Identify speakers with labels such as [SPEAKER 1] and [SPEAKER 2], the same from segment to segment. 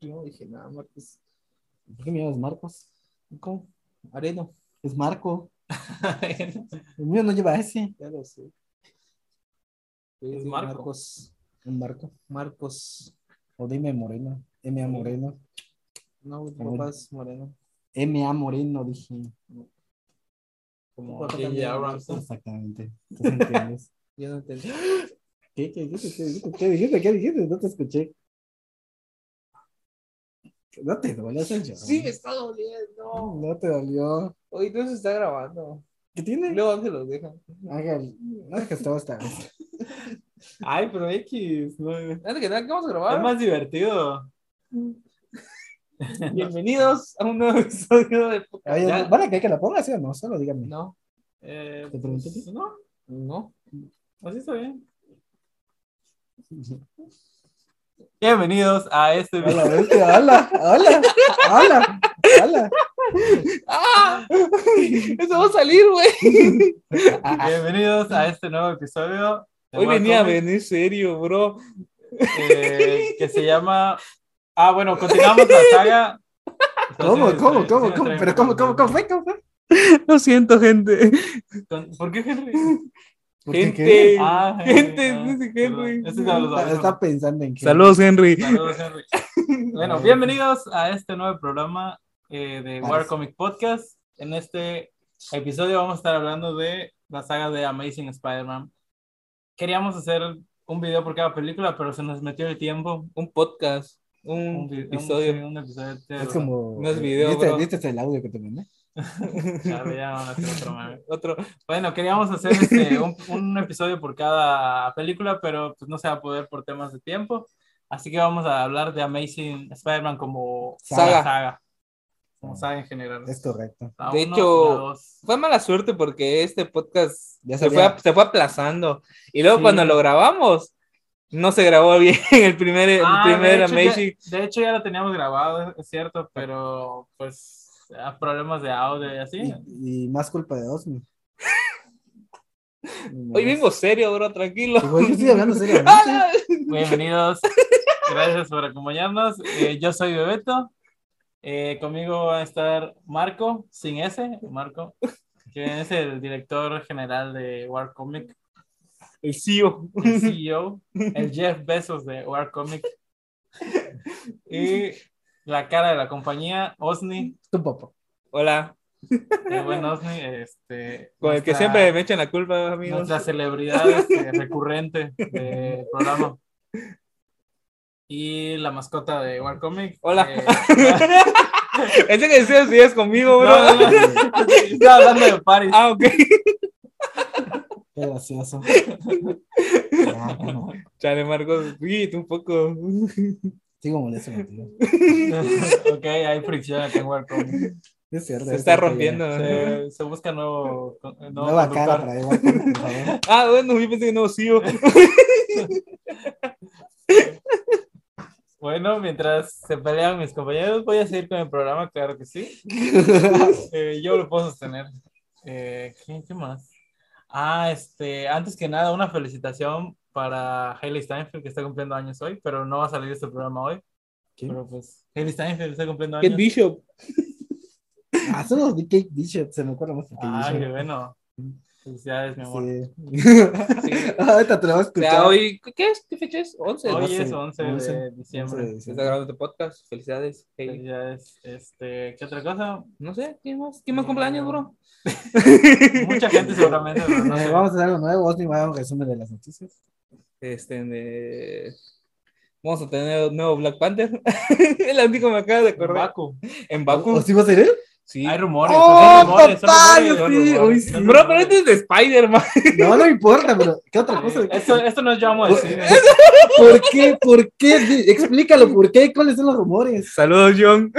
[SPEAKER 1] primo, dije, nada, Marcos. ¿Por qué me llamas Marcos? ¿Cómo? Areno. Es Marco. El mío no lleva ese.
[SPEAKER 2] ya lo sé.
[SPEAKER 1] Es
[SPEAKER 2] Es Marco.
[SPEAKER 1] Marcos. Un Marco. Marcos.
[SPEAKER 3] O dime Moreno. M.A. Moreno.
[SPEAKER 1] No, mi
[SPEAKER 3] Moreno.
[SPEAKER 1] papá es moreno.
[SPEAKER 3] M.A. Moreno, dije.
[SPEAKER 2] Como
[SPEAKER 1] Papá
[SPEAKER 2] J.J.
[SPEAKER 1] también.
[SPEAKER 2] Abrams. ¿no?
[SPEAKER 3] Exactamente. ¿Tú entiendes?
[SPEAKER 1] Yo no entendí.
[SPEAKER 3] ¿Qué, qué dijiste? ¿Qué dijiste? ¿Qué dijiste? ¿Qué dijiste? No te escuché. No te dolió, Sergio.
[SPEAKER 1] Sí, me está doliendo.
[SPEAKER 3] No te dolió.
[SPEAKER 1] Hoy no se está grabando.
[SPEAKER 3] ¿Qué tiene?
[SPEAKER 1] Luego Ángel los deja.
[SPEAKER 3] Ángel, no es que estaba hasta
[SPEAKER 2] Ay, pero X. no.
[SPEAKER 1] Antes que nada, ¿qué vamos a grabar?
[SPEAKER 2] Es más divertido.
[SPEAKER 1] Bienvenidos a un nuevo episodio de Poca-
[SPEAKER 3] Oye,
[SPEAKER 2] Ya.
[SPEAKER 3] ¿Vale que, que la ponga sí o no? Solo dígame.
[SPEAKER 1] No,
[SPEAKER 2] Eh,
[SPEAKER 3] ¿Te pregunté?
[SPEAKER 2] pues, no,
[SPEAKER 1] no.
[SPEAKER 2] así está bien. Bienvenidos a este video.
[SPEAKER 3] Hola, vete, hola, hola, hola, hola.
[SPEAKER 1] ¡Ah! Eso va a salir, güey.
[SPEAKER 2] Bienvenidos a este nuevo episodio. de
[SPEAKER 1] Hoy
[SPEAKER 2] Wacom,
[SPEAKER 1] venía a venir serio, bro.
[SPEAKER 2] eh, que se llama. Ah, bueno, continuamos la saga.
[SPEAKER 3] ¿Cómo,
[SPEAKER 2] Sí,
[SPEAKER 3] cómo,
[SPEAKER 2] sí,
[SPEAKER 3] cómo,
[SPEAKER 2] sí,
[SPEAKER 3] cómo?
[SPEAKER 2] sí,
[SPEAKER 3] Pero
[SPEAKER 2] sí,
[SPEAKER 3] cómo,
[SPEAKER 2] sí.
[SPEAKER 3] cómo, cómo fue, cómo fue?
[SPEAKER 1] Lo siento, gente.
[SPEAKER 2] Con- ¿Por qué Henry?
[SPEAKER 3] ¿Por qué
[SPEAKER 1] Gente,
[SPEAKER 3] qué?
[SPEAKER 2] Ah,
[SPEAKER 1] Gente, dice
[SPEAKER 2] perdón.
[SPEAKER 1] Henry.
[SPEAKER 2] Este es a los
[SPEAKER 3] Está,
[SPEAKER 2] adultos.
[SPEAKER 3] está pensando en que.
[SPEAKER 1] Saludos, Henry.
[SPEAKER 2] Saludos, Henry. Bueno, bienvenidos a este nuevo programa eh, de War Comic Podcast. En este episodio vamos a estar hablando de la saga de Amazing Spider-Man. Queríamos hacer un video por cada película, pero se nos metió el tiempo.
[SPEAKER 1] Un podcast, un,
[SPEAKER 2] Un vi- un-
[SPEAKER 1] episodio.
[SPEAKER 2] sí, Un, episodio entero.
[SPEAKER 3] Es como.
[SPEAKER 1] No es video,
[SPEAKER 3] ¿Viste,
[SPEAKER 1] bro.
[SPEAKER 3] ¿Viste el audio que te mandé?
[SPEAKER 2] Chale, ya van a hacer otro mame.
[SPEAKER 1] Otro.
[SPEAKER 2] Bueno, queríamos hacer este, un, un episodio por cada película, pero pues, no se va a poder por temas de tiempo. Así que vamos a hablar de Amazing Spider-Man como
[SPEAKER 1] Saga.
[SPEAKER 2] saga. Como saga en general.
[SPEAKER 3] Es correcto.
[SPEAKER 2] La
[SPEAKER 1] De
[SPEAKER 2] uno,
[SPEAKER 1] hecho,
[SPEAKER 2] la dos.
[SPEAKER 1] Fue mala suerte porque este podcast
[SPEAKER 3] Ya
[SPEAKER 1] se
[SPEAKER 3] sabía.
[SPEAKER 1] fue, a- se fue aplazando. Y luego
[SPEAKER 2] Sí.
[SPEAKER 1] cuando lo grabamos, no se grabó bien el primer, el
[SPEAKER 2] Ah,
[SPEAKER 1] primer
[SPEAKER 2] de, hecho,
[SPEAKER 1] Amazing.
[SPEAKER 2] ya, de hecho, ya lo teníamos grabado, es cierto, pero pues a problemas de audio y así.
[SPEAKER 3] Y, y más culpa de Osmi.
[SPEAKER 1] Hoy vengo serio, bro, tranquilo.
[SPEAKER 3] Igual yo estoy hablando seriamente.
[SPEAKER 1] ¡Ah!
[SPEAKER 2] Bienvenidos, gracias por acompañarnos. Eh, yo soy Bebeto. Eh, conmigo va a estar Marco, sin S, Marco, que es el director general de War Comic,
[SPEAKER 1] El CEO.
[SPEAKER 2] el CEO, el Jeff Bezos de War Comic. Y la cara de la compañía, Osni,
[SPEAKER 3] Tu papá.
[SPEAKER 1] Hola.
[SPEAKER 2] Eh, bueno, Osni, este,
[SPEAKER 1] Con el que
[SPEAKER 2] nuestra-
[SPEAKER 1] siempre me echan la culpa, amigos.
[SPEAKER 2] nuestra celebridad este, recurrente del programa. Y la mascota de Warcomic.
[SPEAKER 1] Hola.
[SPEAKER 2] eh,
[SPEAKER 1] Ese que decías si es conmigo,
[SPEAKER 2] no,
[SPEAKER 1] bro.
[SPEAKER 2] no, no, estaba hablando de Paris.
[SPEAKER 1] Ah, ok.
[SPEAKER 3] Qué gracioso. Ah, bueno,
[SPEAKER 1] Chale, Marcos, ríete un poco.
[SPEAKER 3] sigo molesto contigo.
[SPEAKER 2] ok, hay fricción acá en Warcomic.
[SPEAKER 3] Es cierto.
[SPEAKER 1] Se
[SPEAKER 3] es
[SPEAKER 1] está
[SPEAKER 3] cierto, ya.
[SPEAKER 1] rompiendo.
[SPEAKER 2] Se, se busca nuevo. nuevo
[SPEAKER 3] Nueva cara
[SPEAKER 2] conductor.
[SPEAKER 3] para igual, por favor.
[SPEAKER 1] Ah, bueno, yo pensé que no, CEO.
[SPEAKER 2] Bueno, mientras se pelean mis compañeros, voy a seguir con el programa, claro que sí. Eh, yo lo puedo sostener. Eh, ¿qué, qué más? Ah, este, antes que nada, una felicitación para Hailey Steinfeld, que está cumpliendo años hoy, pero no va a salir este programa hoy.
[SPEAKER 3] ¿Quién?
[SPEAKER 2] Pero pues, Hailey Steinfeld está cumpliendo
[SPEAKER 1] Kate
[SPEAKER 2] años.
[SPEAKER 1] Bishop.
[SPEAKER 3] Ah, son los de Kate Bishop, se me acuerda más de Kate
[SPEAKER 2] Ah, qué
[SPEAKER 3] Bishop.
[SPEAKER 2] bueno. Felicidades, mi amor.
[SPEAKER 3] Sí. Ah, Ahorita te lo voy a
[SPEAKER 1] O sea,
[SPEAKER 3] escuchar.
[SPEAKER 1] hoy, ¿qué es? ¿Qué fecha es? 11.
[SPEAKER 2] Hoy
[SPEAKER 3] once,
[SPEAKER 2] es 11
[SPEAKER 3] once,
[SPEAKER 2] de
[SPEAKER 3] Once de
[SPEAKER 2] diciembre.
[SPEAKER 1] Se está
[SPEAKER 3] diciembre.
[SPEAKER 1] grabando este podcast. Felicidades. Hey.
[SPEAKER 2] Felicidades. Este, ¿qué otra cosa?
[SPEAKER 1] No sé, ¿quién más? ¿Quién más cumpleaños, bro?
[SPEAKER 2] Mucha gente seguramente. pero no
[SPEAKER 3] Eh,
[SPEAKER 2] sé.
[SPEAKER 3] Vamos a hacer algo nuevo. Osni va a dar un resumen de las noticias.
[SPEAKER 1] Este, de- Vamos a tener un nuevo Black Panther. es la única que me acabo de acordar.
[SPEAKER 2] Baku.
[SPEAKER 1] En
[SPEAKER 3] ¿O
[SPEAKER 1] Baku.
[SPEAKER 3] sí va a ser él?
[SPEAKER 1] Sí.
[SPEAKER 2] Hay rumores.
[SPEAKER 3] ¡Oh,
[SPEAKER 2] hay rumores, son
[SPEAKER 3] papá!
[SPEAKER 2] rumores,
[SPEAKER 3] Yo
[SPEAKER 2] son
[SPEAKER 3] sí,
[SPEAKER 2] rumores,
[SPEAKER 3] hoy
[SPEAKER 2] son
[SPEAKER 3] sí.
[SPEAKER 2] rumores.
[SPEAKER 1] Bro, pero este es de Spider-Man.
[SPEAKER 3] No, no me importa, pero ¿qué otra cosa?
[SPEAKER 2] Eh, Esto, esto no es llamo a decir.
[SPEAKER 3] ¿Por qué? ¿Por qué? Di- Explícalo, ¿por qué? ¿Cuáles son los rumores?
[SPEAKER 1] Saludos, John.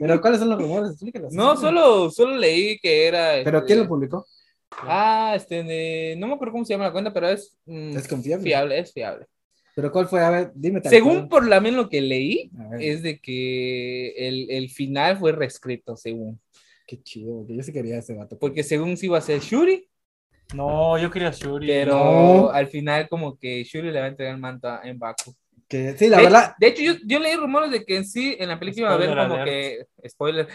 [SPEAKER 3] Pero ¿cuáles son los rumores? Explícalos.
[SPEAKER 1] No, solo, solo leí que era.
[SPEAKER 3] ¿Pero
[SPEAKER 1] este,
[SPEAKER 3] quién lo publicó?
[SPEAKER 1] Ah, este, de- no me acuerdo cómo se llama la cuenta, pero es. mm,
[SPEAKER 3] Es confiable.
[SPEAKER 1] fiable, es fiable.
[SPEAKER 3] ¿Pero cuál fue? A ver, dime. tal
[SPEAKER 1] Según Eh,
[SPEAKER 3] cual.
[SPEAKER 1] por la menos lo que leí,
[SPEAKER 3] A ver,
[SPEAKER 1] es de que el, el final fue reescrito, según.
[SPEAKER 3] qué chido, porque yo sí quería ese vato.
[SPEAKER 1] Porque según sí iba a ser Shuri,
[SPEAKER 2] No, yo quería Shuri.
[SPEAKER 1] pero
[SPEAKER 3] No.
[SPEAKER 1] al final como que Shuri le va a entregar el manto a- en Baku.
[SPEAKER 3] Que, sí, la
[SPEAKER 1] de,
[SPEAKER 3] verdad.
[SPEAKER 1] de hecho, yo, yo leí rumores de que en sí, en la película va a haber
[SPEAKER 2] Spoiler
[SPEAKER 1] como
[SPEAKER 2] alert.
[SPEAKER 1] que. Spoiler.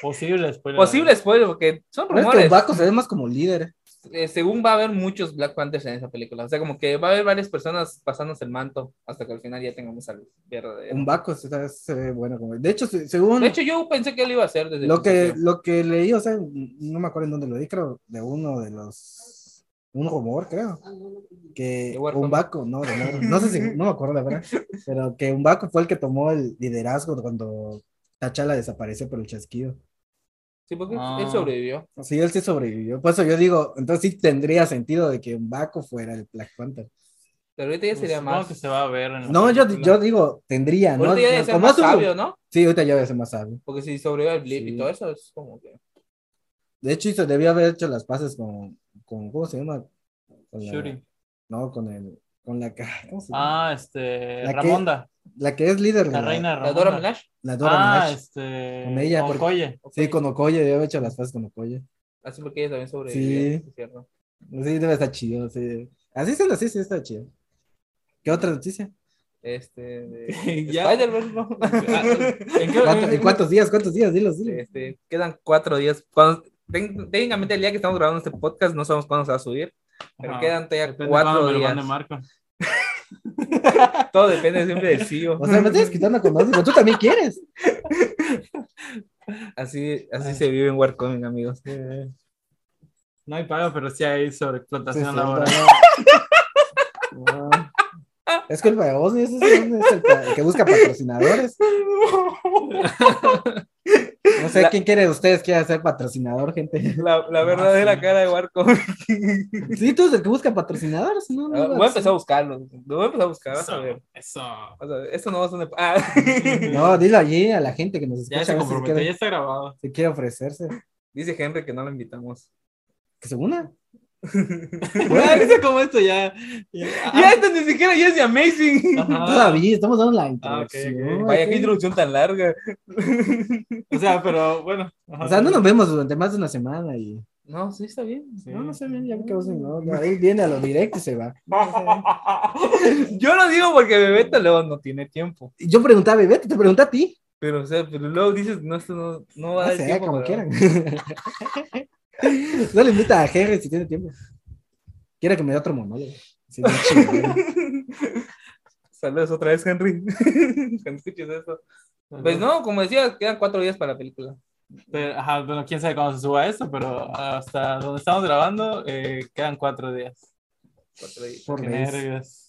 [SPEAKER 2] Posible spoiler.
[SPEAKER 1] Posible spoiler, porque son
[SPEAKER 3] Pero es que
[SPEAKER 1] rumores.
[SPEAKER 3] Baco se ve más como líder.
[SPEAKER 1] Eh, según va a haber muchos Black Panthers en esa película. O sea, como que va a haber varias personas pasándose el manto hasta que al final ya tengamos al
[SPEAKER 3] Un
[SPEAKER 1] verdadero.
[SPEAKER 3] Baco se, se ve bueno. Como... De hecho, se- según
[SPEAKER 1] De hecho, yo pensé que él iba a hacer desde el
[SPEAKER 3] lo, que,
[SPEAKER 1] principio.
[SPEAKER 3] lo que leí, o sea, no me acuerdo en dónde lo leí, creo, de uno de los. Un rumor, creo. Que
[SPEAKER 1] De Warcom.
[SPEAKER 3] un Baco, no, de Warcom. no sé si, no me acuerdo la verdad, pero que un Baco fue el que tomó el liderazgo cuando Tachala desapareció por el chasquido.
[SPEAKER 1] Sí, porque él-
[SPEAKER 2] Ah.
[SPEAKER 1] él sobrevivió.
[SPEAKER 3] Sí, él sí sobrevivió. Por eso yo digo, entonces sí tendría sentido de que un Baco fuera el Black Panther.
[SPEAKER 1] Pero ahorita ya
[SPEAKER 2] Pues
[SPEAKER 1] sería
[SPEAKER 2] supongo
[SPEAKER 1] más.
[SPEAKER 2] que se va a ver.
[SPEAKER 1] Ah,
[SPEAKER 2] en la
[SPEAKER 3] No, yo,
[SPEAKER 2] película.
[SPEAKER 3] yo digo, tendría, ¿no?
[SPEAKER 1] pues, Ahorita ya debe ser
[SPEAKER 3] Como
[SPEAKER 1] más
[SPEAKER 3] es un-
[SPEAKER 1] sabio, ¿no?
[SPEAKER 3] Sí, ahorita ya debe ser más sabio.
[SPEAKER 1] Porque si sobrevive el blip
[SPEAKER 3] Sí.
[SPEAKER 1] y todo eso, es como que.
[SPEAKER 3] De hecho, se debió haber hecho las paces con, con ¿cómo se llama? Con la-
[SPEAKER 2] Shuri.
[SPEAKER 3] No, con el, con la, que- ¿cómo se llama?
[SPEAKER 2] Ah, este.
[SPEAKER 3] La que-
[SPEAKER 2] Ramonda.
[SPEAKER 3] la que es líder.
[SPEAKER 2] La reina
[SPEAKER 1] ¿La
[SPEAKER 2] Ramonda.
[SPEAKER 1] Dora Milash?
[SPEAKER 3] La Dora
[SPEAKER 2] Ah,
[SPEAKER 3] Milaje.
[SPEAKER 2] este.
[SPEAKER 3] Con ella, porque-
[SPEAKER 2] Okoye.
[SPEAKER 3] Sí, con Okoye, debe haber hecho las paces con Okoye.
[SPEAKER 1] Así porque ella también sobrevivió. es cierto.
[SPEAKER 3] Sí, debe estar chido, sí. Así se así sí está chido. ¿Qué otra noticia?
[SPEAKER 1] Este. de-
[SPEAKER 2] Ya. Ah,
[SPEAKER 1] Spider-Verse, ¿no?
[SPEAKER 2] ¿En qué-
[SPEAKER 3] ¿Cuánto- ¿En cuántos días? ¿Cuántos días? Dilos, dilos.
[SPEAKER 1] Este, quedan cuatro días. Cuando, tec- técnicamente el día que estamos grabando este podcast no sabemos cuándo se va a subir, pero
[SPEAKER 2] Ajá.
[SPEAKER 1] quedan todavía
[SPEAKER 2] Ah, Depende cuándo
[SPEAKER 1] cuatro
[SPEAKER 2] me lo mande
[SPEAKER 1] días.
[SPEAKER 2] Marco.
[SPEAKER 1] Todo depende siempre del CEO.
[SPEAKER 3] O sea, me estás quitando con dos, pero tú también quieres.
[SPEAKER 1] Así, así se vive en Warcoming, amigos.
[SPEAKER 2] No hay pago, pero sí hay sobreexplotación
[SPEAKER 3] Sí, sí,
[SPEAKER 2] laboral.
[SPEAKER 3] no, no. No. Es culpa de vos, ese es el es el pa- el que busca patrocinadores. No sé
[SPEAKER 1] La-
[SPEAKER 3] quién quiere de ustedes quiere ser patrocinador, gente.
[SPEAKER 1] La, la verdadera
[SPEAKER 2] sí.
[SPEAKER 1] cara de Warcoming.
[SPEAKER 3] Sí, tú eres el que busca patrocinadores,
[SPEAKER 2] Ah,
[SPEAKER 3] ¿no? no,
[SPEAKER 1] Voy a empezar a buscarlo. Lo voy a empezar a buscar. Vas a ver.
[SPEAKER 2] Eso. eso.
[SPEAKER 1] Vas a ver. Esto no va a sonar. Ah.
[SPEAKER 3] No, dilo allí a la gente que nos escucha.
[SPEAKER 2] Ya
[SPEAKER 3] a
[SPEAKER 2] se
[SPEAKER 3] ver si
[SPEAKER 2] comprometió, ya
[SPEAKER 3] quiere,
[SPEAKER 2] está grabado.
[SPEAKER 3] si quiere ofrecerse.
[SPEAKER 1] Dice Henry que no lo invitamos.
[SPEAKER 3] Que se una.
[SPEAKER 2] Ya, dice como esto ya. ah,
[SPEAKER 3] Ah.
[SPEAKER 1] Ya, esto ni siquiera ya es de Amazing.
[SPEAKER 2] Ajá.
[SPEAKER 3] Todavía, estamos dando la
[SPEAKER 2] Ah, ok, ok.
[SPEAKER 3] introducción.
[SPEAKER 1] Vaya, qué
[SPEAKER 3] ¿qué?
[SPEAKER 1] introducción tan larga.
[SPEAKER 2] O sea, pero bueno. ajá.
[SPEAKER 3] O sea, no nos vemos durante más de una semana y.
[SPEAKER 1] No, sí, está bien.
[SPEAKER 2] Sí.
[SPEAKER 3] No, no sé bien, ya me quedo sin. No, no, él viene a lo directo y se va.
[SPEAKER 1] Yo lo digo porque Bebeto luego no tiene tiempo.
[SPEAKER 3] Y Yo preguntaba a Bebeto, te pregunté a ti.
[SPEAKER 1] Pero, o sea, pero luego dices, no, esto no, no va a
[SPEAKER 3] No
[SPEAKER 1] dar
[SPEAKER 3] sé,
[SPEAKER 1] tiempo.
[SPEAKER 3] como
[SPEAKER 1] para-
[SPEAKER 3] quieran. no le invita a Henry si tiene tiempo. Quiere que me dé otro monólogo. Sí, bien chido.
[SPEAKER 1] Saludos otra vez, Henry. Cuando escuches esto. Pues no, como decía, quedan cuatro días para la película.
[SPEAKER 2] Pero, ajá, bueno, quién sabe cuándo se suba esto, pero hasta donde estamos grabando eh, quedan cuatro días.
[SPEAKER 1] Cuatro días.
[SPEAKER 3] Por
[SPEAKER 2] Qué
[SPEAKER 3] vez.
[SPEAKER 2] nervios.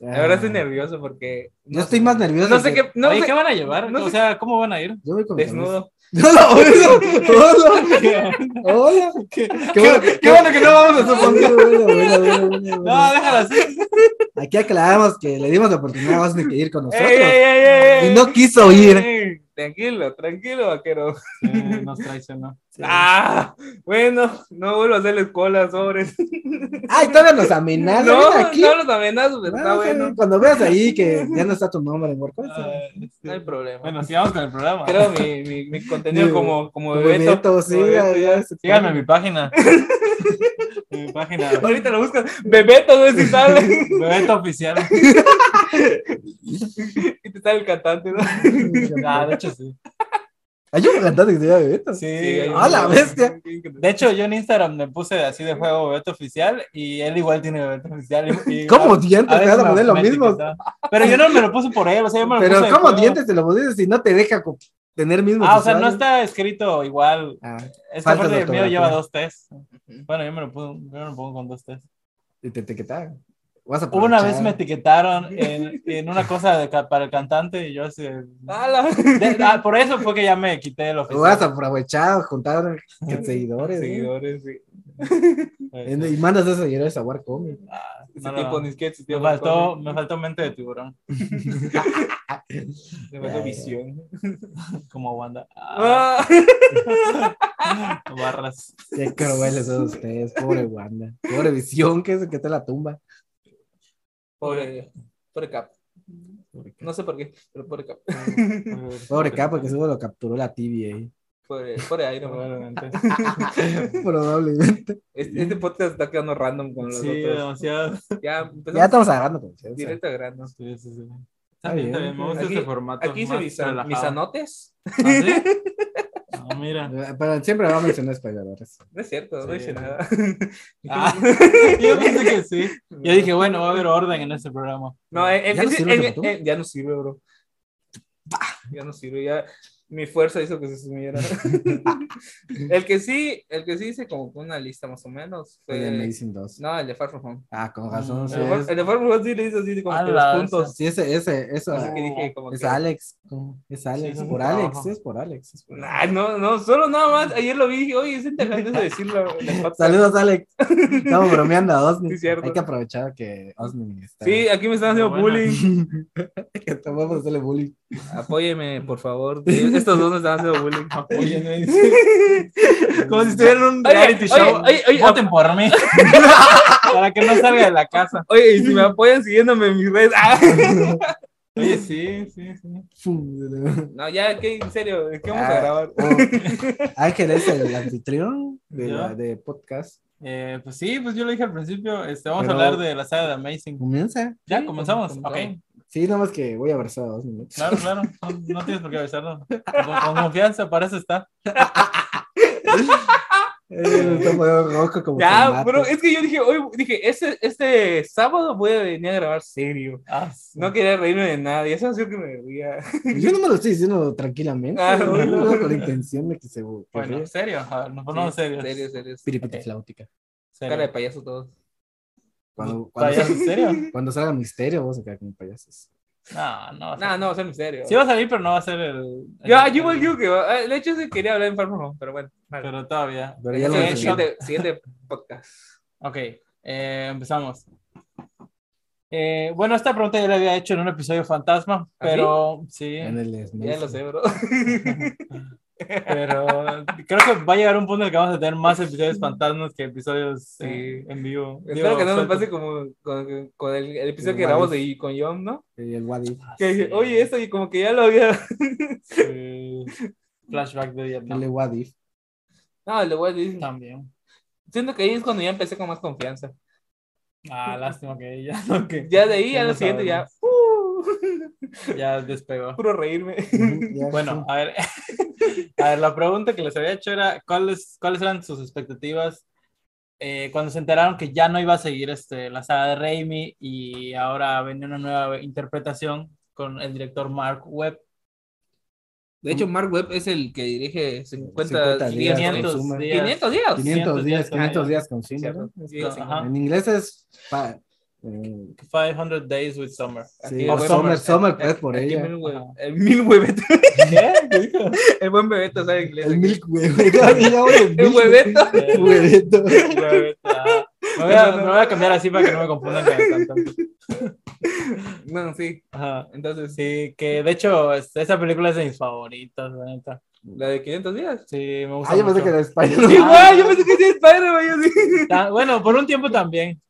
[SPEAKER 1] Ahora estoy nervioso porque.
[SPEAKER 3] Ah. Yo estoy más nervioso.
[SPEAKER 1] No sé
[SPEAKER 3] que-
[SPEAKER 1] qué. No
[SPEAKER 2] Oye,
[SPEAKER 1] sé
[SPEAKER 2] ¿qué van a llevar?
[SPEAKER 1] no
[SPEAKER 2] o
[SPEAKER 1] sé-
[SPEAKER 2] sea, ¿cómo van a ir?
[SPEAKER 3] Yo voy con mi
[SPEAKER 1] Desnudo.
[SPEAKER 3] camisa. ¡Hola! ¡Hola! ¡Hola! ¡Qué, bueno,
[SPEAKER 1] Qué bueno que no vamos a suponer.
[SPEAKER 3] bueno, bueno, bueno, bueno, bueno, bueno.
[SPEAKER 2] No, déjalo así.
[SPEAKER 3] Aquí aclaramos que le dimos la oportunidad a Osni que ir con nosotros.
[SPEAKER 1] Ey, ey, ey, ey,
[SPEAKER 3] y
[SPEAKER 1] ey.
[SPEAKER 3] no quiso ir.
[SPEAKER 1] Ey, Tranquilo, tranquilo, vaquero.
[SPEAKER 2] Eh, nos traicionó.
[SPEAKER 1] Ah, bueno, no vuelvo a hacerles cola, sobres.
[SPEAKER 3] Ay, todavía nos
[SPEAKER 1] No,
[SPEAKER 3] amenaza. ven aquí. Ah,
[SPEAKER 1] no los amenazo, pero
[SPEAKER 3] Bueno,
[SPEAKER 1] está bueno.
[SPEAKER 3] Cuando veas ahí que ya no está tu nombre en WordPress.
[SPEAKER 2] Ah, este,
[SPEAKER 1] No hay problema.
[SPEAKER 2] Bueno, sigamos con el programa.
[SPEAKER 1] Creo mi, mi, mi contenido
[SPEAKER 3] Mi-
[SPEAKER 1] como, como
[SPEAKER 3] Tu
[SPEAKER 1] Bebeto.
[SPEAKER 3] Bebeto, sí,
[SPEAKER 1] como Bebeto,
[SPEAKER 3] ya-
[SPEAKER 1] ya.
[SPEAKER 3] ya se-
[SPEAKER 2] Síganme en mi página. en mi página.
[SPEAKER 1] Ahorita lo buscas. Bebeto, no sé si sale.
[SPEAKER 2] Bebeto oficial.
[SPEAKER 1] y te sale el cantante, ¿no?
[SPEAKER 2] Ah, de hecho sí.
[SPEAKER 3] Hay un cantante que se llama Bebeto.
[SPEAKER 2] Sí.
[SPEAKER 3] ¡A la bestia!
[SPEAKER 2] De hecho, yo en Instagram me puse así de juego Bebeto oficial y él igual tiene Bebeto oficial. y- y-
[SPEAKER 3] ¿Cómo
[SPEAKER 2] a-
[SPEAKER 3] dientes
[SPEAKER 1] Ah,
[SPEAKER 2] a
[SPEAKER 3] te
[SPEAKER 2] veces
[SPEAKER 3] vas a
[SPEAKER 2] me-
[SPEAKER 3] poner lo
[SPEAKER 2] me
[SPEAKER 3] mismo?
[SPEAKER 2] etiquetaba. Pero yo no me lo puse por él, o sea, yo me lo
[SPEAKER 3] Pero
[SPEAKER 2] puse de
[SPEAKER 3] ¿cómo
[SPEAKER 2] juego.
[SPEAKER 3] dientes te lo pones si no te deja co- tener mismo
[SPEAKER 2] pues, Ah, o sea, no
[SPEAKER 3] usuario?
[SPEAKER 2] está escrito igual.
[SPEAKER 3] Ah,
[SPEAKER 2] Esta
[SPEAKER 3] Falta de
[SPEAKER 2] parte del mío
[SPEAKER 3] ortografía.
[SPEAKER 2] lleva dos T's. Bueno, yo me lo pongo, yo me lo pongo con dos T's.
[SPEAKER 3] y te etiquetaron. Vas a
[SPEAKER 2] Hubo Una vez me
[SPEAKER 3] aprovechar.
[SPEAKER 2] etiquetaron en, en una cosa de ca- para el cantante y yo así. de-
[SPEAKER 1] ¡A la
[SPEAKER 2] de- ah, por eso fue que ya me quité el
[SPEAKER 3] Vas a
[SPEAKER 2] oficial.
[SPEAKER 3] aprovechar, juntar seguidores. ¿no?
[SPEAKER 1] Seguidores, sí.
[SPEAKER 2] Eh,
[SPEAKER 3] Y mandas esos seguidores a Warcomic.
[SPEAKER 2] ah,
[SPEAKER 1] Ese
[SPEAKER 2] no, no,
[SPEAKER 1] tipo
[SPEAKER 2] no.
[SPEAKER 1] ni siquiera existía.
[SPEAKER 2] Me faltó, me faltó mente de tiburón,
[SPEAKER 1] Me faltó visión.
[SPEAKER 2] como Wanda. Ah,
[SPEAKER 1] Ah,
[SPEAKER 2] barras.
[SPEAKER 3] Qué crueles son ustedes, pobre Wanda. Pobre visión que es el que está en la tumba.
[SPEAKER 1] pobre, pobre Cap. No sé por qué, pero pobre Cap.
[SPEAKER 3] Pobre capa que seguro lo capturó la ¿eh? TVA.
[SPEAKER 1] Pobre, pobre Iron Man.
[SPEAKER 2] Probablemente.
[SPEAKER 4] Probablemente.
[SPEAKER 1] Este, este podcast está quedando random con los
[SPEAKER 2] Sí,
[SPEAKER 1] otros.
[SPEAKER 2] demasiado.
[SPEAKER 1] Ya empezamos
[SPEAKER 4] Ya estamos agarrando conciencia.
[SPEAKER 1] directo a grano.
[SPEAKER 2] Sí, sí, sí. Está
[SPEAKER 4] Está
[SPEAKER 2] bien,
[SPEAKER 4] bien,
[SPEAKER 2] está bien. Me gusta
[SPEAKER 1] aquí-
[SPEAKER 2] este formato.
[SPEAKER 1] Aquí hice
[SPEAKER 2] más
[SPEAKER 1] mis,
[SPEAKER 2] relajado.
[SPEAKER 1] mis anotes.
[SPEAKER 2] ¿Ah, sí? Ah, mira.
[SPEAKER 4] Eh, Pero siempre va a mencionar spoilers.
[SPEAKER 1] No es cierto, no
[SPEAKER 2] Sí.
[SPEAKER 1] hice nada.
[SPEAKER 2] Ah, yo pensé que sí. Yo dije, bueno, va a haber orden en este programa.
[SPEAKER 1] No, eh, eh,
[SPEAKER 4] Ah, ¿Ya no
[SPEAKER 1] ese-
[SPEAKER 4] sirve
[SPEAKER 1] eh,
[SPEAKER 4] el Tumatú?
[SPEAKER 1] eh, ya no sirve, bro. Ya no sirve, ya mi fuerza hizo que se sumiera. el que sí, el que sí hice como que una lista más o menos.
[SPEAKER 4] Fue
[SPEAKER 1] fue-
[SPEAKER 4] de Amazing 2.
[SPEAKER 1] no, el de Far From Home.
[SPEAKER 4] Ah, con razón.
[SPEAKER 2] Mm,
[SPEAKER 4] Sí,
[SPEAKER 1] El de Far-
[SPEAKER 4] es-
[SPEAKER 1] el de Far From Home sí le hice así como
[SPEAKER 2] A
[SPEAKER 1] que los
[SPEAKER 2] la-
[SPEAKER 1] puntos.
[SPEAKER 4] sí, ese, ese, eso.
[SPEAKER 2] Pues,
[SPEAKER 1] Así que dije como
[SPEAKER 4] Ah, Es
[SPEAKER 1] que-
[SPEAKER 4] Alex. ¿cómo? Es Alex.
[SPEAKER 2] es un
[SPEAKER 4] por Alex,
[SPEAKER 2] trabajo.
[SPEAKER 4] sí, es por Alex. es por Alex.
[SPEAKER 1] Nah, no, no, solo nada más. Ayer lo vi y dije, oye, es interesante decirlo. en el podcast.
[SPEAKER 4] Saludos, Alex. Estamos bromeando a Osni.
[SPEAKER 1] Sí, cierto.
[SPEAKER 4] Hay que aprovechar que Osni está.
[SPEAKER 1] Sí, aquí me están haciendo
[SPEAKER 2] Bueno.
[SPEAKER 1] bullying.
[SPEAKER 4] que estamos hacerle bullying.
[SPEAKER 1] Apóyeme, por favor. Estos dos me están haciendo bullying.
[SPEAKER 2] Apóyenme. Como si estuviera en un
[SPEAKER 1] Oye,
[SPEAKER 2] reality
[SPEAKER 1] oye,
[SPEAKER 2] show.
[SPEAKER 1] oye, oye,
[SPEAKER 2] Voten por mí. Para que no salga de la casa.
[SPEAKER 1] Oye, y si me apoyan siguiéndome en mis redes. Ah.
[SPEAKER 2] Oye, sí, sí, sí.
[SPEAKER 1] No, ya, ¿qué? en serio, ¿qué vamos a
[SPEAKER 4] Ah.
[SPEAKER 1] grabar?
[SPEAKER 4] Oh, Ángel es el anfitrión de,
[SPEAKER 2] Ya.
[SPEAKER 4] la- de podcast.
[SPEAKER 2] Eh, pues sí, pues yo lo dije al principio. Este, vamos
[SPEAKER 4] Pero-
[SPEAKER 2] a hablar de la saga de Amazing.
[SPEAKER 4] Comienza.
[SPEAKER 2] Ya,
[SPEAKER 1] Sí,
[SPEAKER 2] comenzamos.
[SPEAKER 1] com-
[SPEAKER 2] Ok,
[SPEAKER 1] comenzamos.
[SPEAKER 4] Sí, nada más que voy a abrazar a
[SPEAKER 1] Eh.
[SPEAKER 4] Osni. ¿no?
[SPEAKER 2] claro, claro. No, no tienes por qué avisarlo. Con, con confianza, para eso está.
[SPEAKER 4] Eh, está medio rojo como
[SPEAKER 1] Ya,
[SPEAKER 4] tomate.
[SPEAKER 1] pero es que yo dije, hoy dije, este, este sábado voy a venir a grabar serio.
[SPEAKER 2] Ah, sí.
[SPEAKER 1] No quería reírme de nadie, eso hacía que me ría.
[SPEAKER 4] Yo no me lo estoy diciendo tranquilamente.
[SPEAKER 1] Ah,
[SPEAKER 4] yo
[SPEAKER 1] bueno.
[SPEAKER 4] lo hago con la intención de que se. que
[SPEAKER 2] bueno,
[SPEAKER 4] ríe.
[SPEAKER 2] serio. A ver, nos ponemos
[SPEAKER 1] Sí,
[SPEAKER 2] serios.
[SPEAKER 1] Serio, serio.
[SPEAKER 4] Piripiti
[SPEAKER 2] Ok.
[SPEAKER 4] flautica.
[SPEAKER 2] Serio.
[SPEAKER 1] Cara de payaso todos.
[SPEAKER 4] Cuando, cuando,
[SPEAKER 2] ¿Payaso serio?
[SPEAKER 4] cuando salga misterio, vamos a quedar como payasos.
[SPEAKER 2] No, no. va a
[SPEAKER 1] No,
[SPEAKER 2] ser-
[SPEAKER 1] no, va a ser misterio.
[SPEAKER 2] Sí va a salir, pero no va a ser el...
[SPEAKER 1] Ya,
[SPEAKER 2] el-
[SPEAKER 1] yo igual digo que va. eh, De hecho, sí quería hablar en Far From Home, pero bueno. vale.
[SPEAKER 2] Pero todavía.
[SPEAKER 4] Pero ya lo
[SPEAKER 1] Siguiente-
[SPEAKER 2] mencioné.
[SPEAKER 1] siguiente, siguiente podcast.
[SPEAKER 2] Ok, eh, empezamos. Eh, bueno, esta pregunta ya la había hecho en un episodio
[SPEAKER 1] ¿Ah,
[SPEAKER 2] fantasma, pero sí,
[SPEAKER 4] En el
[SPEAKER 1] Ya
[SPEAKER 4] Smash.
[SPEAKER 1] lo sé, bro.
[SPEAKER 2] pero creo que va a llegar un punto en el que vamos a tener más episodios fantasmas que episodios
[SPEAKER 1] Sí.
[SPEAKER 2] eh, en vivo.
[SPEAKER 1] Espero
[SPEAKER 2] Digo,
[SPEAKER 1] que no nos
[SPEAKER 2] sueltos.
[SPEAKER 1] pase como con, con el, el episodio
[SPEAKER 4] El
[SPEAKER 1] que grabamos
[SPEAKER 4] What
[SPEAKER 1] de, con John, ¿no?
[SPEAKER 4] Y el Wadi.
[SPEAKER 1] Que dije,
[SPEAKER 2] Ah, Sí.
[SPEAKER 1] oye, este esto y como que ya lo había.
[SPEAKER 2] Sí. Flashback de Vietnam
[SPEAKER 4] El Wadi.
[SPEAKER 1] No, le voy a decir.
[SPEAKER 2] también.
[SPEAKER 1] Siento que ahí es cuando ya empecé con más confianza.
[SPEAKER 2] Ah, lástima que ya no, que-
[SPEAKER 1] Ya de ahí,
[SPEAKER 2] que
[SPEAKER 1] a
[SPEAKER 2] no
[SPEAKER 1] lo siguiente, ya.
[SPEAKER 2] sabemos.
[SPEAKER 1] ¡uh!
[SPEAKER 2] Ya despegó.
[SPEAKER 1] puro reírme.
[SPEAKER 2] Bueno, a ver, a ver, la pregunta que les había hecho era, ¿cuáles, cuáles eran sus expectativas eh, cuando se enteraron que ya no iba a seguir este, la saga de Raimi y ahora venía una nueva interpretación con el director Mark Webb?
[SPEAKER 1] De hecho, Mark Webb es el que dirige 50,
[SPEAKER 4] 50
[SPEAKER 1] días.
[SPEAKER 4] días.
[SPEAKER 1] con-
[SPEAKER 2] 500
[SPEAKER 4] consume.
[SPEAKER 2] días.
[SPEAKER 1] 500 días.
[SPEAKER 4] 500 días, 500 días con
[SPEAKER 1] Sí,
[SPEAKER 4] Cinder, ¿no?
[SPEAKER 1] sí, sí.
[SPEAKER 2] Ajá.
[SPEAKER 4] En inglés es. pa- eh,
[SPEAKER 2] 500 Days with Summer.
[SPEAKER 4] sí,
[SPEAKER 1] o
[SPEAKER 4] o
[SPEAKER 2] Summer,
[SPEAKER 4] Summer, Summer, pues por
[SPEAKER 1] Aquí
[SPEAKER 4] ella.
[SPEAKER 1] mil hue- El mil hueveto.
[SPEAKER 2] ¿Qué?
[SPEAKER 1] El buen bebeto sabe inglés.
[SPEAKER 4] El
[SPEAKER 1] aquí.
[SPEAKER 4] Milk Huevito. Ay, ya voy, el
[SPEAKER 1] El
[SPEAKER 4] Milk
[SPEAKER 1] hueveto.
[SPEAKER 4] Huevito.
[SPEAKER 2] Ah, Me voy, a, me voy a cambiar así para que no me confundan con el cantante.
[SPEAKER 1] Bueno, sí.
[SPEAKER 2] Ajá.
[SPEAKER 1] Entonces,
[SPEAKER 2] Sí, que de hecho, es- esa película es de mis favoritas, la neta.
[SPEAKER 1] la de 500 días.
[SPEAKER 2] Sí, me gusta.
[SPEAKER 4] Ah, yo pensé
[SPEAKER 2] mucho.
[SPEAKER 4] que era
[SPEAKER 1] Sí,
[SPEAKER 4] español.
[SPEAKER 1] güey, yo pensé que sí es Spider-Man. yo sí.
[SPEAKER 2] Ta- bueno, por un tiempo también.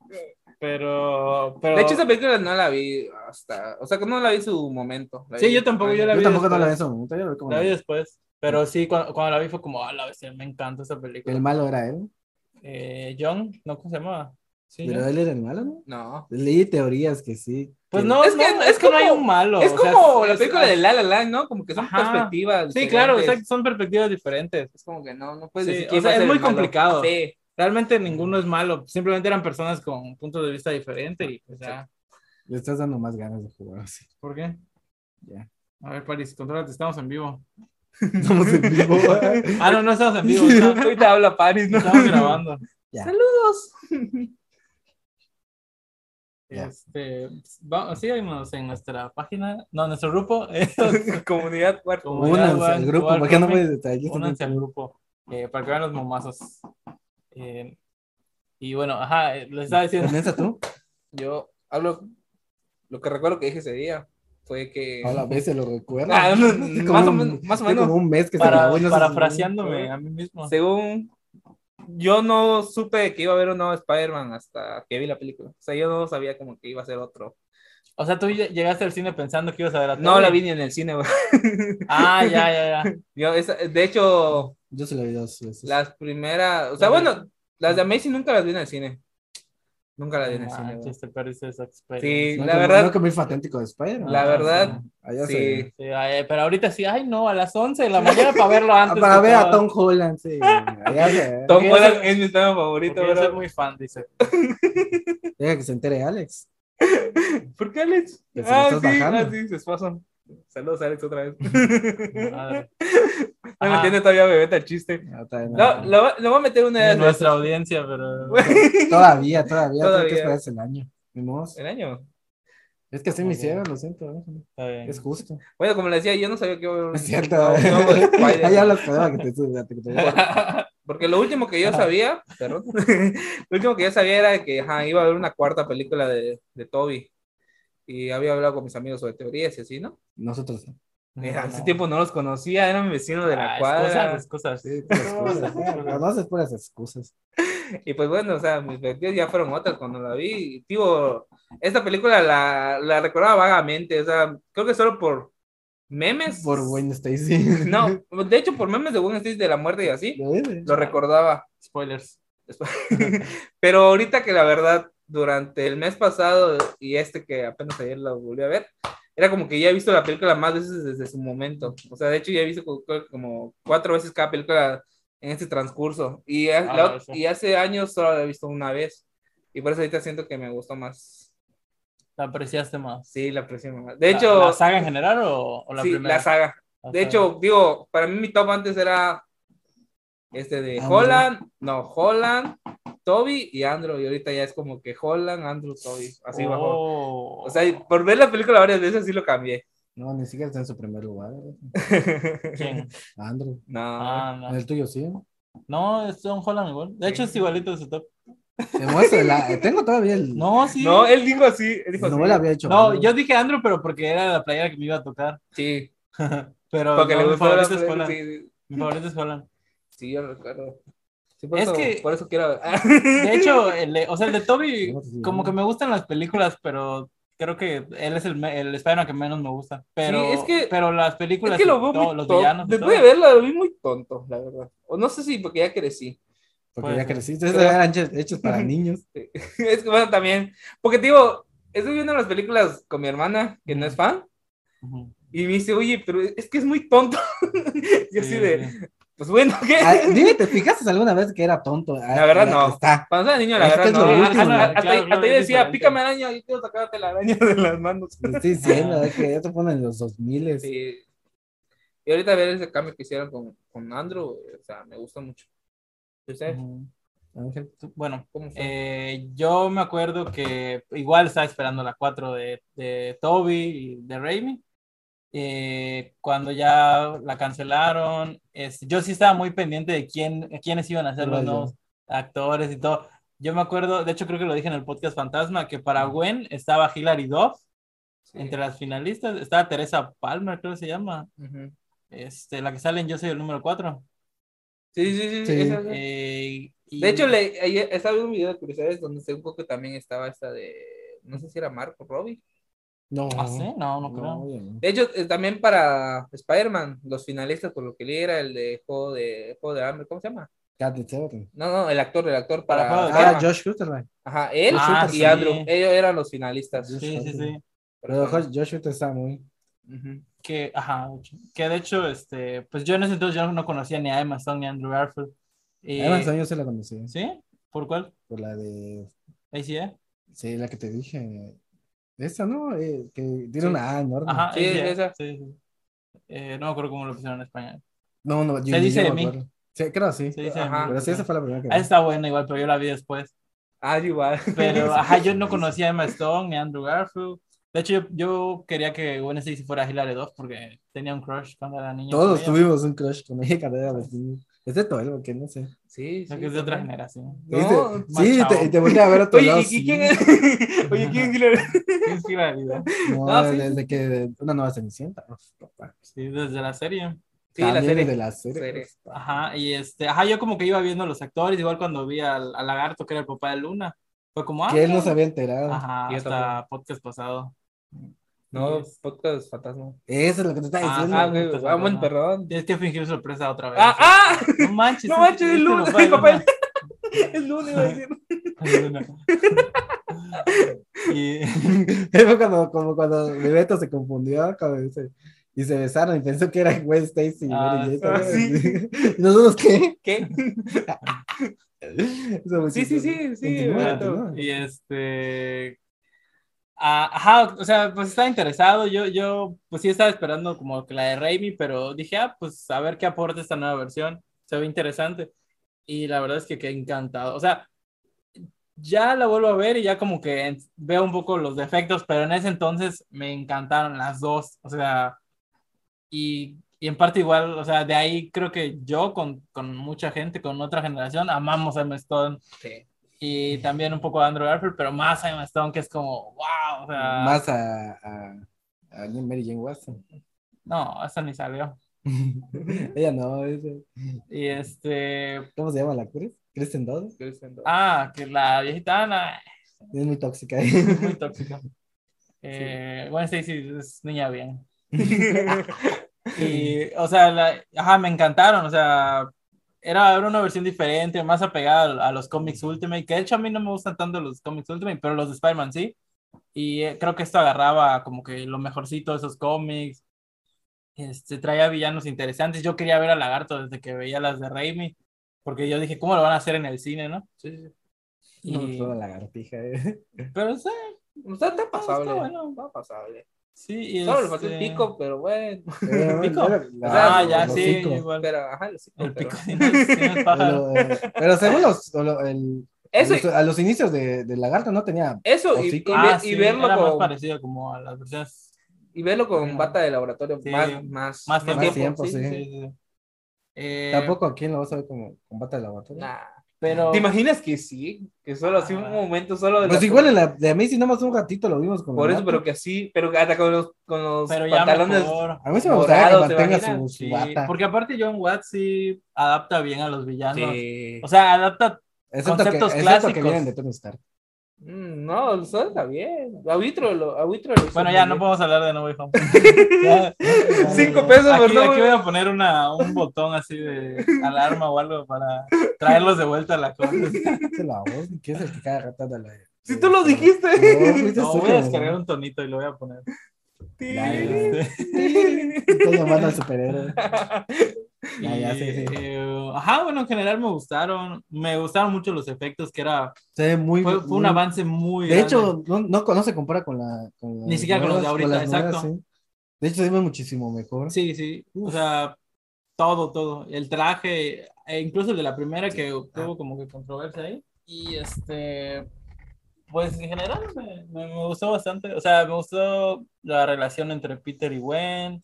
[SPEAKER 2] Pero. pero...
[SPEAKER 1] De hecho, esa película no la vi hasta. O sea, que no la vi en su momento. La
[SPEAKER 2] Sí,
[SPEAKER 1] vi-
[SPEAKER 2] yo tampoco, yo la
[SPEAKER 4] Yo
[SPEAKER 2] vi
[SPEAKER 4] tampoco no la vi en
[SPEAKER 2] después.
[SPEAKER 4] su momento, yo la vi como-
[SPEAKER 2] la vi después. Pero sí, cuando, cuando la vi fue como, ah, la bestia, me encanta esa película.
[SPEAKER 4] El malo era él.
[SPEAKER 2] Eh, John, ¿no? ¿Cómo se llamaba? Sí,
[SPEAKER 4] Pero
[SPEAKER 2] John.
[SPEAKER 4] él era el malo, ¿no?
[SPEAKER 1] No.
[SPEAKER 4] Leí teorías que sí.
[SPEAKER 2] Pues
[SPEAKER 4] que-
[SPEAKER 2] no,
[SPEAKER 1] Es
[SPEAKER 2] es
[SPEAKER 1] que-
[SPEAKER 2] que,
[SPEAKER 1] es
[SPEAKER 2] no, es que no hay
[SPEAKER 1] como-
[SPEAKER 2] un malo.
[SPEAKER 1] Es
[SPEAKER 2] o sea,
[SPEAKER 1] como
[SPEAKER 2] es-
[SPEAKER 1] la
[SPEAKER 2] es-
[SPEAKER 1] película de La La Land, ¿no? Como que son
[SPEAKER 2] Ajá.
[SPEAKER 1] perspectivas.
[SPEAKER 2] Sí, claro,
[SPEAKER 1] diferentes.
[SPEAKER 2] exacto, son perspectivas diferentes.
[SPEAKER 1] Es como que no, no puedes
[SPEAKER 2] Sí,
[SPEAKER 1] decir
[SPEAKER 2] o
[SPEAKER 1] quién
[SPEAKER 2] sea,
[SPEAKER 1] va a
[SPEAKER 2] es
[SPEAKER 1] ser
[SPEAKER 2] muy
[SPEAKER 1] el malo.
[SPEAKER 2] complicado.
[SPEAKER 1] Sí.
[SPEAKER 2] Realmente ninguno es malo, simplemente eran personas con puntos de vista diferentes. Y, pues, ya.
[SPEAKER 4] Le estás dando más ganas de jugar así.
[SPEAKER 2] ¿Por qué?
[SPEAKER 4] Ya.
[SPEAKER 2] A ver, Paris, contrólate, estamos en vivo.
[SPEAKER 4] Estamos en vivo.
[SPEAKER 2] Ah, no, no estamos en vivo, está-
[SPEAKER 1] Ahorita habla Paris, ¿no?
[SPEAKER 2] estamos grabando.
[SPEAKER 1] Saludos.
[SPEAKER 4] Ya.
[SPEAKER 2] Este, va- síganos en nuestra página, no, en nuestro grupo, eh,
[SPEAKER 1] Comunidad cuarto.
[SPEAKER 2] Como ya,
[SPEAKER 4] Únanse
[SPEAKER 2] Juan,
[SPEAKER 4] al grupo,
[SPEAKER 2] Juan,
[SPEAKER 4] ¿por qué no
[SPEAKER 2] Juan,
[SPEAKER 4] puedes estar aquí?
[SPEAKER 2] únanse al grupo eh, para que vean los momazos. Eh, y bueno, ajá, eh, les estaba diciendo,
[SPEAKER 4] Comienza tú.
[SPEAKER 1] Yo hablo. Lo que recuerdo que dije ese día fue que.
[SPEAKER 4] Ahora ves, se lo recuerda.
[SPEAKER 1] Ah, no,
[SPEAKER 4] Hace
[SPEAKER 1] más, o
[SPEAKER 4] un-
[SPEAKER 1] menos, más o
[SPEAKER 4] hace
[SPEAKER 1] menos.
[SPEAKER 4] como un mes que se
[SPEAKER 2] para,
[SPEAKER 4] grabó y no se-
[SPEAKER 2] parafraseándome a mí mismo.
[SPEAKER 1] Según yo no supe que iba a haber un nuevo Spider-Man hasta que vi la película. O sea, yo no sabía como que iba a ser otro.
[SPEAKER 2] O sea, tú ya- llegaste al cine pensando que ibas a ver a
[SPEAKER 1] No
[SPEAKER 2] Toby.
[SPEAKER 1] la vi ni en el cine, güey.
[SPEAKER 2] Ah, ya, ya, ya.
[SPEAKER 1] Yo esa- de hecho,
[SPEAKER 4] Yo se la vi dos veces.
[SPEAKER 1] las primeras, o sea,
[SPEAKER 2] La de-
[SPEAKER 1] bueno, las de Amazing nunca las vi en el cine. Nunca las vi en el cine. güey.
[SPEAKER 2] Manches, Ah, te perdiste esa
[SPEAKER 1] Sí,
[SPEAKER 2] experiencia.
[SPEAKER 4] No
[SPEAKER 1] la
[SPEAKER 4] que-
[SPEAKER 1] verdad,
[SPEAKER 4] No que muy fatético de Spider-Man.
[SPEAKER 1] la
[SPEAKER 2] Ah,
[SPEAKER 1] verdad,
[SPEAKER 4] Allá
[SPEAKER 1] sí.
[SPEAKER 4] se-
[SPEAKER 2] Sí, ay, pero ahorita sí, ay no, a las 11 de la mañana para verlo antes.
[SPEAKER 4] Ah, Para
[SPEAKER 2] que
[SPEAKER 4] ver a
[SPEAKER 2] todo.
[SPEAKER 4] Tom Holland, sí. ¿eh? Allá se-
[SPEAKER 1] Tom
[SPEAKER 2] Porque yo
[SPEAKER 1] Holland
[SPEAKER 2] soy-
[SPEAKER 1] es mi tema
[SPEAKER 2] Porque
[SPEAKER 1] favorito,
[SPEAKER 2] yo soy
[SPEAKER 1] bro.
[SPEAKER 2] muy fan, dice.
[SPEAKER 4] Deja que se entere Alex.
[SPEAKER 1] ¿Por qué Alex?
[SPEAKER 4] Que se Pues lo
[SPEAKER 1] Ah, sí,
[SPEAKER 4] estás bajando.
[SPEAKER 1] ah, sí, se pasan. Saludos, Alex, otra vez.
[SPEAKER 2] Madre. Ah,
[SPEAKER 1] No me
[SPEAKER 2] Ajá.
[SPEAKER 1] entiende todavía Bebeta el chiste.
[SPEAKER 4] No, todavía no.
[SPEAKER 1] No, lo, va- lo voy a meter una
[SPEAKER 2] De
[SPEAKER 1] vez
[SPEAKER 2] nuestra audiencia, pero.
[SPEAKER 4] Todavía, todavía, tengo
[SPEAKER 1] Todavía. Eh,
[SPEAKER 4] que esperar el año. Ni modo.
[SPEAKER 1] el año.
[SPEAKER 4] Es que así me hicieron, lo siento. ¿eh?
[SPEAKER 2] Está bien.
[SPEAKER 4] Es justo.
[SPEAKER 1] Bueno, como les decía, yo no sabía que iba a haber un-
[SPEAKER 4] Es cierto.
[SPEAKER 1] no, no, güey, Spider-Man.
[SPEAKER 4] Ahí hablas para que te subas. que te-
[SPEAKER 1] Porque lo último que yo sabía, perdón, lo último que yo sabía era de que ajá, iba a haber una cuarta película de, de Toby. Y había hablado con mis amigos sobre teorías y así, ¿no?
[SPEAKER 4] Nosotros.
[SPEAKER 1] Eh, Hace tiempo no los conocía, eran vecinos de la
[SPEAKER 2] Ah,
[SPEAKER 1] cuadra.
[SPEAKER 2] Excusas,
[SPEAKER 4] Sí,
[SPEAKER 2] excusas.
[SPEAKER 4] puras excusas. Conoces puras excusas.
[SPEAKER 1] Y pues bueno, o sea, mis perspectivas ya fueron otras cuando la vi. Y, Tío, esta película la, la recordaba vagamente, o sea, creo que solo por memes.
[SPEAKER 4] Por Wayne Stacy.
[SPEAKER 1] No, de hecho, por memes de Gwen Stacy de la muerte y así,
[SPEAKER 4] ¿Lo eh. ves?
[SPEAKER 1] lo recordaba.
[SPEAKER 2] Spoilers.
[SPEAKER 1] Pero ahorita que la verdad, durante el mes pasado y este que apenas ayer la volví a ver, era como que ya he visto la película más veces desde su momento. O sea, de hecho ya he visto co- co- como cuatro veces cada película en este transcurso. Y, ha-
[SPEAKER 2] Ah,
[SPEAKER 1] la-
[SPEAKER 2] no, sí.
[SPEAKER 1] y hace años solo la he visto una vez. Y por eso ahorita siento que me gustó más.
[SPEAKER 2] ¿La apreciaste más?
[SPEAKER 1] Sí, la aprecio más. De
[SPEAKER 2] ¿La-
[SPEAKER 1] hecho,
[SPEAKER 2] ¿La, saga en general o, o la
[SPEAKER 1] sí,
[SPEAKER 2] primera?
[SPEAKER 1] la saga.
[SPEAKER 2] La
[SPEAKER 1] De
[SPEAKER 2] saga.
[SPEAKER 1] hecho, digo, para mí mi top antes era este de
[SPEAKER 4] Andrew.
[SPEAKER 1] Holland, no, Holland, Toby y Andrew. Y ahorita ya es como que Holland, Andrew, Toby. Así bajó.
[SPEAKER 2] Oh.
[SPEAKER 1] O sea, y por ver la película varias veces sí lo cambié.
[SPEAKER 4] No, ni siquiera está en su primer lugar. ¿eh?
[SPEAKER 2] ¿Quién?
[SPEAKER 4] Andrew.
[SPEAKER 1] no.
[SPEAKER 2] Ah,
[SPEAKER 4] En
[SPEAKER 2] no.
[SPEAKER 4] el tuyo sí.
[SPEAKER 2] No, es Tom Holland igual. De hecho, es igualito de su top.
[SPEAKER 4] Te muestro la- Tengo todavía el.
[SPEAKER 2] No, sí.
[SPEAKER 1] No, pues él dijo así. Él dijo
[SPEAKER 4] no
[SPEAKER 1] así.
[SPEAKER 4] me la había hecho.
[SPEAKER 2] No,
[SPEAKER 4] mal.
[SPEAKER 2] yo dije Andrew, pero porque era la playera que me iba a tocar.
[SPEAKER 1] Sí,
[SPEAKER 2] Pero
[SPEAKER 1] porque
[SPEAKER 2] no,
[SPEAKER 1] le
[SPEAKER 2] mi
[SPEAKER 1] gustó la
[SPEAKER 2] favorito es Holland.
[SPEAKER 1] sí,
[SPEAKER 2] Mi favorito es Holland.
[SPEAKER 1] sí, yo recuerdo. Sí, por
[SPEAKER 2] Es
[SPEAKER 1] eso,
[SPEAKER 2] que-
[SPEAKER 1] por eso quiero.
[SPEAKER 2] De hecho, el de- o sea, el de Toby,
[SPEAKER 4] No, sí,
[SPEAKER 2] como
[SPEAKER 4] no.
[SPEAKER 2] que me gustan las películas, pero creo que él es el, me- el Spider-Man que menos me gusta. Pero,
[SPEAKER 1] Sí, es que-
[SPEAKER 2] pero las
[SPEAKER 1] es
[SPEAKER 2] películas,
[SPEAKER 1] que lo
[SPEAKER 2] y
[SPEAKER 1] veo
[SPEAKER 2] todo,
[SPEAKER 1] muy
[SPEAKER 2] los
[SPEAKER 1] tonto.
[SPEAKER 2] villanos. y todo.
[SPEAKER 1] Después de verla, lo vi muy tonto, la verdad. O no sé si porque ya crecí.
[SPEAKER 4] Porque
[SPEAKER 2] Pues,
[SPEAKER 4] ya creciste. Esos
[SPEAKER 1] pero-
[SPEAKER 4] eran hechos- hechos para niños.
[SPEAKER 1] Es que bueno, también. Porque te digo, estoy viendo las películas con mi hermana, que no es fan,
[SPEAKER 2] Ujú.
[SPEAKER 1] y me dice, oye, pero es que es muy tonto. Yo así
[SPEAKER 2] Sí,
[SPEAKER 1] de,
[SPEAKER 2] sí.
[SPEAKER 1] pues bueno, ¿qué?
[SPEAKER 4] Ah, Dime, ¿te fijaste alguna vez que era tonto? Ah,
[SPEAKER 1] La verdad,
[SPEAKER 4] que
[SPEAKER 1] no.
[SPEAKER 4] Está.
[SPEAKER 1] Cuando era niño, la
[SPEAKER 4] Es que
[SPEAKER 1] verdad,
[SPEAKER 4] es
[SPEAKER 1] no.
[SPEAKER 4] lo
[SPEAKER 1] Ah,
[SPEAKER 4] último.
[SPEAKER 1] ah, Hasta,
[SPEAKER 2] Claro,
[SPEAKER 1] ahí-
[SPEAKER 2] claro,
[SPEAKER 1] hasta ahí
[SPEAKER 2] es
[SPEAKER 1] decía,
[SPEAKER 2] diferente.
[SPEAKER 1] pícame araña, yo quiero sacarte la araña de las manos.
[SPEAKER 4] Te estoy diciendo
[SPEAKER 2] Ah.
[SPEAKER 4] eh, que ya te ponen en los 2000. Sí.
[SPEAKER 1] Sí. Y ahorita ver ese cambio que hicieron con, con Andrew, o sea, me gusta mucho. ¿Y usted?
[SPEAKER 2] Ujú.
[SPEAKER 4] Ángel.
[SPEAKER 2] Tú- Bueno,
[SPEAKER 1] ¿Cómo fue?
[SPEAKER 2] eh, yo me acuerdo que igual estaba esperando la 4 de, de Toby y de Raimi. Eh, cuando ya la cancelaron, es- yo sí estaba muy pendiente de quién, quiénes iban a ser los
[SPEAKER 4] Igual yo.
[SPEAKER 2] nuevos actores y todo. Yo me acuerdo, de hecho creo que lo dije en el podcast Fantasma, que para Gwen estaba Hilary Duff
[SPEAKER 1] Sí.
[SPEAKER 2] entre las finalistas, estaba Teresa Palmer, creo que se llama,
[SPEAKER 1] Ujú.
[SPEAKER 2] este, la que sale en Yo soy el número 4.
[SPEAKER 1] Sí, sí, sí.
[SPEAKER 4] Sí.
[SPEAKER 1] esa- esa.
[SPEAKER 2] eh,
[SPEAKER 1] De hecho, le, ayer- estaba viendo un video de curiosidades donde se un poco también estaba esta de, no sé si era Marco Robbie.
[SPEAKER 4] No.
[SPEAKER 2] ¿Ah, sí? No, no
[SPEAKER 4] No,
[SPEAKER 2] creo.
[SPEAKER 4] oye, no.
[SPEAKER 1] De hecho, eh, también para Spider-Man, los finalistas, por lo que leí, era el de Juego de, Juego de Hambre, ¿cómo se llama?
[SPEAKER 4] Catherine Zeta.
[SPEAKER 1] No, no, el actor, el actor
[SPEAKER 2] Para
[SPEAKER 1] para.
[SPEAKER 2] Juego de
[SPEAKER 4] Ah,
[SPEAKER 1] Spider-Man.
[SPEAKER 4] Josh Hutterman.
[SPEAKER 1] Ajá, él
[SPEAKER 2] Ah,
[SPEAKER 1] y
[SPEAKER 2] sí.
[SPEAKER 1] Andrew. Ellos eran los finalistas.
[SPEAKER 2] Sí, sí, sí.
[SPEAKER 4] Pero Josh Josh Hutterman está muy.
[SPEAKER 1] Ujú.
[SPEAKER 2] que, ajá, que de hecho, este, pues yo en ese entonces yo no conocía ni a Emma Stone ni a Andrew Garfield. Y-
[SPEAKER 4] Además, yo se la conocí.
[SPEAKER 2] ¿Sí? ¿Por cuál? ¿eh?
[SPEAKER 4] Por la de.
[SPEAKER 2] ACA.
[SPEAKER 4] Sí, la que te dije. Esa, ¿no? Eh, que tiene una A enorme.
[SPEAKER 2] Ajá,
[SPEAKER 1] Sí,
[SPEAKER 2] ACA,
[SPEAKER 1] esa.
[SPEAKER 2] sí, sí. Eh, no me acuerdo cómo lo pusieron en español.
[SPEAKER 4] No, no, yo
[SPEAKER 2] Se
[SPEAKER 4] ni
[SPEAKER 2] dice
[SPEAKER 4] yo
[SPEAKER 2] de
[SPEAKER 4] me
[SPEAKER 2] mí.
[SPEAKER 4] acuerdo. Sí, creo sí.
[SPEAKER 2] Se dice
[SPEAKER 1] Ajá.
[SPEAKER 2] en-
[SPEAKER 4] Pero sí, esa fue la primera que
[SPEAKER 2] Ah,
[SPEAKER 4] vi.
[SPEAKER 2] está buena igual, pero yo la vi después.
[SPEAKER 1] Ah, igual.
[SPEAKER 2] Pero, ajá, yo no conocía a Emma Stone ni a Andrew Garfield. De hecho, yo, yo quería que Gwen Stacy fuera Hilary Duff porque tenía un crush cuando era niño. con
[SPEAKER 4] Todos
[SPEAKER 2] ella.
[SPEAKER 4] tuvimos un crush con ella cuando éramos niños. Excepto él, porque no sé.
[SPEAKER 1] Sí, sí.
[SPEAKER 2] Creo que es de otra
[SPEAKER 1] también.
[SPEAKER 2] generación.
[SPEAKER 1] No,
[SPEAKER 4] Este- sí,
[SPEAKER 2] más
[SPEAKER 4] te,
[SPEAKER 2] chavo.
[SPEAKER 4] y te volteé a ver a tu lado.
[SPEAKER 1] Oye, ¿y-
[SPEAKER 4] sí.
[SPEAKER 1] ¿y quién es? Oye, ¿quién es?
[SPEAKER 2] Es Hilary Duff.
[SPEAKER 4] No,
[SPEAKER 1] Ah, sí.
[SPEAKER 4] desde que una nueva Cenicienta. Uf, papá.
[SPEAKER 2] Sí, desde la serie.
[SPEAKER 1] Sí, la
[SPEAKER 4] También
[SPEAKER 1] serie.
[SPEAKER 4] De la serie.
[SPEAKER 1] Serie.
[SPEAKER 4] Uf, papá.
[SPEAKER 2] Ajá, y este, ajá, yo como que iba viendo los actores, igual cuando vi al, al lagarto que era el papá de Luna, fue como, ah,
[SPEAKER 4] Que él no
[SPEAKER 2] mira.
[SPEAKER 1] Ah.
[SPEAKER 4] se había enterado.
[SPEAKER 2] Ajá,
[SPEAKER 1] Yo
[SPEAKER 2] hasta
[SPEAKER 1] tampoco.
[SPEAKER 2] podcast pasado.
[SPEAKER 1] No, pues, podcast fantasma.
[SPEAKER 4] Eso es lo que te está
[SPEAKER 2] Ah,
[SPEAKER 4] diciendo.
[SPEAKER 1] Ah, güey,
[SPEAKER 2] podcast
[SPEAKER 1] ah,
[SPEAKER 2] fantasma.
[SPEAKER 1] bueno, perdón.
[SPEAKER 2] Tienes que fingir sorpresa otra vez.
[SPEAKER 1] ¡Ah! ¡Ah!
[SPEAKER 2] No manches.
[SPEAKER 1] No manches,
[SPEAKER 2] este
[SPEAKER 1] el lunes,
[SPEAKER 2] papá de
[SPEAKER 1] papá.
[SPEAKER 2] Luna.
[SPEAKER 1] El lunes iba a decir.
[SPEAKER 2] Luna. Y
[SPEAKER 4] Fue cuando, como cuando mi Beto se confundió cuando dice- y se besaron y pensó que era Gwen Stacy y
[SPEAKER 2] Ah,
[SPEAKER 4] Mary Jane.
[SPEAKER 1] ah,
[SPEAKER 4] ¿sabes? ¿Y ¿Nosotros qué?
[SPEAKER 1] ¿Qué?
[SPEAKER 4] Eso es
[SPEAKER 1] Sí, sí, sí, sí.
[SPEAKER 4] Continúa,
[SPEAKER 1] Beto.
[SPEAKER 4] continúa.
[SPEAKER 2] Y este. ah, ajá, o sea, pues estaba interesado. Yo, yo, pues sí estaba esperando como que la de Raimi, pero dije, ah, pues a ver qué aporta esta nueva versión. Se ve interesante. Y la verdad es que quedé encantado. O sea, ya la vuelvo a ver y ya como que en- veo un poco los defectos, pero en ese entonces me encantaron las dos. O sea, y, y en parte igual, o sea, de ahí creo que yo con, con mucha gente, con otra generación, amamos a Emma Stone
[SPEAKER 1] Sí.
[SPEAKER 2] y también un poco a Andrew Garfield, pero más a Emma Stone, que es como, wow, o
[SPEAKER 1] Ah.
[SPEAKER 2] sea,
[SPEAKER 4] Más a, a, a Mary Jane Watson.
[SPEAKER 2] no, esa ni salió.
[SPEAKER 4] Ella no, ese-
[SPEAKER 2] Y este,
[SPEAKER 4] ¿cómo se llama la actriz? Kristen Dodd.
[SPEAKER 2] ah, que la viejita Ana
[SPEAKER 4] Es muy tóxica.
[SPEAKER 2] es muy tóxica. Eh, Gwen Stacy es niña bien. Ah, Y, o sea, la- ajá, me encantaron, o sea, era, era una versión diferente, más apegada a, a los cómics Ultimate, que de hecho a mí no me gustan tanto los cómics Ultimate, pero los de Spider-Man sí. Y eh, creo que esto agarraba como que lo mejorcito de esos cómics. Este, traía villanos interesantes. Yo quería ver a Lagarto desde que veía las de Raimi, porque yo dije, ¿cómo lo van a hacer en el cine, no? Y-
[SPEAKER 4] No, toda lagartija. eh.
[SPEAKER 2] pero sí,
[SPEAKER 1] Está, está pasable.
[SPEAKER 2] está bueno.
[SPEAKER 1] Está pasable.
[SPEAKER 2] sí. y
[SPEAKER 1] Solo le faltó el
[SPEAKER 2] este-
[SPEAKER 1] pico, pero bueno.
[SPEAKER 4] Pero,
[SPEAKER 2] ¿Pico?
[SPEAKER 4] era la-
[SPEAKER 2] Ah,
[SPEAKER 1] Ah,
[SPEAKER 2] ya,
[SPEAKER 4] los
[SPEAKER 2] sí,
[SPEAKER 4] cinco.
[SPEAKER 2] igual.
[SPEAKER 1] Pero, ajá, el pico.
[SPEAKER 2] el
[SPEAKER 1] pero-
[SPEAKER 2] pico si no es- si no es pájaro.
[SPEAKER 4] Pero, eh, pero según los, o lo- el-
[SPEAKER 1] Eso,
[SPEAKER 4] a los- a los inicios de, de Lagarto no tenía
[SPEAKER 1] eso y, y,
[SPEAKER 4] Hocico.
[SPEAKER 1] ve-
[SPEAKER 2] Ah,
[SPEAKER 1] e-, y
[SPEAKER 2] sí,
[SPEAKER 1] verlo
[SPEAKER 2] era más
[SPEAKER 1] con,
[SPEAKER 2] parecido como a las versiones
[SPEAKER 1] y verlo con
[SPEAKER 2] Ajá.
[SPEAKER 1] bata de laboratorio
[SPEAKER 2] Sí,
[SPEAKER 1] más, más,
[SPEAKER 2] más tiempo.
[SPEAKER 4] tiempo, sí.
[SPEAKER 2] Eh,
[SPEAKER 4] Tampoco aquí lo vas a ver como combate de laboratorio.
[SPEAKER 1] Nah.
[SPEAKER 2] Pero,
[SPEAKER 1] ¿Te imaginas que sí? Que solo así un
[SPEAKER 2] Ah.
[SPEAKER 1] momento solo de
[SPEAKER 4] Pues
[SPEAKER 1] la-
[SPEAKER 4] igual en la de Amazing nada más un ratito lo vimos con
[SPEAKER 1] Por eso,
[SPEAKER 4] Lagarto.
[SPEAKER 1] pero que así, pero hasta con los, con los
[SPEAKER 2] pero ya
[SPEAKER 1] pantalones.
[SPEAKER 2] mejor.
[SPEAKER 4] A mí se me gustaría que
[SPEAKER 1] Morado, ¿te
[SPEAKER 4] mantenga su,
[SPEAKER 1] imaginas?
[SPEAKER 4] su
[SPEAKER 2] Sí,
[SPEAKER 4] bata.
[SPEAKER 2] porque aparte John Watts sí adapta bien a los villanos.
[SPEAKER 1] Sí.
[SPEAKER 2] O sea, adapta.
[SPEAKER 4] Excepto que,
[SPEAKER 2] conceptos
[SPEAKER 4] excepto que
[SPEAKER 2] clásicos.
[SPEAKER 4] vienen de Tony Stark.
[SPEAKER 1] Mm, No, solo está bien. Abuitro lo, Abuitro lo hizo
[SPEAKER 2] Bueno,
[SPEAKER 1] muy
[SPEAKER 2] ya no
[SPEAKER 1] bien.
[SPEAKER 2] podemos hablar de No Way Home. Ya, ya,
[SPEAKER 1] Cinco
[SPEAKER 2] ya.
[SPEAKER 1] pesos,
[SPEAKER 2] Aquí,
[SPEAKER 1] ¿verdad?
[SPEAKER 2] aquí voy a poner una, un botón así de alarma o algo para traerlos de vuelta a la corte.
[SPEAKER 4] Dice la voz, ¿Quién es el que cada rato anda la... este,
[SPEAKER 1] Si tú lo
[SPEAKER 4] No,
[SPEAKER 1] dijiste.
[SPEAKER 4] fuiste
[SPEAKER 2] No,
[SPEAKER 4] tú
[SPEAKER 2] voy a
[SPEAKER 4] que-
[SPEAKER 2] descargar un tonito y lo voy a poner.
[SPEAKER 4] Ya, ya.
[SPEAKER 1] Sí.
[SPEAKER 4] Estoy llamando este, al superhéroe. Ya,
[SPEAKER 2] Y,
[SPEAKER 4] ya, sí, sí.
[SPEAKER 2] eh, ajá, bueno, en general me gustaron. Me gustaron mucho los efectos, que era.
[SPEAKER 4] Se ve muy...
[SPEAKER 2] Fue, fue un
[SPEAKER 4] muy-
[SPEAKER 2] avance muy.
[SPEAKER 4] De
[SPEAKER 2] grande.
[SPEAKER 4] hecho, no, no, no se compara con la... con las
[SPEAKER 2] Ni siquiera con los de ahorita,
[SPEAKER 4] las nuevas,
[SPEAKER 2] exacto.
[SPEAKER 4] sí. De hecho, se ve muchísimo mejor.
[SPEAKER 2] Sí, sí. O
[SPEAKER 4] Uf.
[SPEAKER 2] sea, todo, todo. El traje, e incluso el de la primera que
[SPEAKER 4] Ah.
[SPEAKER 2] tuvo como que controversia ahí. Y este. Pues en general me, me- me gustó bastante. O sea, me gustó la relación entre Peter y Gwen,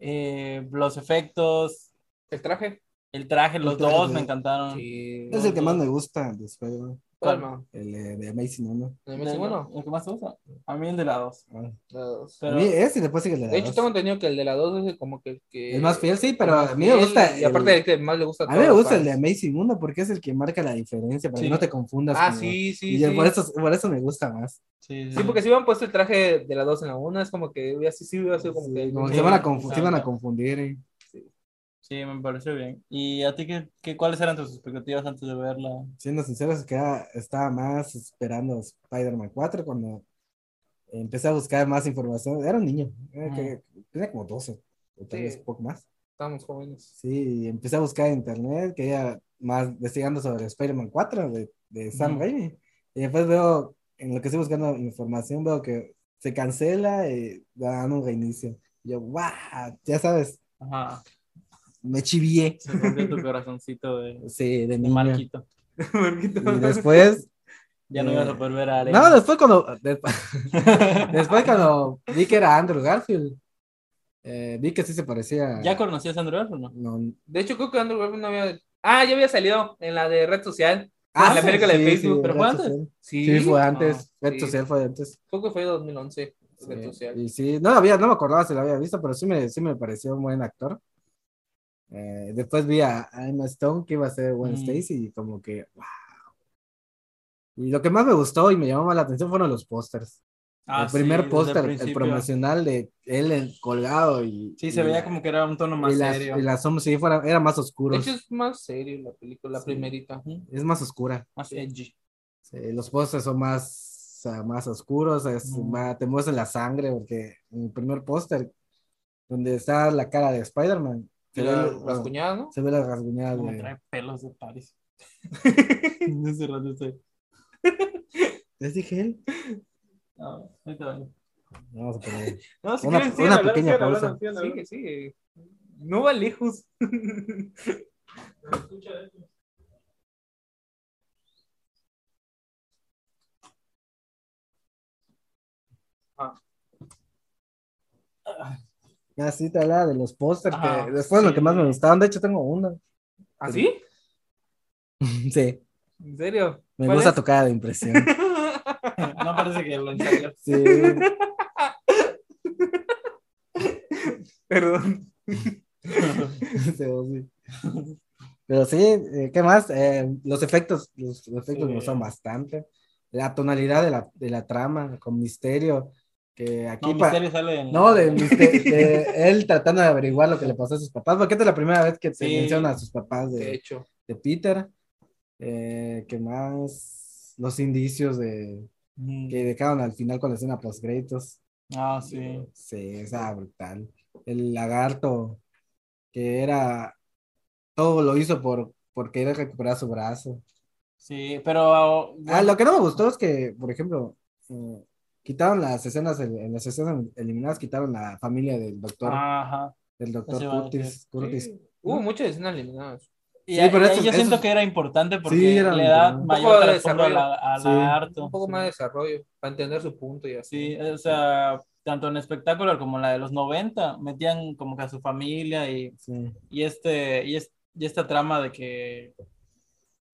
[SPEAKER 2] eh, los efectos,
[SPEAKER 1] El traje.
[SPEAKER 2] el traje, los
[SPEAKER 4] traje
[SPEAKER 2] dos
[SPEAKER 4] de-
[SPEAKER 2] me encantaron.
[SPEAKER 1] Sí.
[SPEAKER 4] Es el que más me gusta de Spider-Man,
[SPEAKER 1] Bueno,
[SPEAKER 4] el eh, de Amazing 1.
[SPEAKER 1] de
[SPEAKER 2] El-
[SPEAKER 1] bueno.
[SPEAKER 2] el que más te gusta? A mí el de la 2.
[SPEAKER 1] De
[SPEAKER 4] A mí Ah. ese y después sigue el de la
[SPEAKER 1] hecho,
[SPEAKER 4] dos.
[SPEAKER 1] tengo entendido que el de la 2 es como que el que.
[SPEAKER 4] El más fiel, sí, pero
[SPEAKER 1] el más
[SPEAKER 4] a mí me
[SPEAKER 1] fiel,
[SPEAKER 4] gusta...
[SPEAKER 1] Y aparte,
[SPEAKER 4] el-
[SPEAKER 1] el que más le gusta
[SPEAKER 4] A mí me
[SPEAKER 1] todos,
[SPEAKER 4] gusta el de
[SPEAKER 1] ¿sabes?
[SPEAKER 4] Amazing 1 porque es el que marca la diferencia, para
[SPEAKER 2] Sí.
[SPEAKER 4] que no te confundas.
[SPEAKER 1] Ah,
[SPEAKER 4] con-
[SPEAKER 1] sí, sí.
[SPEAKER 4] Y
[SPEAKER 1] sí.
[SPEAKER 4] yo por eso, por eso me gusta más.
[SPEAKER 2] Sí,
[SPEAKER 1] Sí, porque si hubieran puesto el traje de la 2 en la 1, es como que hubiera sí, sí, hubiera sido como que.
[SPEAKER 4] Como
[SPEAKER 2] Sí,
[SPEAKER 4] que se van a,
[SPEAKER 2] sí,
[SPEAKER 4] confu-
[SPEAKER 2] sí.
[SPEAKER 4] se van a confundir. eh.
[SPEAKER 2] Sí, me pareció bien. ¿Y a ti qué, qué- cuáles eran tus expectativas antes de verla?
[SPEAKER 4] Siendo sinceros, que ah, estaba más esperando Spider-Man 4 cuando empecé a buscar más información. Era un niño, era que- tenía como 12, o tal
[SPEAKER 1] Sí.
[SPEAKER 4] vez poco más.
[SPEAKER 1] Estamos jóvenes.
[SPEAKER 4] Sí, y empecé a buscar en internet, quería más investigando sobre Spider-Man 4 de, de Sam
[SPEAKER 2] Ujú.
[SPEAKER 4] Raimi. Y después veo, en lo que estoy buscando información, veo que se cancela y dan un reinicio. Y yo, ¡guau! Ya sabes,
[SPEAKER 2] Ajá,
[SPEAKER 4] me chivié.
[SPEAKER 2] se rompió tu corazoncito de,
[SPEAKER 4] Sí, de
[SPEAKER 2] de
[SPEAKER 4] niño.
[SPEAKER 2] Marquito.
[SPEAKER 1] Marquito.
[SPEAKER 4] Y después,
[SPEAKER 2] Ya no ibas
[SPEAKER 4] Eh,
[SPEAKER 2] a poder ver a Arena.
[SPEAKER 4] no, después cuando, después, después cuando vi que era Andrew Garfield, eh, vi que sí se parecía.
[SPEAKER 2] ¿Ya conocías a Andrew Garfield o no?
[SPEAKER 4] No,
[SPEAKER 1] De hecho, creo que Andrew Garfield no había. Ah, ya había salido en la de red social.
[SPEAKER 4] ah,
[SPEAKER 1] la
[SPEAKER 4] sí,
[SPEAKER 1] película de
[SPEAKER 4] sí,
[SPEAKER 1] Facebook,
[SPEAKER 4] sí,
[SPEAKER 2] pero
[SPEAKER 4] red
[SPEAKER 2] fue antes.
[SPEAKER 4] social.
[SPEAKER 1] Sí,
[SPEAKER 4] Sí, fue
[SPEAKER 1] Ah,
[SPEAKER 4] antes. Red
[SPEAKER 1] sí.
[SPEAKER 4] social fue antes.
[SPEAKER 1] Creo que fue 2011. Red
[SPEAKER 4] Sí,
[SPEAKER 1] social.
[SPEAKER 4] Y sí, no lo había, no me acordaba si lo había visto, pero sí me, sí me pareció un buen actor. Eh, después vi a, a Emma Stone que iba a ser Gwen
[SPEAKER 2] Mm.
[SPEAKER 4] Stacy y como que wow. Y lo que más me gustó y me llamó más la atención fueron los pósters.
[SPEAKER 2] Ah,
[SPEAKER 4] el
[SPEAKER 2] sí,
[SPEAKER 4] primer
[SPEAKER 2] desde
[SPEAKER 4] póster, el,
[SPEAKER 2] principio.
[SPEAKER 4] promocional de él en- colgado y.
[SPEAKER 2] Sí, se
[SPEAKER 4] y-
[SPEAKER 2] veía como que era un tono más
[SPEAKER 4] y la,
[SPEAKER 2] serio.
[SPEAKER 4] y la sombra, sí, fuera, era más oscuro.
[SPEAKER 1] De hecho, es más serio la película, la
[SPEAKER 4] Sí.
[SPEAKER 1] primerita.
[SPEAKER 4] es más oscura.
[SPEAKER 2] Más edgy.
[SPEAKER 4] Sí, los pósters son más, o sea, más oscuros, es
[SPEAKER 2] Ujú.
[SPEAKER 4] más- te muestran la sangre, porque en el primer póster, donde está la cara de Spider-Man,
[SPEAKER 1] Que
[SPEAKER 4] se, ve-
[SPEAKER 1] la
[SPEAKER 4] bueno,
[SPEAKER 1] rasguñada, ¿no?
[SPEAKER 4] se ve la rasguñada
[SPEAKER 2] Como
[SPEAKER 4] de-
[SPEAKER 2] trae pelos de París. no sé, rato estoy.
[SPEAKER 4] ¿Les dije él?
[SPEAKER 2] No, ahorita vengo.
[SPEAKER 4] Vamos a poner.
[SPEAKER 2] No, si
[SPEAKER 4] Una-
[SPEAKER 2] quieren,
[SPEAKER 4] una
[SPEAKER 2] sigan hablando,
[SPEAKER 4] pequeña
[SPEAKER 2] sigan
[SPEAKER 4] pausa.
[SPEAKER 2] hablando, sigan
[SPEAKER 1] Sí,
[SPEAKER 2] hablando.
[SPEAKER 1] que sí. No va lejos.
[SPEAKER 4] Ya Ah, sí te hablaba de los pósters,
[SPEAKER 2] Ajá,
[SPEAKER 4] que después lo
[SPEAKER 2] sí.
[SPEAKER 4] que más me gustaban, de hecho tengo uno.
[SPEAKER 1] ¿Así?
[SPEAKER 4] sí,
[SPEAKER 1] ¿Ah, ¿En serio?
[SPEAKER 4] me
[SPEAKER 1] ¿Cuál
[SPEAKER 4] gusta
[SPEAKER 1] es?
[SPEAKER 4] tu cara de impresión.
[SPEAKER 2] No parece que lo ensayas.
[SPEAKER 4] Sí,
[SPEAKER 1] Perdón.
[SPEAKER 4] sí, Este, vos sí. Pero sí, eh, ¿qué más? Eh, los efectos, los, los efectos
[SPEAKER 2] Sí.
[SPEAKER 4] me gustan bastante. La tonalidad de la, de la trama con misterio, que aquí...
[SPEAKER 2] No,
[SPEAKER 4] pa-
[SPEAKER 2] misterio sale en.
[SPEAKER 4] No, de, mister- de él tratando de averiguar lo que le pasó a sus papás, porque esta es la primera vez que se
[SPEAKER 2] Sí.
[SPEAKER 4] menciona a sus papás
[SPEAKER 1] De
[SPEAKER 4] de,
[SPEAKER 1] hecho.
[SPEAKER 4] de Peter. Eh, ¿Qué más? Los indicios de,
[SPEAKER 2] Mm.
[SPEAKER 4] que dejaron al final con la escena post-créditos.
[SPEAKER 2] Ah, sí.
[SPEAKER 4] Sí, esa brutal. El lagarto, que era. Todo lo hizo por, por querer recuperar su brazo.
[SPEAKER 2] Sí, pero.
[SPEAKER 4] Ah, lo que no me gustó es que, por ejemplo, eh, quitaron las escenas, el- en las escenas eliminadas, quitaron la familia del doctor,
[SPEAKER 2] Ah, Ajá.
[SPEAKER 4] del doctor
[SPEAKER 2] eso iba a
[SPEAKER 4] Curtis. Curtis.
[SPEAKER 1] Sí. Hubo muchas escenas eliminadas.
[SPEAKER 2] Y,
[SPEAKER 4] Sí,
[SPEAKER 2] ahí-
[SPEAKER 4] pero
[SPEAKER 2] ahí
[SPEAKER 4] estos-
[SPEAKER 2] yo siento
[SPEAKER 4] estos-
[SPEAKER 2] que era importante porque
[SPEAKER 4] Sí, era
[SPEAKER 2] le da
[SPEAKER 4] importante.
[SPEAKER 1] Un
[SPEAKER 2] mayor
[SPEAKER 1] poco de
[SPEAKER 2] trasfondo a la, a
[SPEAKER 4] Sí.
[SPEAKER 2] lagarto.
[SPEAKER 1] Un poco
[SPEAKER 2] Sí.
[SPEAKER 1] más de desarrollo para entender su punto y así.
[SPEAKER 2] Sí, o sea, tanto en espectacular como en la de los 90, metían como que a su familia y,
[SPEAKER 4] Sí.
[SPEAKER 2] y este, y, es- y esta trama de que,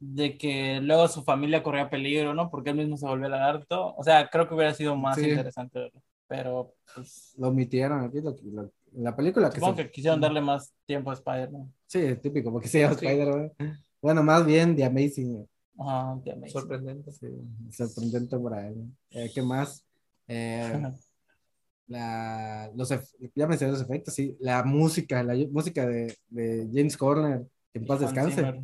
[SPEAKER 2] de que luego su familia corría peligro, ¿no? Porque él mismo se volvió lagarto. O sea, creo que hubiera sido más
[SPEAKER 4] Sí.
[SPEAKER 2] interesante, verlo, pero pues,
[SPEAKER 4] Lo omitieron aquí, lo- lo- la película que
[SPEAKER 2] supongo
[SPEAKER 4] se-
[SPEAKER 2] que quisieron darle más tiempo a Spider-Man.
[SPEAKER 4] Sí, típico, porque se llama
[SPEAKER 1] Sí.
[SPEAKER 4] Spider-Man. Bueno, más bien The Amazing.
[SPEAKER 2] Ajá, The Amazing.
[SPEAKER 1] Sorprendente.
[SPEAKER 4] sí, sorprendente para él. Eh, ¿Qué más? Eh, la, los, ef- ya mencioné los efectos, sí. La música, la y- música de, de James Horner, que en paz
[SPEAKER 2] Hans
[SPEAKER 4] descanse.
[SPEAKER 2] Zimmer.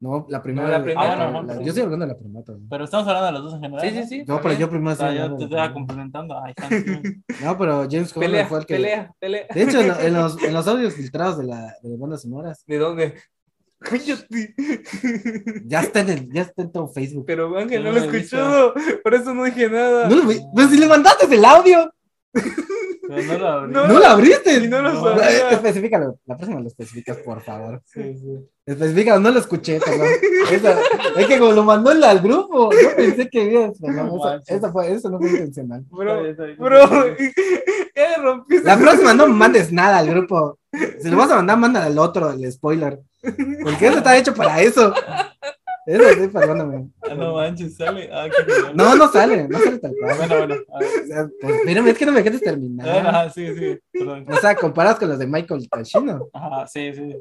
[SPEAKER 4] No, la primera.
[SPEAKER 1] No, la primera,
[SPEAKER 4] la-
[SPEAKER 2] no,
[SPEAKER 4] la-
[SPEAKER 2] no.
[SPEAKER 4] yo estoy hablando de la primera. también.
[SPEAKER 2] Pero estamos hablando de los dos en general.
[SPEAKER 1] Sí, sí,
[SPEAKER 2] ¿no?
[SPEAKER 1] sí.
[SPEAKER 4] No,
[SPEAKER 1] está
[SPEAKER 4] pero
[SPEAKER 1] bien.
[SPEAKER 4] yo primero
[SPEAKER 2] O sea,
[SPEAKER 4] estoy
[SPEAKER 2] yo
[SPEAKER 4] hablando
[SPEAKER 2] te
[SPEAKER 4] de la
[SPEAKER 2] estaba
[SPEAKER 4] primera.
[SPEAKER 2] complementando. Ay, Hans Zimmer.
[SPEAKER 4] No, pero James Horner
[SPEAKER 1] Pelea,
[SPEAKER 4] fue el que.
[SPEAKER 1] pelea, pelea.
[SPEAKER 4] De hecho, en, lo- en los, en los audios filtrados de, la, de las bandas sonoras,
[SPEAKER 1] ¿De dónde? Cállate.
[SPEAKER 4] ya está en, el- ya está en todo Facebook.
[SPEAKER 1] Pero Ángel
[SPEAKER 2] Yo
[SPEAKER 1] no
[SPEAKER 2] no
[SPEAKER 1] lo
[SPEAKER 2] lo he
[SPEAKER 1] escuchó. Por eso no dije nada.
[SPEAKER 4] No lo vi- pero si le mandaste el audio,
[SPEAKER 2] Pero no lo abrí.
[SPEAKER 1] No.
[SPEAKER 4] no lo abriste.
[SPEAKER 1] Y no lo
[SPEAKER 4] No,
[SPEAKER 1] sabía.
[SPEAKER 4] eh, especifícalo, la próxima lo especificas, por favor.
[SPEAKER 2] Sí, sí.
[SPEAKER 4] Especifícalo, no lo escuché, perdón. Esa- es que como lo mandó el- al grupo, yo pensé que había. perdón,
[SPEAKER 2] No
[SPEAKER 4] eso-
[SPEAKER 2] manches.
[SPEAKER 4] eso fue- eso no fue intencional.
[SPEAKER 2] Está
[SPEAKER 1] Bro,
[SPEAKER 2] bien, está bien.
[SPEAKER 1] bro. Ya rompiste.
[SPEAKER 4] La próxima no mandes nada al grupo. Si lo vas a mandar, manda al otro, el spoiler. Porque eso está hecho para eso. Eso sí, perdóname.
[SPEAKER 2] Ah, no manches, sale. Ah, qué genial.
[SPEAKER 4] No, no sale, no sale tal cual.
[SPEAKER 2] Bueno, bueno. a ver.
[SPEAKER 4] O sea, pues, mírame, es que no me dejes
[SPEAKER 2] Bueno,
[SPEAKER 4] terminar.
[SPEAKER 2] ajá, sí, sí. Perdón.
[SPEAKER 4] O sea, comparas con los de Michael Tashino.
[SPEAKER 2] Ajá, sí, sí.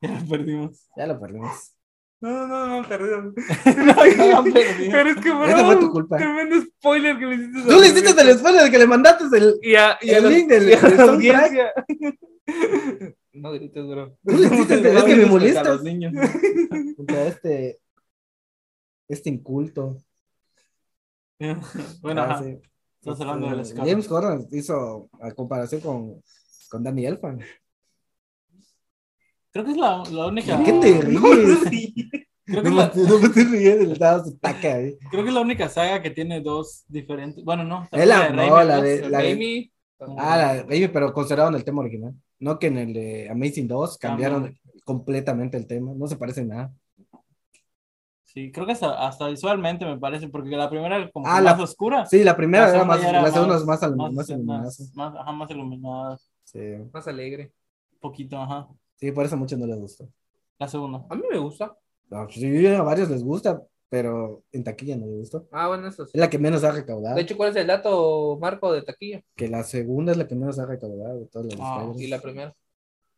[SPEAKER 2] Ya lo perdimos.
[SPEAKER 4] Ya lo perdimos.
[SPEAKER 1] No, no, no, perdón.
[SPEAKER 2] Ya lo perdimos.
[SPEAKER 1] Pero es que, bro.
[SPEAKER 4] Esa fue tu culpa.
[SPEAKER 1] Tremendo spoiler que le hiciste. a
[SPEAKER 4] Tú le
[SPEAKER 1] la
[SPEAKER 4] hiciste
[SPEAKER 1] audiencia.
[SPEAKER 4] el spoiler que le mandaste el.
[SPEAKER 1] Y a, y a
[SPEAKER 4] el
[SPEAKER 1] los-
[SPEAKER 4] link del-
[SPEAKER 1] y a
[SPEAKER 4] del
[SPEAKER 1] la
[SPEAKER 4] soundtrack.
[SPEAKER 1] audiencia. No grites, bro.
[SPEAKER 4] Tú le hiciste el- Pues, es que me
[SPEAKER 2] Respeta a
[SPEAKER 4] molestas.
[SPEAKER 2] los niños.
[SPEAKER 4] Contra este. Este inculto.
[SPEAKER 2] Bueno,
[SPEAKER 4] Ah,
[SPEAKER 2] ajá.
[SPEAKER 4] sí.
[SPEAKER 2] Estás hablando del
[SPEAKER 4] Este,
[SPEAKER 2] escape.
[SPEAKER 4] James Horner hizo a comparación con, con Danny Elfman.
[SPEAKER 2] Creo que es la, la única.
[SPEAKER 4] ¿Qué te ríes?
[SPEAKER 2] Creo que,
[SPEAKER 4] No
[SPEAKER 2] es
[SPEAKER 4] me
[SPEAKER 2] la,
[SPEAKER 4] estoy- no me estoy riendo, le daba su taca ahí.
[SPEAKER 2] creo que es la única saga que tiene dos diferentes. Bueno, no.
[SPEAKER 4] Es la-
[SPEAKER 2] también
[SPEAKER 4] no,
[SPEAKER 2] Raimi,
[SPEAKER 4] la
[SPEAKER 2] ¿no?
[SPEAKER 4] de- la de-
[SPEAKER 1] Amy.
[SPEAKER 4] Ah, la de Baby, pero conservaron el tema original. No que en el de Amazing 2 cambiaron completamente el tema. No se parece en nada.
[SPEAKER 2] Sí, creo que hasta, hasta visualmente me parece, porque la primera era como que
[SPEAKER 4] Ah, la-
[SPEAKER 2] más oscura.
[SPEAKER 4] Sí, la primera
[SPEAKER 2] La
[SPEAKER 4] era
[SPEAKER 2] segunda
[SPEAKER 4] más,
[SPEAKER 2] ya era
[SPEAKER 4] la segunda
[SPEAKER 2] más-
[SPEAKER 4] es más, al-
[SPEAKER 2] más,
[SPEAKER 4] más
[SPEAKER 2] más,
[SPEAKER 4] iluminada.
[SPEAKER 2] más- ajá, más iluminada,
[SPEAKER 4] Sí.
[SPEAKER 1] Más alegre.
[SPEAKER 2] poquito, ajá.
[SPEAKER 4] Sí, por eso a muchos no les gustó.
[SPEAKER 2] La segunda.
[SPEAKER 1] A mí me gusta.
[SPEAKER 4] No, sí, a varios les gusta, pero en taquilla no les gustó.
[SPEAKER 1] Ah, bueno, eso sí.
[SPEAKER 4] Es la que menos ha recaudado.
[SPEAKER 1] De hecho, ¿cuál es el dato, Marco, de taquilla?
[SPEAKER 4] que la segunda es la que menos ha recaudado de todas las de
[SPEAKER 2] Ah,
[SPEAKER 4] Spider-Man.
[SPEAKER 1] Y la primera.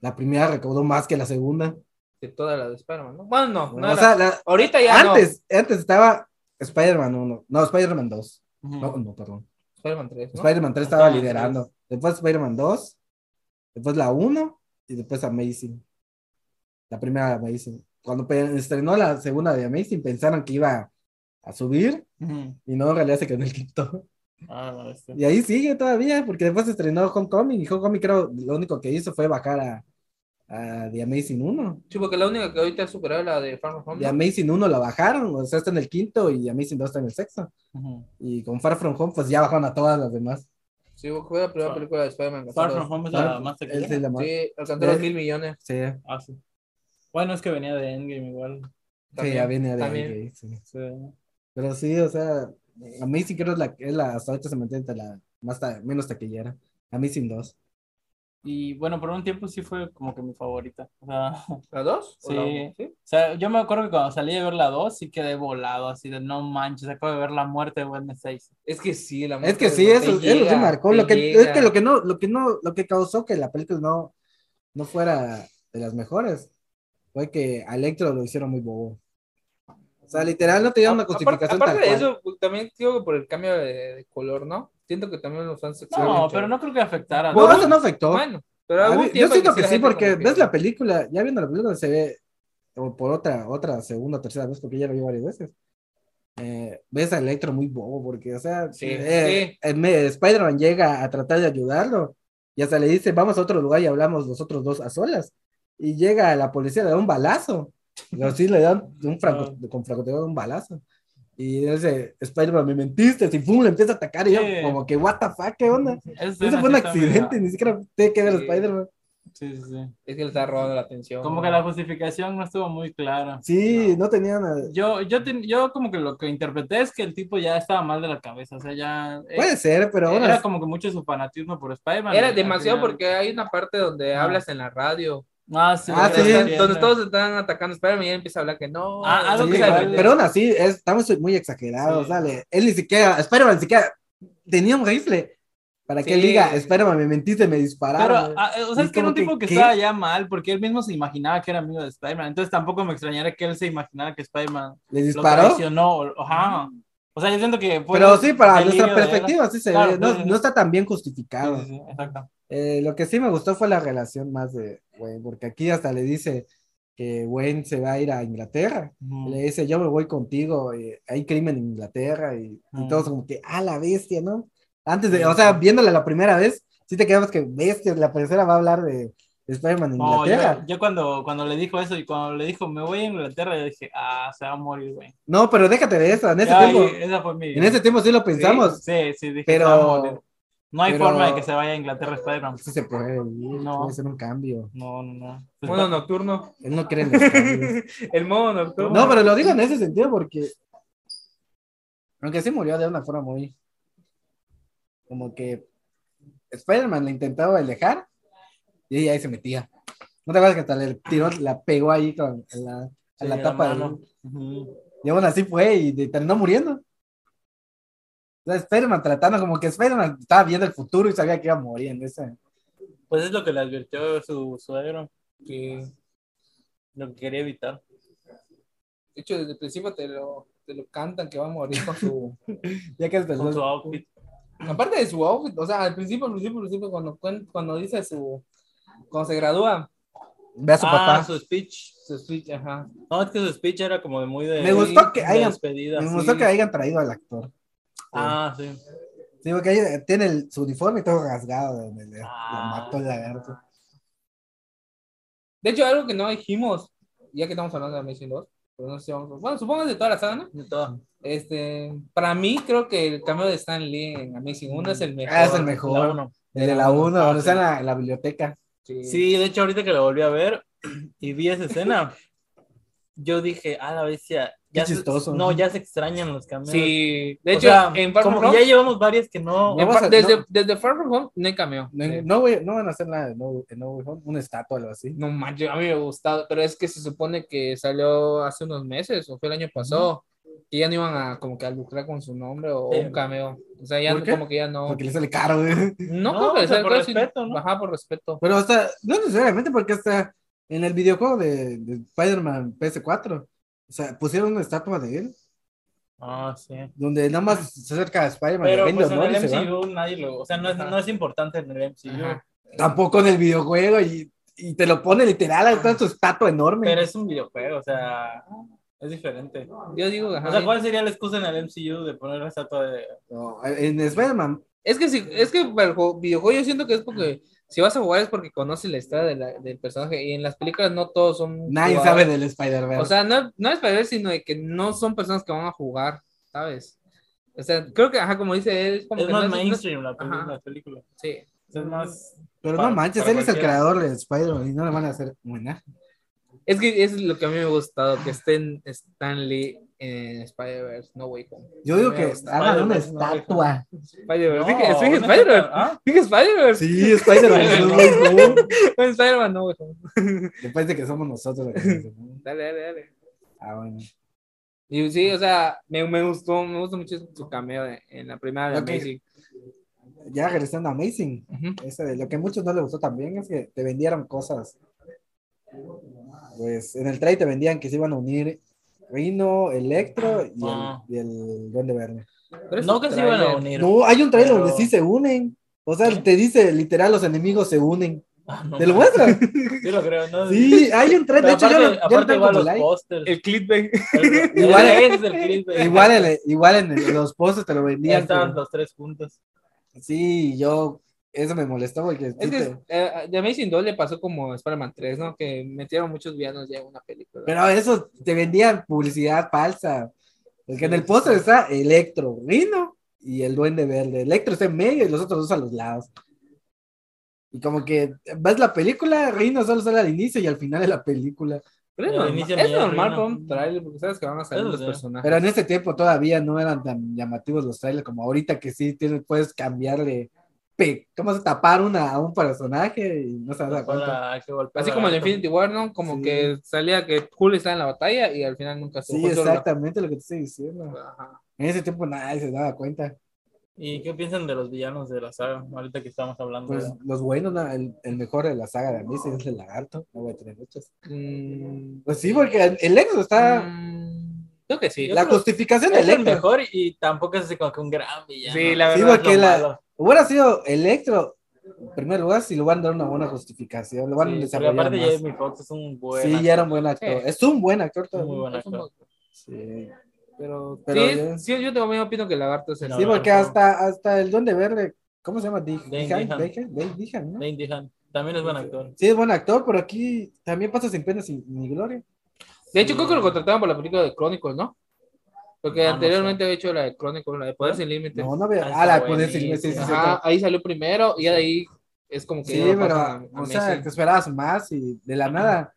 [SPEAKER 4] La primera recaudó más que la segunda.
[SPEAKER 1] De toda la de Spider-Man, ¿no? Bueno, no. no
[SPEAKER 4] o
[SPEAKER 1] era-
[SPEAKER 4] sea, la-
[SPEAKER 1] ahorita ya
[SPEAKER 4] antes, antes estaba Spider-Man 1. No, Spider-Man 2.
[SPEAKER 2] Ujú.
[SPEAKER 4] No, no, perdón.
[SPEAKER 1] no. Spider-Man 3, ¿no?
[SPEAKER 4] Spider-Man 3 estaba
[SPEAKER 2] Ah,
[SPEAKER 4] liderando. Después Spider-Man 2, después la 1 y después Amazing. La primera de Amazing. Cuando pe- estrenó la segunda de Amazing pensaron que iba a subir
[SPEAKER 2] Ujú.
[SPEAKER 4] y no, en realidad se quedó en el quinto.
[SPEAKER 2] Ah, no, este.
[SPEAKER 4] Y ahí sigue todavía, porque después estrenó Homecoming y Homecoming creo lo único que hizo fue bajar a, a The Amazing 1.
[SPEAKER 1] Sí, porque la única que ahorita ha superado es la de Farm Home.
[SPEAKER 4] The
[SPEAKER 1] ¿no?
[SPEAKER 4] Amazing 1 la bajaron, o sea, está en el quinto y Amazing 2 está en el sexto.
[SPEAKER 2] Ujú.
[SPEAKER 4] Y con Far From Home pues ya bajaron a todas las demás.
[SPEAKER 1] Sí, porque fue la primera
[SPEAKER 2] Far-
[SPEAKER 1] película de Spider-Man. que
[SPEAKER 2] Far
[SPEAKER 1] alcanzó
[SPEAKER 2] From Home es
[SPEAKER 4] Far-
[SPEAKER 2] la más
[SPEAKER 4] él
[SPEAKER 2] taquillera.
[SPEAKER 4] se
[SPEAKER 1] los-
[SPEAKER 4] llama-
[SPEAKER 1] Sí, alcanzó los
[SPEAKER 4] De-
[SPEAKER 1] mil millones.
[SPEAKER 4] Sí,
[SPEAKER 2] Ah, sí. Bueno, es que venía de Endgame igual.
[SPEAKER 4] sí, ya viene de
[SPEAKER 1] también.
[SPEAKER 4] ahí, sí.
[SPEAKER 2] Sí.
[SPEAKER 4] Pero sí, o sea, a mí sí creo es la, es la hasta ahorita se mantiene entre la más ta- menos taquillera. A mí sin dos.
[SPEAKER 2] Y bueno, por un tiempo sí fue como que mi favorita. O sea, o
[SPEAKER 1] ¿La dos? ¿O
[SPEAKER 2] Sí.
[SPEAKER 1] la uno? ¿Sí?
[SPEAKER 2] sea, yo me acuerdo que cuando salí de ver la 2 sí quedé volado, así de no manches, acabo de ver la muerte de Wednesday 6.
[SPEAKER 1] Es que sí, la
[SPEAKER 4] Es
[SPEAKER 1] muerte
[SPEAKER 4] que sí,
[SPEAKER 1] este de-
[SPEAKER 4] eso,
[SPEAKER 1] te
[SPEAKER 4] eso sí
[SPEAKER 1] llega,
[SPEAKER 4] marcó.
[SPEAKER 1] te
[SPEAKER 4] Lo que,
[SPEAKER 1] llega.
[SPEAKER 4] es que lo que no, lo que no, lo que causó que la película no, no fuera de las mejores fue que a Electro lo hicieron muy bobo. O sea, literal no tenía
[SPEAKER 1] A-
[SPEAKER 4] una
[SPEAKER 1] aparte-
[SPEAKER 4] justificación
[SPEAKER 1] Ah, aparte,
[SPEAKER 4] tal cual.
[SPEAKER 1] de eso, pues, también digo que por el cambio de, de color, ¿no? Siento que también los fans se
[SPEAKER 2] No,
[SPEAKER 1] exhiben,
[SPEAKER 2] pero no creo que afectara.
[SPEAKER 4] No,
[SPEAKER 2] ¿no?
[SPEAKER 4] eso no afectó.
[SPEAKER 1] Bueno, pero
[SPEAKER 4] A
[SPEAKER 1] algún
[SPEAKER 4] mí- yo
[SPEAKER 1] tiempo
[SPEAKER 4] siento que,
[SPEAKER 1] la
[SPEAKER 4] sí,
[SPEAKER 1] gente
[SPEAKER 4] porque
[SPEAKER 1] como que-
[SPEAKER 4] ves la película, ya viendo la película se ve, o por otra, otra segunda, tercera vez, porque ya la vi varias veces, eh, ves a Electro muy bobo, porque, o sea,
[SPEAKER 1] Sí,
[SPEAKER 4] eh, eh, me- Spider-Man llega a tratar de ayudarlo, y hasta le dice, vamos a otro lugar y hablamos nosotros dos a solas, y llega la policía, le da un balazo, pero sí le dan un franco, con francotirador un balazo. Y él dice, Spider-Man, me mentiste, y pum, le empieza a atacar, y yo,
[SPEAKER 2] Sí.
[SPEAKER 4] como que, what the fuck, ¿qué onda?
[SPEAKER 2] Esa
[SPEAKER 4] Eso
[SPEAKER 2] escena
[SPEAKER 4] fue un
[SPEAKER 2] sí está medio-
[SPEAKER 4] accidente, ni siquiera tiene que ver
[SPEAKER 1] Sí.
[SPEAKER 4] Spider-Man.
[SPEAKER 2] Sí, sí, sí.
[SPEAKER 1] Es que le está robando la atención.
[SPEAKER 2] Como que la justificación no estuvo muy clara.
[SPEAKER 4] Sí, no, tenían.
[SPEAKER 2] Yo, yo, ten- yo como que lo que interpreté es que el tipo ya estaba mal de la cabeza, o sea, ya... eh,
[SPEAKER 4] Puede ser, pero
[SPEAKER 2] era
[SPEAKER 4] ahora
[SPEAKER 2] como que mucho su fanatismo por Spider-Man.
[SPEAKER 1] Era
[SPEAKER 2] Al
[SPEAKER 1] demasiado
[SPEAKER 2] final-
[SPEAKER 1] porque hay una parte donde
[SPEAKER 2] Ah.
[SPEAKER 1] hablas en la radio.
[SPEAKER 2] Ah, sí.
[SPEAKER 4] Ah,
[SPEAKER 2] ya
[SPEAKER 1] donde,
[SPEAKER 4] sí.
[SPEAKER 1] están-
[SPEAKER 2] entiendo.
[SPEAKER 1] donde todos están atacando a Spider-Man y él empieza a hablar que no.
[SPEAKER 2] Ah, algo
[SPEAKER 1] no
[SPEAKER 4] sí,
[SPEAKER 2] que
[SPEAKER 1] se
[SPEAKER 2] igual-
[SPEAKER 1] vende.
[SPEAKER 4] pero aún así, es- estamos muy exagerados,
[SPEAKER 2] Sí.
[SPEAKER 4] dale. Él ni siquiera, Spider-Man ni siquiera tenía un rifle. Para que él
[SPEAKER 1] Sí.
[SPEAKER 4] diga, Spider-Man, me mentiste, me
[SPEAKER 2] Pero,
[SPEAKER 4] dispararon.
[SPEAKER 2] ah, o sea,
[SPEAKER 4] Y
[SPEAKER 2] es que era
[SPEAKER 4] como
[SPEAKER 2] un tipo que
[SPEAKER 4] que, ¿qué?
[SPEAKER 2] estaba ya mal porque él mismo se imaginaba que era amigo de Spider-Man. Entonces tampoco me extrañaría que él se imaginara que Spider-Man
[SPEAKER 4] ¿Le
[SPEAKER 2] lo
[SPEAKER 4] disparó?
[SPEAKER 2] traicionó. o- Ajá. O sea, yo siento que. fue
[SPEAKER 4] Pero
[SPEAKER 2] un
[SPEAKER 4] sí, para
[SPEAKER 2] delirio
[SPEAKER 4] nuestra
[SPEAKER 2] de él.
[SPEAKER 4] perspectiva, sí se
[SPEAKER 2] Claro,
[SPEAKER 4] ve. No,
[SPEAKER 2] pues,
[SPEAKER 4] no está tan bien
[SPEAKER 2] Sí,
[SPEAKER 4] justificado.
[SPEAKER 2] sí, sí, exacto.
[SPEAKER 4] Eh, lo que sí me gustó fue la relación más de Wayne, porque aquí hasta le dice que Wayne se va a ir a Inglaterra.
[SPEAKER 2] Ujú.
[SPEAKER 4] Le dice, yo me voy contigo, eh, hay crimen en Inglaterra y, y
[SPEAKER 2] Ah.
[SPEAKER 4] todos como que, ah, la bestia, ¿no? Antes de, o sea, viéndola la primera vez, sí te quedabas que bestia, la tercera va a hablar de Spider-Man en
[SPEAKER 2] No, yo,
[SPEAKER 4] Inglaterra.
[SPEAKER 2] yo cuando, cuando le dijo eso y cuando le dijo me voy a Inglaterra, yo dije, ah, se va a morir, güey.
[SPEAKER 4] No, pero déjate de eso, en ese
[SPEAKER 2] Ya,
[SPEAKER 4] tiempo,
[SPEAKER 2] y esa fue mi.
[SPEAKER 4] en ese tiempo sí lo pensamos,
[SPEAKER 2] Sí, sí, dije,
[SPEAKER 4] Pero-
[SPEAKER 2] se va a morir. No hay
[SPEAKER 4] pero-
[SPEAKER 2] forma de que se vaya a Inglaterra Spider-Man. pues,
[SPEAKER 4] sí se puede, ir,
[SPEAKER 2] No.
[SPEAKER 4] puede ser un cambio,
[SPEAKER 2] No, no, no.
[SPEAKER 1] Mono nocturno.
[SPEAKER 4] él no cree en los cambios.
[SPEAKER 1] El modo nocturno.
[SPEAKER 4] No, pero lo digo en ese sentido porque, aunque sí murió de una forma muy, como que Spider-Man le intentaba alejar y ella ahí se metía. No te acuerdas que hasta le tiró, la pegó ahí con a la, a
[SPEAKER 2] Sí,
[SPEAKER 4] la
[SPEAKER 2] la
[SPEAKER 4] tapa.
[SPEAKER 2] mano.
[SPEAKER 4] del-
[SPEAKER 2] Ujú.
[SPEAKER 4] y aún así fue y de- terminó muriendo. O sea, Spider-Man tratando como que Spider-Man estaba viendo el futuro y sabía que iba a morir en ese.
[SPEAKER 2] Pues es lo que le advirtió su suegro, que lo que quería evitar.
[SPEAKER 1] De hecho, desde el principio te lo, te lo cantan que va a morir con su.
[SPEAKER 4] Ya que Pues es
[SPEAKER 2] Con su outfit.
[SPEAKER 1] Aparte de su outfit, o sea, al principio, al principio, al principio, cuando, cuen- cuando dice su. Cuando se gradúa,
[SPEAKER 4] Ve a su
[SPEAKER 2] ah,
[SPEAKER 4] papá.
[SPEAKER 2] su speech.
[SPEAKER 1] su speech, ajá.
[SPEAKER 2] No, es que su speech era como de muy de.
[SPEAKER 4] Me gustó que
[SPEAKER 2] de
[SPEAKER 4] hayan-
[SPEAKER 2] despedida,
[SPEAKER 4] Me
[SPEAKER 2] sí.
[SPEAKER 4] gustó que hayan traído al actor.
[SPEAKER 2] Ah, sí.
[SPEAKER 4] Sí, porque ahí tiene el- su uniforme y todo rasgado. donde le-
[SPEAKER 2] Ah.
[SPEAKER 4] Lo mató el lagarto.
[SPEAKER 1] De hecho, algo que no dijimos, ya que estamos hablando de Amazing 2, pero no sé si vamos. Bueno, supongo que de toda la saga, ¿no?
[SPEAKER 2] De todo.
[SPEAKER 1] Este, para mí, creo que el cambio de Stan Lee en Amazing 1 es el mejor.
[SPEAKER 4] Ah, es el mejor.
[SPEAKER 2] La uno.
[SPEAKER 4] El de la 1,
[SPEAKER 2] Ah,
[SPEAKER 4] donde
[SPEAKER 2] sí.
[SPEAKER 4] está en la, en la biblioteca.
[SPEAKER 1] Sí.
[SPEAKER 2] Sí, de hecho, ahorita que lo volví a ver y vi esa escena, yo dije, ah, la bestia. Ya
[SPEAKER 4] Qué
[SPEAKER 2] se-
[SPEAKER 4] chistoso.
[SPEAKER 2] no, ya se extrañan los cambios.
[SPEAKER 1] Sí. De
[SPEAKER 2] O
[SPEAKER 1] hecho,
[SPEAKER 2] sea,
[SPEAKER 1] en Far From
[SPEAKER 2] como que
[SPEAKER 1] Home,
[SPEAKER 2] ya llevamos varias que no.
[SPEAKER 4] Ya-
[SPEAKER 1] en
[SPEAKER 4] No vas
[SPEAKER 1] Far-
[SPEAKER 4] a-
[SPEAKER 1] desde,
[SPEAKER 4] no.
[SPEAKER 1] desde Far From Home no hay cameo.
[SPEAKER 4] No,
[SPEAKER 1] Sí.
[SPEAKER 4] no, güey, no van a hacer nada de No, de no Way Home, una estatua o algo así.
[SPEAKER 1] No manches, a mí me gustado, pero es que se supone que salió hace unos meses o fue el año pasado que ya no iban a como que a lucrar con su nombre o
[SPEAKER 2] Sí.
[SPEAKER 1] un cameo. O sea, ya
[SPEAKER 4] ¿Por
[SPEAKER 1] no-
[SPEAKER 4] qué?
[SPEAKER 1] como que ya no.
[SPEAKER 4] Porque le sale caro, güey.
[SPEAKER 1] No,
[SPEAKER 2] No,
[SPEAKER 1] creo que
[SPEAKER 2] o
[SPEAKER 1] les
[SPEAKER 2] sea,
[SPEAKER 1] haya
[SPEAKER 2] por
[SPEAKER 1] tocado, sino-
[SPEAKER 2] respeto, ¿no?
[SPEAKER 1] Ajá, por respeto.
[SPEAKER 4] Pero hasta, no necesariamente porque hasta en el videojuego de, de Spider-Man PS4, o sea, pusieron una estatua de él.
[SPEAKER 2] Ah, sí.
[SPEAKER 4] Donde nada más se acerca a Spider-Man
[SPEAKER 2] Pero
[SPEAKER 4] le rinde
[SPEAKER 2] pues en
[SPEAKER 4] honor y
[SPEAKER 2] el
[SPEAKER 4] se va.
[SPEAKER 2] MCU nadie lo. O sea, no es,
[SPEAKER 1] Ajá.
[SPEAKER 2] no es importante en el MCU.
[SPEAKER 1] Ajá.
[SPEAKER 4] Tampoco en el videojuego y, y te lo pone literal, ahí está su estatua enorme.
[SPEAKER 2] Pero es un videojuego, o sea. Es diferente.
[SPEAKER 1] Yo digo, ajá.
[SPEAKER 2] O sea, ¿cuál sería la excusa en el MCU de poner la estatua de.
[SPEAKER 4] No, en Spider-Man,
[SPEAKER 1] Es que si, es que para el juego- videojuego yo siento que es porque si vas a jugar es porque conoces la historia de la- del personaje y en las películas no todos son.
[SPEAKER 4] nadie
[SPEAKER 1] jugadores.
[SPEAKER 4] sabe del Spider-Verse.
[SPEAKER 1] O sea, no, no es para ver, sino de que no son personas que van a jugar, ¿sabes? O sea, creo que, ajá, como dice él, es como
[SPEAKER 2] Es
[SPEAKER 1] que
[SPEAKER 2] más
[SPEAKER 1] no no
[SPEAKER 2] mainstream la, peli-
[SPEAKER 1] Ajá.
[SPEAKER 2] la película.
[SPEAKER 1] sí.
[SPEAKER 2] Es más.
[SPEAKER 4] Pero
[SPEAKER 2] para-
[SPEAKER 4] no manches,
[SPEAKER 2] para
[SPEAKER 4] él es el
[SPEAKER 2] cualquiera.
[SPEAKER 4] creador de Spider-Man y no le van a hacer homenaje.
[SPEAKER 1] Es que es lo que a mí me ha gustado, que estén Stan Lee en Spider-Verse, No Way Home.
[SPEAKER 4] Yo digo
[SPEAKER 1] Me
[SPEAKER 4] que
[SPEAKER 1] gusta.
[SPEAKER 4] hagan una
[SPEAKER 2] Spider-Man, no,
[SPEAKER 4] estatua.
[SPEAKER 1] Spider-Verse,
[SPEAKER 2] No,
[SPEAKER 1] dije, dije
[SPEAKER 2] una
[SPEAKER 1] Spider-Verse,
[SPEAKER 2] estatua, ¿ah?
[SPEAKER 1] dije Spider-Verse,
[SPEAKER 4] Sí, Spider-Man. es un buen juego.
[SPEAKER 1] Spider-Man No Way Home.
[SPEAKER 4] Después de que somos nosotros. los que nos hacemos.
[SPEAKER 1] Dale, dale, dale.
[SPEAKER 4] Ah, bueno.
[SPEAKER 1] Y sí, o sea, me, me gustó, me gustó mucho su cameo de- en la primera de
[SPEAKER 4] Ok.
[SPEAKER 1] Amazing.
[SPEAKER 4] Ya regresando a Amazing. Ese de lo que a muchos no les gustó también es que te vendieron cosas. Pues en el trade te vendían que se iban a unir Rino, Electro y el,
[SPEAKER 2] Ah.
[SPEAKER 4] y el Duende Verde.
[SPEAKER 1] Pero ese
[SPEAKER 2] No que se iban a
[SPEAKER 1] tráiler-
[SPEAKER 2] unir.
[SPEAKER 4] No, hay un trailer
[SPEAKER 2] Pero-
[SPEAKER 4] donde sí se unen. O sea, te dice literal los enemigos se unen.
[SPEAKER 2] Ah, no.
[SPEAKER 4] ¿Te lo muestran?
[SPEAKER 2] Sí, lo creo. ¿no?
[SPEAKER 4] Sí, hay un trailer.
[SPEAKER 2] Pero
[SPEAKER 4] De hecho, ya
[SPEAKER 2] aparte-
[SPEAKER 4] lo, ya lo
[SPEAKER 2] aparte
[SPEAKER 4] tengo
[SPEAKER 2] igual
[SPEAKER 4] como
[SPEAKER 2] los
[SPEAKER 4] like.
[SPEAKER 2] pósters.
[SPEAKER 1] El clickbait.
[SPEAKER 2] El-
[SPEAKER 4] Igual-
[SPEAKER 2] el- ese es el clickbait.
[SPEAKER 4] Igual, el- igual en el- los posts te lo
[SPEAKER 2] Ya
[SPEAKER 4] vendían.
[SPEAKER 2] estaban
[SPEAKER 4] como-
[SPEAKER 2] los tres juntos.
[SPEAKER 4] Sí, yo. Eso me molestó porque. sí
[SPEAKER 1] Es que
[SPEAKER 4] te-
[SPEAKER 1] eh, The Amazing 2 le pasó como a Spider-Man 3, ¿no? Que metieron muchos villanos ya en una película.
[SPEAKER 4] Pero eso te vendían publicidad falsa. Porque en el póster está Electro, Rino y el Duende Verde. Electro está en medio y los otros dos a los lados. Y como que ves la película, Rino solo sale al inicio y al final de la película.
[SPEAKER 1] Pero es
[SPEAKER 2] Pero
[SPEAKER 1] normal,
[SPEAKER 2] inician
[SPEAKER 1] es
[SPEAKER 2] ya,
[SPEAKER 1] normal
[SPEAKER 2] pero
[SPEAKER 1] para
[SPEAKER 2] no.
[SPEAKER 1] un trailer porque sabes que van a salir
[SPEAKER 2] Eso
[SPEAKER 1] los
[SPEAKER 2] sí.
[SPEAKER 1] personajes.
[SPEAKER 4] Pero en ese tiempo todavía no eran tan llamativos los trailers como ahorita que sí tienes, puedes cambiarle, pe- ¿cómo se tapar una, a un personaje y no se van a dar cuenta.
[SPEAKER 2] Para que golpeara
[SPEAKER 1] Así como en
[SPEAKER 2] a-
[SPEAKER 1] Infinity War, ¿no? Como
[SPEAKER 4] Sí.
[SPEAKER 1] que salía que Hulk estaba en la batalla y al final nunca
[SPEAKER 4] Sí,
[SPEAKER 1] Hulk solo la-
[SPEAKER 4] exactamente lo que te estoy diciendo.
[SPEAKER 1] Ajá.
[SPEAKER 4] En ese tiempo nadie se daba cuenta.
[SPEAKER 2] ¿Y qué piensan de los villanos de la saga? Ahorita que estamos hablando.
[SPEAKER 4] Pues
[SPEAKER 2] de-
[SPEAKER 4] los buenos, na- el, el mejor de la saga de mí es el lagarto. No voy a tener muchos.
[SPEAKER 1] Mm,
[SPEAKER 4] Pues sí, porque el- el Electro está.
[SPEAKER 1] mm, creo que sí.
[SPEAKER 2] yo
[SPEAKER 4] la
[SPEAKER 2] creo-
[SPEAKER 4] justificación de
[SPEAKER 2] Es el
[SPEAKER 4] Electro.
[SPEAKER 2] mejor y tampoco es así como que un gran villano.
[SPEAKER 1] Sí, la
[SPEAKER 4] Sí,
[SPEAKER 1] verdad.
[SPEAKER 4] porque
[SPEAKER 2] es lo
[SPEAKER 4] la-
[SPEAKER 2] malo.
[SPEAKER 4] Hubiera sido Electro en primer lugar si le van a dar una buena justificación. Lo van a
[SPEAKER 2] Sí, porque
[SPEAKER 4] desarrollar.
[SPEAKER 2] aparte
[SPEAKER 4] más.
[SPEAKER 2] Jamie Foxx es un buen
[SPEAKER 4] sí, ya era un buen actor.
[SPEAKER 1] Sí.
[SPEAKER 4] Es un buen actor
[SPEAKER 2] actor,
[SPEAKER 4] todavía.
[SPEAKER 2] muy buen
[SPEAKER 1] Es un
[SPEAKER 2] actor.
[SPEAKER 1] poco-
[SPEAKER 4] Sí,
[SPEAKER 1] Pero,
[SPEAKER 4] Pero
[SPEAKER 1] sí,
[SPEAKER 4] yo-
[SPEAKER 1] sí, yo también opino que el lagarto es el.
[SPEAKER 2] No,
[SPEAKER 4] Sí,
[SPEAKER 2] no,
[SPEAKER 4] porque
[SPEAKER 2] no.
[SPEAKER 4] hasta, hasta el Duende Verde. ¿Cómo se llama? Di-
[SPEAKER 2] Dane
[SPEAKER 4] Dijan,
[SPEAKER 2] Dijan.
[SPEAKER 4] Dijan, Dane Dijan, ¿no?
[SPEAKER 2] Dane DeHaan también es buen actor.
[SPEAKER 4] Sí, es buen actor, pero aquí también pasa sin pena sin- ni gloria.
[SPEAKER 1] De hecho, creo que lo contrataron para la película de Chronicles, ¿no? Porque
[SPEAKER 2] Ah, no
[SPEAKER 1] anteriormente había hecho la de Chronicles, la de Poder Sin Límites.
[SPEAKER 4] No, no veo.
[SPEAKER 2] Ah,
[SPEAKER 4] Ah, la
[SPEAKER 2] está
[SPEAKER 4] pones sin sí, sí,
[SPEAKER 2] buenísimo.
[SPEAKER 4] sí,
[SPEAKER 1] Ajá, ahí salió primero y ya de ahí es como que.
[SPEAKER 4] Sí,
[SPEAKER 1] ya lo
[SPEAKER 4] pero,
[SPEAKER 1] pasan a- a
[SPEAKER 4] o sea,
[SPEAKER 1] Messi.
[SPEAKER 4] que esperabas más y de la nada,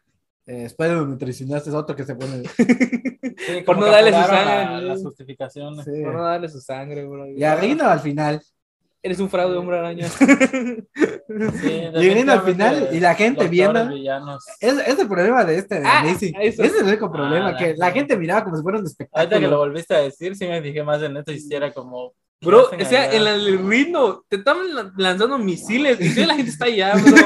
[SPEAKER 4] eh, Spider-Man me traicionaste, es otro que se pone.
[SPEAKER 2] Sí,
[SPEAKER 1] Por
[SPEAKER 2] como
[SPEAKER 1] no
[SPEAKER 2] que
[SPEAKER 1] darle su
[SPEAKER 2] apelaron
[SPEAKER 1] sangre,
[SPEAKER 2] a
[SPEAKER 1] ¿no?
[SPEAKER 2] Las justificaciones.
[SPEAKER 4] Sí.
[SPEAKER 1] Por no darle su sangre, bro.
[SPEAKER 4] Y a Rino al final.
[SPEAKER 1] Eres un fraude, hombre araña.
[SPEAKER 2] Sí,
[SPEAKER 4] Y Rino al
[SPEAKER 2] definitivamente
[SPEAKER 4] final y la gente
[SPEAKER 2] los
[SPEAKER 4] viendo.
[SPEAKER 2] peores villanos.
[SPEAKER 4] Es, es el problema de este, de
[SPEAKER 1] Ah,
[SPEAKER 4] Amazing.
[SPEAKER 1] eso.
[SPEAKER 4] Ese es el único problema,
[SPEAKER 2] Ah,
[SPEAKER 4] que
[SPEAKER 2] la-
[SPEAKER 4] la gente miraba como si fuera un espectáculo.
[SPEAKER 2] Ahorita que lo volviste a decir, sí me fijé más en esto y si era como.
[SPEAKER 1] Bro,
[SPEAKER 2] ¿qué hacen
[SPEAKER 1] o sea,
[SPEAKER 2] allá?
[SPEAKER 1] en la- el Rino te estaban la- lanzando misiles y toda la gente está allá, bro.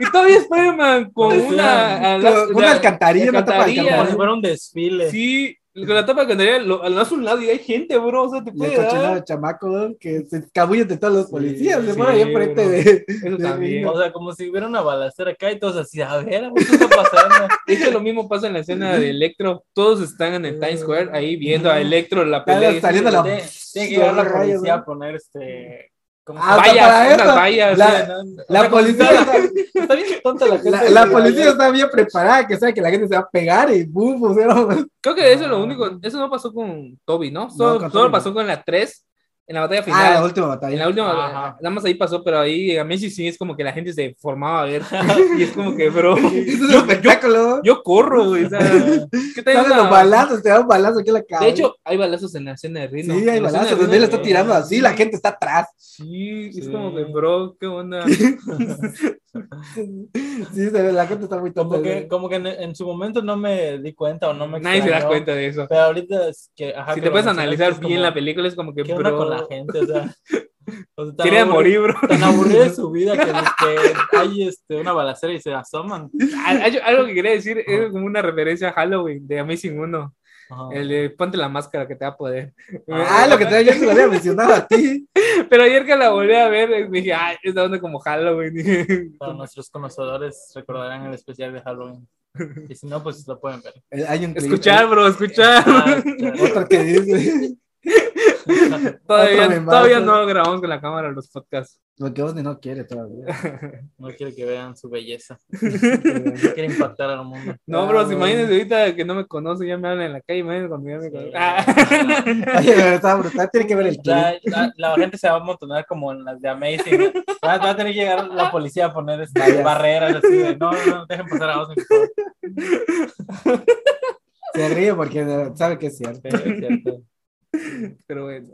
[SPEAKER 1] Y todavía Spider-Man con
[SPEAKER 2] Sí,
[SPEAKER 1] ah, una. a
[SPEAKER 4] Con-
[SPEAKER 1] la-
[SPEAKER 4] con una
[SPEAKER 1] la-
[SPEAKER 4] alcantarilla, una tapa de
[SPEAKER 1] alcantarilla.
[SPEAKER 2] Como si
[SPEAKER 4] alcantarilla.
[SPEAKER 2] fuera un desfile.
[SPEAKER 1] Sí, con la tapa que andaría, lo, lo hace a un lado y hay gente, bro. O sea, te
[SPEAKER 4] Y el
[SPEAKER 1] puede
[SPEAKER 4] cochinado
[SPEAKER 1] dar.
[SPEAKER 4] de chamaco que se escabullen de todos los policías, se
[SPEAKER 1] sí,
[SPEAKER 4] pone ahí enfrente
[SPEAKER 1] bro.
[SPEAKER 4] de. de
[SPEAKER 1] Eso también.
[SPEAKER 4] Rino.
[SPEAKER 2] O sea, como si hubiera una balacera acá y todos así, a ver, amor, ¿qué está pasando?
[SPEAKER 1] De hecho, lo mismo pasa en la escena de Electro. Todos están en el Times Square ahí viendo a Electro la
[SPEAKER 4] Claro,
[SPEAKER 1] pelea.
[SPEAKER 4] saliendo la-
[SPEAKER 2] Tiene tiene que llegar la policía a poner este. ¿cómo se
[SPEAKER 4] Ah,
[SPEAKER 2] llama?
[SPEAKER 4] Vaya,
[SPEAKER 1] vallas,
[SPEAKER 4] para
[SPEAKER 1] unas
[SPEAKER 4] eso.
[SPEAKER 1] vallas.
[SPEAKER 4] La-
[SPEAKER 2] ¿no? O
[SPEAKER 4] La
[SPEAKER 2] sea, como si
[SPEAKER 4] policía,
[SPEAKER 2] fuera-
[SPEAKER 4] está,
[SPEAKER 2] Está bien tonta la gente.
[SPEAKER 4] la,
[SPEAKER 2] de
[SPEAKER 4] la
[SPEAKER 2] la
[SPEAKER 4] policía
[SPEAKER 2] vida.
[SPEAKER 4] está bien preparada, que sabe que la gente se va a pegar y pues, boom, pusieron.
[SPEAKER 1] Creo que eso es lo único. Eso no pasó con Toby, ¿no? Solo,
[SPEAKER 4] con
[SPEAKER 1] solo
[SPEAKER 4] Toby no.
[SPEAKER 1] pasó con la 3, en la batalla final.
[SPEAKER 4] Ah, la última
[SPEAKER 1] En
[SPEAKER 4] batalla.
[SPEAKER 1] la última,
[SPEAKER 2] Ajá.
[SPEAKER 1] nada más ahí pasó, pero ahí a Messi sí es como que la gente se formaba a ver. Y es como que, bro,
[SPEAKER 4] Ese es el espectáculo.
[SPEAKER 1] yo corro, güey. o sea, ¿qué tal
[SPEAKER 4] Salen
[SPEAKER 1] una-
[SPEAKER 4] los balazos, te dan un balazo aquí en la cabeza.
[SPEAKER 1] De hecho, hay balazos en la escena de Rino.
[SPEAKER 4] sí, hay
[SPEAKER 1] En la escena de
[SPEAKER 4] balazos.
[SPEAKER 1] Rino
[SPEAKER 4] Donde él
[SPEAKER 1] se
[SPEAKER 4] está
[SPEAKER 1] ve.
[SPEAKER 4] tirando así, la gente está atrás.
[SPEAKER 1] Sí, es
[SPEAKER 2] Sí.
[SPEAKER 1] como que, bro, ¿qué onda?
[SPEAKER 4] Sí, se ve, la gente está muy tonta.
[SPEAKER 2] Como que, como que en, en su momento no me di cuenta o no me
[SPEAKER 1] Nadie se da
[SPEAKER 2] extrañó,
[SPEAKER 1] cuenta de eso.
[SPEAKER 2] Pero ahorita es que. Ajá,
[SPEAKER 1] si
[SPEAKER 2] que
[SPEAKER 1] te
[SPEAKER 2] lo
[SPEAKER 1] puedes
[SPEAKER 2] mencionaste,
[SPEAKER 1] analizar
[SPEAKER 2] es
[SPEAKER 1] bien
[SPEAKER 2] como,
[SPEAKER 1] la película, es como que,
[SPEAKER 2] ¿Qué onda
[SPEAKER 1] bro,
[SPEAKER 2] con la gente? O sea, o sea, tan
[SPEAKER 1] quiere
[SPEAKER 2] aburrido-
[SPEAKER 1] morir, bro.
[SPEAKER 2] Tan aburrida de su vida que, que hay este, una balacera y se asoman.
[SPEAKER 1] Ah, Hay- hay- Algo que quería decir es como una referencia a Halloween de Amazing 1.
[SPEAKER 2] Ajá.
[SPEAKER 1] El de ponte la máscara que te va a poder.
[SPEAKER 4] Ah, lo que te yo te lo había mencionado a ti.
[SPEAKER 1] Pero ayer que la volví a ver, eh, dije, ay, esta onda como Halloween.
[SPEAKER 2] Para nuestros conocedores recordarán el especial de Halloween. Y si no, pues lo pueden ver.
[SPEAKER 4] Eh, Hay un clip,
[SPEAKER 1] escuchar, bro, escuchar.
[SPEAKER 2] Ah,
[SPEAKER 4] eh, Otro que dice.
[SPEAKER 1] todavía
[SPEAKER 4] memazo.
[SPEAKER 1] todavía no grabamos con la cámara los podcasts.
[SPEAKER 4] Lo que Osni no quiere todavía.
[SPEAKER 2] no quiero que vean su belleza. No quiere impactar al mundo.
[SPEAKER 1] No,
[SPEAKER 4] Ah,
[SPEAKER 1] bro, si
[SPEAKER 4] bueno.
[SPEAKER 1] imagínense ahorita que no me conocen, ya me hablan en la calle, imagínense cuando ya me conocen. Ah,
[SPEAKER 2] Ah,
[SPEAKER 4] Oye, pero está brutal. Tiene que ver el clip.
[SPEAKER 2] La, la- la gente se va a amontonar como en las de Amazing. ¿no? Va, va a tener que llegar la policía a poner este,
[SPEAKER 4] Vallas.
[SPEAKER 2] barreras así de no, no, no, dejen pasar a Osni. por favor".
[SPEAKER 4] Se ríe porque de- sabe que es cierto.
[SPEAKER 2] Sí, es cierto.
[SPEAKER 1] Pero bueno.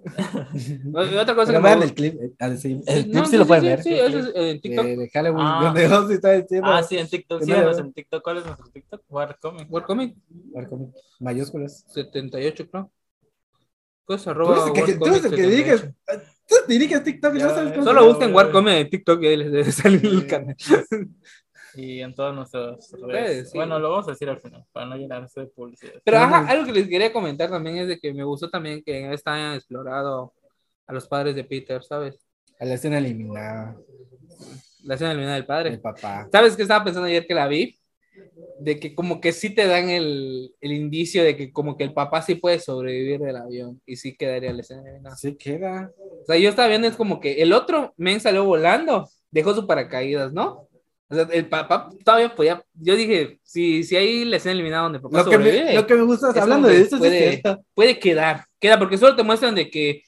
[SPEAKER 1] O- y Otra cosa
[SPEAKER 4] Pero
[SPEAKER 1] que me
[SPEAKER 4] vean el
[SPEAKER 1] gusta.
[SPEAKER 4] clip. eh, a decir, El clip
[SPEAKER 1] No,
[SPEAKER 4] sí lo pueden ver.
[SPEAKER 1] Sí, eso es en TikTok.
[SPEAKER 4] eh, De Halloween,
[SPEAKER 2] Ah.
[SPEAKER 4] donde Osni está diciendo.
[SPEAKER 2] Ah, sí, en TikTok.
[SPEAKER 4] Que no
[SPEAKER 2] Síganos
[SPEAKER 4] le-
[SPEAKER 2] en TikTok. ¿Cuál es nuestro TikTok? Warcomic.
[SPEAKER 1] Warcomic
[SPEAKER 4] Marco, Mayúsculas.
[SPEAKER 1] 78, creo. Cosa
[SPEAKER 4] Tú
[SPEAKER 1] arroba
[SPEAKER 4] eres el que, tú eres el que
[SPEAKER 1] 78.
[SPEAKER 4] diriges. ah, Tú diriges TikTok y no
[SPEAKER 2] Ya,
[SPEAKER 4] sabes cómo.
[SPEAKER 1] Solo
[SPEAKER 4] se-
[SPEAKER 1] busquen Warcomic en TikTok y ahí les debe salir el canal.
[SPEAKER 2] Y en todas nuestras
[SPEAKER 1] Ustedes,
[SPEAKER 2] redes.
[SPEAKER 1] sí.
[SPEAKER 2] Bueno, lo vamos a decir al final, para no llenarse de publicidad.
[SPEAKER 1] Pero
[SPEAKER 4] Sí,
[SPEAKER 1] ajá,
[SPEAKER 4] no.
[SPEAKER 1] algo que les quería comentar también es de que me gustó también que está explorado a los padres de Peter, ¿sabes?
[SPEAKER 4] A la escena eliminada.
[SPEAKER 1] La escena eliminada del
[SPEAKER 4] El
[SPEAKER 1] padre.
[SPEAKER 4] papá.
[SPEAKER 1] ¿Sabes qué estaba pensando ayer que la vi? De que como que sí te dan el, el indicio de que como que el papá sí puede sobrevivir del avión y sí quedaría la escena eliminada.
[SPEAKER 4] Así queda.
[SPEAKER 1] O sea, yo estaba viendo es como que el otro men salió volando, dejó su paracaídas, ¿no? O sea, el papá todavía podía, yo dije, si, si ahí la escena eliminada donde el papá
[SPEAKER 4] Lo que,
[SPEAKER 1] sobrevive.
[SPEAKER 4] me, lo que me gusta,
[SPEAKER 1] Es
[SPEAKER 4] hablando
[SPEAKER 1] donde
[SPEAKER 4] de esto, sí
[SPEAKER 1] puede-
[SPEAKER 4] es cierto.
[SPEAKER 1] puede quedar, queda, porque solo te muestran de que,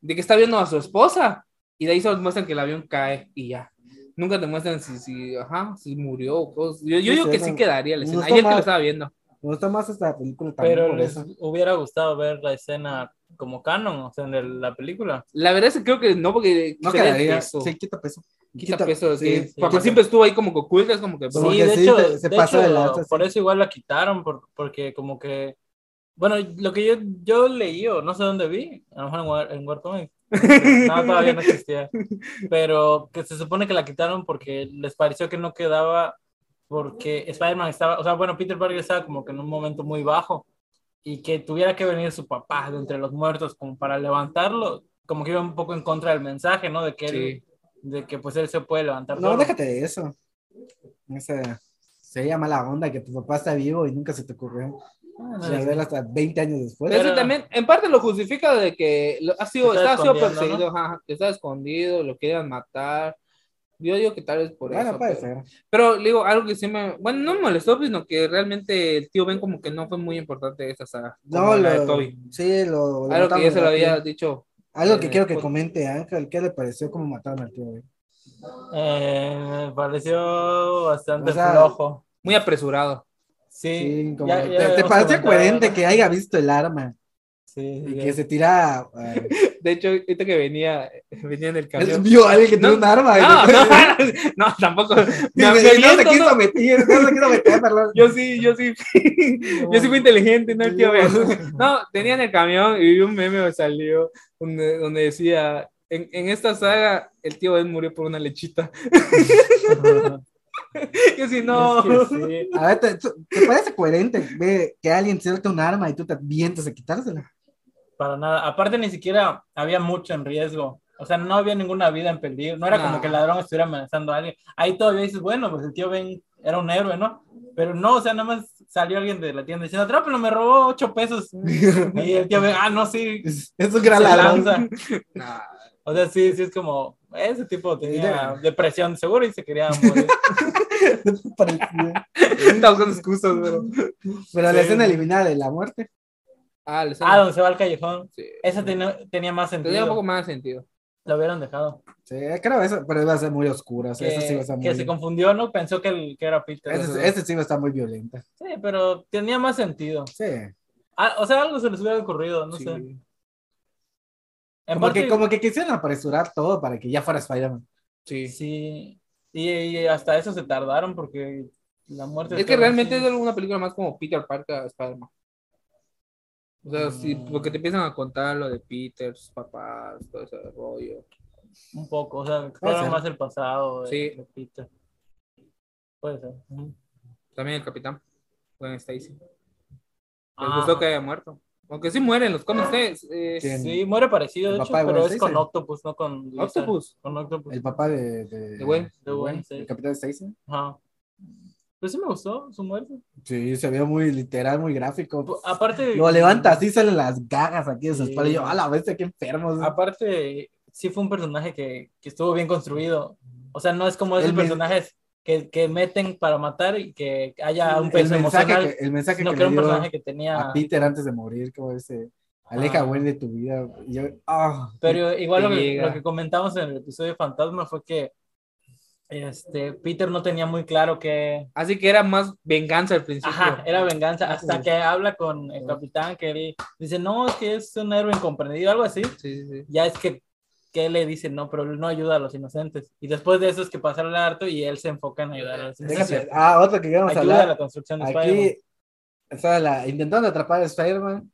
[SPEAKER 1] de que está viendo a su esposa y de ahí solo te muestran que el avión cae y ya. Nunca te muestran si, si, ajá, si murió o cosas. Yo, yo
[SPEAKER 4] Sí,
[SPEAKER 1] digo
[SPEAKER 4] sí,
[SPEAKER 1] que
[SPEAKER 4] no.
[SPEAKER 1] sí quedaría la
[SPEAKER 4] No
[SPEAKER 1] escena.
[SPEAKER 4] está
[SPEAKER 1] Ayer que
[SPEAKER 4] mal.
[SPEAKER 1] lo estaba viendo.
[SPEAKER 4] Me gusta más esta película también
[SPEAKER 2] Pero
[SPEAKER 4] por
[SPEAKER 2] les
[SPEAKER 4] eso.
[SPEAKER 2] hubiera gustado ver la escena como canon, o sea, de la película.
[SPEAKER 1] La verdad es que creo que no, porque
[SPEAKER 4] No
[SPEAKER 1] quitaría
[SPEAKER 4] quedaría.
[SPEAKER 1] peso.
[SPEAKER 4] Sí, quita peso.
[SPEAKER 1] Quita, peso.
[SPEAKER 4] sí,
[SPEAKER 1] que-
[SPEAKER 4] sí.
[SPEAKER 1] porque
[SPEAKER 2] sí.
[SPEAKER 1] siempre estuvo ahí como que oculta, es como que...
[SPEAKER 4] Como
[SPEAKER 2] sí,
[SPEAKER 4] que
[SPEAKER 2] de
[SPEAKER 4] Pues, sí,
[SPEAKER 2] hecho,
[SPEAKER 4] se- se
[SPEAKER 2] de
[SPEAKER 4] pasó
[SPEAKER 2] hecho,
[SPEAKER 4] de lanza, sí.
[SPEAKER 2] por eso igual la quitaron, por- porque como que, bueno, lo que yo, yo leí o no sé dónde vi, a lo mejor en, War- en Warcomic, no, todavía no existía, pero que se supone que la quitaron porque les pareció que no quedaba, porque Spider-Man estaba, o sea, bueno, Peter Parker estaba como que en un momento muy bajo y que tuviera que venir su papá de entre los muertos como para levantarlo, como que iba un poco en contra del mensaje, ¿no? De que él, de que pues él se puede levantar.
[SPEAKER 4] No,
[SPEAKER 2] solo.
[SPEAKER 4] déjate de eso. Esa sería mala onda que tu papá está vivo y nunca se te ocurrió.
[SPEAKER 2] Ah, no,
[SPEAKER 4] Y verla hasta 20 años después.
[SPEAKER 1] Pero eso
[SPEAKER 2] Pero-
[SPEAKER 1] también, en parte lo justifica de que lo- ha sido,
[SPEAKER 2] Está
[SPEAKER 1] está, sido
[SPEAKER 2] escondiendo,
[SPEAKER 1] perseguido, ajá, que está escondido, lo quieran matar. Yo digo que tal vez por
[SPEAKER 4] bueno,
[SPEAKER 1] eso.
[SPEAKER 4] puede
[SPEAKER 1] pero-
[SPEAKER 4] ser.
[SPEAKER 1] Pero le digo, algo que sí me. Bueno, no me molestó, pues, sino que realmente el tío Ben como que no fue muy importante esa saga.
[SPEAKER 4] No,
[SPEAKER 1] No, la de
[SPEAKER 4] lo,
[SPEAKER 1] Toby.
[SPEAKER 4] sí, lo, lo
[SPEAKER 1] Algo que ya
[SPEAKER 4] mataron
[SPEAKER 1] se lo
[SPEAKER 4] al tío.
[SPEAKER 1] había dicho.
[SPEAKER 4] Algo que
[SPEAKER 1] eh,
[SPEAKER 4] quiero que
[SPEAKER 1] pues-
[SPEAKER 4] comente, Ángel, ¿qué le pareció cómo mataron al tío? güey?
[SPEAKER 2] Eh, me pareció bastante
[SPEAKER 4] O sea,
[SPEAKER 2] flojo.
[SPEAKER 1] Muy apresurado.
[SPEAKER 2] Sí,
[SPEAKER 4] Sí, como
[SPEAKER 2] ya-
[SPEAKER 4] que-
[SPEAKER 2] ya
[SPEAKER 4] ¿Te, te
[SPEAKER 2] habíamos
[SPEAKER 4] pareció
[SPEAKER 2] comentado,
[SPEAKER 4] coherente
[SPEAKER 2] ¿no?
[SPEAKER 4] que haya visto el arma
[SPEAKER 2] Sí,
[SPEAKER 4] y
[SPEAKER 2] sí,
[SPEAKER 4] que
[SPEAKER 2] sí.
[SPEAKER 4] se tira. eh,
[SPEAKER 1] De hecho, ahorita que venía, venía en el
[SPEAKER 4] él
[SPEAKER 1] camión.
[SPEAKER 4] vio a alguien que
[SPEAKER 1] No,
[SPEAKER 4] tiene un arma. y-
[SPEAKER 1] No, no, no, tampoco. Me-
[SPEAKER 4] y no
[SPEAKER 1] me
[SPEAKER 4] se
[SPEAKER 1] miento,
[SPEAKER 4] quiso
[SPEAKER 1] no.
[SPEAKER 4] meter, no se quiso meter, perdón.
[SPEAKER 1] Yo sí, yo sí. Yo sí fui inteligente, no el tío Ben. No, tenía en el camión y vi un meme que salió donde, donde decía: en, en esta saga, el tío Ben murió por una lechita. Yo sí, no.
[SPEAKER 2] Es que sí.
[SPEAKER 4] A ver, ¿te, tú- te parece coherente ve, que alguien suelte un arma y tú te vientas a quitársela?
[SPEAKER 2] Para nada. Aparte, ni siquiera había mucho en riesgo. O sea, no había ninguna vida en peligro. No era
[SPEAKER 1] No.
[SPEAKER 2] como que el ladrón estuviera amenazando a alguien. Ahí todavía dices, bueno, pues el tío Ben era un héroe, ¿no? Pero no, o sea, nada más salió alguien de la tienda diciendo, pero me robó ocho pesos. Y el tío Ben, ah, no, sí.
[SPEAKER 4] Es, es un
[SPEAKER 2] Se
[SPEAKER 4] gran ladrón.
[SPEAKER 2] lanza.
[SPEAKER 1] Nah.
[SPEAKER 2] O sea, sí, sí es como, ese tipo tenía
[SPEAKER 4] Ya.
[SPEAKER 2] depresión seguro y se quería morir.
[SPEAKER 4] Parecía.
[SPEAKER 1] Está buscando excusas, pero.
[SPEAKER 4] Pero la
[SPEAKER 2] Sí.
[SPEAKER 4] escena eliminada de la muerte.
[SPEAKER 1] Ah, le
[SPEAKER 2] Ah, donde se va al callejón.
[SPEAKER 1] Sí.
[SPEAKER 2] Esa tenía, tenía más sentido.
[SPEAKER 1] Tenía un poco más de sentido.
[SPEAKER 2] Lo hubieran dejado.
[SPEAKER 4] Sí, creo eso, pero va a ser muy oscura. o sea,
[SPEAKER 2] Que,
[SPEAKER 4] esa sí va a estar
[SPEAKER 2] que se
[SPEAKER 4] muy.
[SPEAKER 2] confundió, ¿no? Pensó que, el, que era Peter.
[SPEAKER 4] esa- esa sí va a estar muy violenta.
[SPEAKER 2] Sí, pero tenía más sentido.
[SPEAKER 4] Sí.
[SPEAKER 2] Ah, o sea, algo se les hubiera ocurrido, no
[SPEAKER 1] Sí.
[SPEAKER 2] sé. En
[SPEAKER 4] Como,
[SPEAKER 2] parte,
[SPEAKER 4] que, como que quisieran apresurar todo para que ya fuera Spider-Man.
[SPEAKER 1] Sí.
[SPEAKER 2] sí. Y, y hasta eso se tardaron porque la muerte. de
[SPEAKER 1] Es que
[SPEAKER 2] Tony,
[SPEAKER 1] realmente
[SPEAKER 2] sí.
[SPEAKER 1] es alguna película más como Peter Parker a Spider-Man. O sea, sí,
[SPEAKER 2] Mm.
[SPEAKER 1] porque te empiezan a contar lo de Peter, sus papás, todo ese rollo.
[SPEAKER 2] Un poco, o sea, exploran
[SPEAKER 4] ser.
[SPEAKER 2] más el pasado de,
[SPEAKER 1] Sí.
[SPEAKER 2] de Peter. Puede ser. ujú.
[SPEAKER 1] También el capitán, Gwen Stacy. Les
[SPEAKER 2] Ah.
[SPEAKER 1] gustó que haya muerto. Aunque sí mueren los cómics. eh, eh,
[SPEAKER 4] ¿Quién?
[SPEAKER 2] Sí, muere parecido, de
[SPEAKER 4] El
[SPEAKER 2] hecho,
[SPEAKER 4] papá de
[SPEAKER 2] pero
[SPEAKER 4] Gwen
[SPEAKER 2] es con
[SPEAKER 4] Stacy.
[SPEAKER 2] Octopus, no con Lizard.
[SPEAKER 1] Octopus.
[SPEAKER 2] Con Octopus.
[SPEAKER 4] El papá de. De,
[SPEAKER 1] De Gwen,
[SPEAKER 2] de
[SPEAKER 4] Gwen,
[SPEAKER 2] Gwen, sí.
[SPEAKER 4] El capitán Stacy.
[SPEAKER 2] Ajá. Pues sí me gustó su muerte.
[SPEAKER 4] Sí, se veía muy literal, muy gráfico.
[SPEAKER 2] Aparte.
[SPEAKER 4] Lo levanta así, salen las gagas aquí de su
[SPEAKER 2] Sí. Ah,
[SPEAKER 4] espalda. Y yo, a la vez, qué enfermos.
[SPEAKER 2] Aparte, sí fue un personaje que, que estuvo bien construido. O sea, no es como esos
[SPEAKER 4] El men-
[SPEAKER 2] personajes que, que meten para matar y que haya un
[SPEAKER 4] el,
[SPEAKER 2] peso
[SPEAKER 4] mensaje
[SPEAKER 2] pues, emocional.
[SPEAKER 4] que, el mensaje
[SPEAKER 2] sino
[SPEAKER 4] que
[SPEAKER 2] que era
[SPEAKER 4] le
[SPEAKER 2] un
[SPEAKER 4] dio
[SPEAKER 2] personaje que tenía.
[SPEAKER 4] a Peter antes de morir, como ese. Aleja
[SPEAKER 2] Ah.
[SPEAKER 4] Gwen de tu vida. Y yo, ah.
[SPEAKER 2] Pero igual
[SPEAKER 1] te
[SPEAKER 2] lo que,
[SPEAKER 1] llega.
[SPEAKER 2] lo que comentamos en el episodio de Fantasma fue que este, Peter no tenía muy claro que.
[SPEAKER 1] Así que era más venganza al principio.
[SPEAKER 2] Ajá, era venganza. Hasta que habla con el capitán, que él dice: No, es que es un héroe incomprendido, algo así.
[SPEAKER 1] Sí, sí, sí.
[SPEAKER 2] ya es que, que él le dice no, pero él no ayuda a los inocentes. Y después de eso es que pasa el harto y él se enfoca en ayudar a los
[SPEAKER 4] Déjate.
[SPEAKER 2] inocentes.
[SPEAKER 4] Ah, otro que íbamos a
[SPEAKER 2] Ayuda
[SPEAKER 4] hablar.
[SPEAKER 2] a la construcción de Spider-Man.
[SPEAKER 4] Aquí, o sea, la, intentando atrapar a Spider-Man.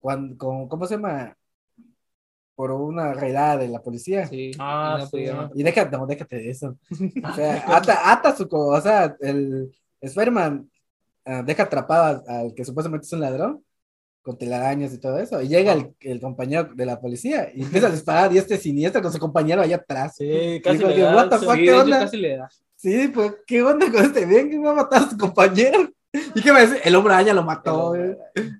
[SPEAKER 4] Cuando, con, ¿Cómo se llama? Por una redada de la policía.
[SPEAKER 1] Sí.
[SPEAKER 2] Ah,
[SPEAKER 1] Y no
[SPEAKER 2] sí.
[SPEAKER 1] pudieron.
[SPEAKER 4] Y déjate, no, déjate de eso. O sea, ata, ata su. co- O sea, el Spider-Man ah, deja atrapado al que supuestamente es un ladrón con telarañas y todo eso. Y llega el, el compañero de la policía y empieza a disparar y este siniestro con su compañero allá atrás.
[SPEAKER 2] Sí, casi
[SPEAKER 4] Dijo
[SPEAKER 2] le
[SPEAKER 4] que,
[SPEAKER 2] da
[SPEAKER 4] "What the
[SPEAKER 2] el
[SPEAKER 4] fuck,
[SPEAKER 2] sí.
[SPEAKER 1] Sí,
[SPEAKER 4] ¿qué
[SPEAKER 1] de hecho,
[SPEAKER 4] onda?
[SPEAKER 1] casi le da.
[SPEAKER 4] Sí, pues, ¿qué onda con este bien? ¿Quién va a matar a su compañero? ¿Y qué va a decir? El hombre araña lo mató. eh.
[SPEAKER 1] El
[SPEAKER 4] güey.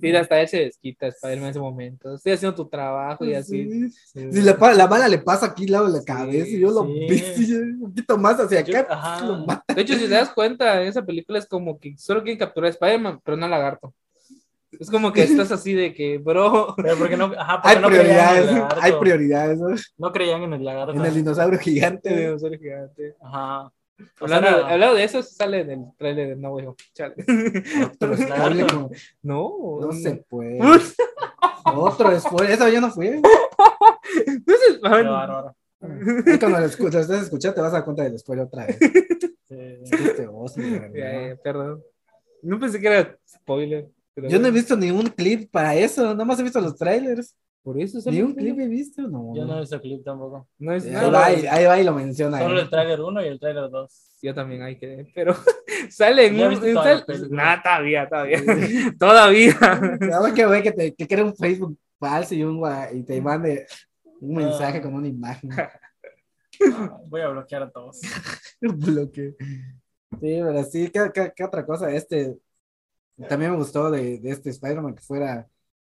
[SPEAKER 1] Mira, hasta él se desquita, Spider-Man, en ese momento. Estoy haciendo tu trabajo y así.
[SPEAKER 4] Sí.
[SPEAKER 1] Sí.
[SPEAKER 4] Si la, pa- la bala le pasa aquí al lado de la cabeza y yo lo
[SPEAKER 2] sí.
[SPEAKER 4] vi sí, un poquito más hacia
[SPEAKER 2] Yo-
[SPEAKER 4] acá.
[SPEAKER 2] ajá.
[SPEAKER 4] lo mata.
[SPEAKER 1] De hecho, si te das cuenta, en esa película es como que solo quieren capturar a Spider-Man, pero no a Lagarto. Es como que estás así de que, bro,
[SPEAKER 2] Pero porque no, ajá, porque
[SPEAKER 4] Hay
[SPEAKER 2] no creían en
[SPEAKER 4] prioridades,
[SPEAKER 2] el lagarto.
[SPEAKER 4] hay prioridades ¿no?
[SPEAKER 2] No creían en el lagarto.
[SPEAKER 4] en el dinosaurio
[SPEAKER 1] este
[SPEAKER 4] gigante.
[SPEAKER 1] dinosaurio gigante.
[SPEAKER 2] Ajá. O sea,
[SPEAKER 1] Hablando,
[SPEAKER 2] era-
[SPEAKER 1] hablando de eso, sale del trailer de No Way Home. Chale.
[SPEAKER 2] pero es
[SPEAKER 4] güey. Hable
[SPEAKER 2] lagarto.
[SPEAKER 4] como-
[SPEAKER 1] No,
[SPEAKER 4] No se puede.
[SPEAKER 1] No
[SPEAKER 4] Otro después, esa ya no fue.
[SPEAKER 1] sé,
[SPEAKER 2] Qué
[SPEAKER 1] bueno,
[SPEAKER 2] bárbaro.
[SPEAKER 4] Y cuando lo, escu- lo estés escuchando te vas a dar cuenta del después otra vez.
[SPEAKER 2] Sí.
[SPEAKER 4] Este oso, de verdad.
[SPEAKER 1] ya, ya, perdón. No pensé que era spoiler. pero
[SPEAKER 4] Yo no he
[SPEAKER 1] bueno.
[SPEAKER 4] visto ningún clip para eso, nada más he visto los trailers.
[SPEAKER 1] Por eso
[SPEAKER 4] Ni un clip he visto, no. Eh,
[SPEAKER 2] Yo no he visto clip tampoco.
[SPEAKER 1] No es
[SPEAKER 4] Ahí
[SPEAKER 1] nada.
[SPEAKER 4] va, y- ahí va y lo menciona.
[SPEAKER 2] Solo
[SPEAKER 4] ¿eh?
[SPEAKER 2] el trailer 1 y el trailer 2.
[SPEAKER 1] Yo también hay que, pero sale en
[SPEAKER 2] Ya
[SPEAKER 1] un.
[SPEAKER 2] viste
[SPEAKER 1] en
[SPEAKER 2] todas
[SPEAKER 1] sal-
[SPEAKER 2] las películas.
[SPEAKER 1] Nah, todavía, todavía. todavía.
[SPEAKER 4] Nada más que güey que te que crea un Facebook falso y, un, wa- y te mande un mensaje con una imagen.
[SPEAKER 2] Voy a bloquear a todos.
[SPEAKER 4] Bloque. Sí, pero sí, ¿qué, qué- qué otra cosa? Este también me gustó de, de este Spider-Man que fuera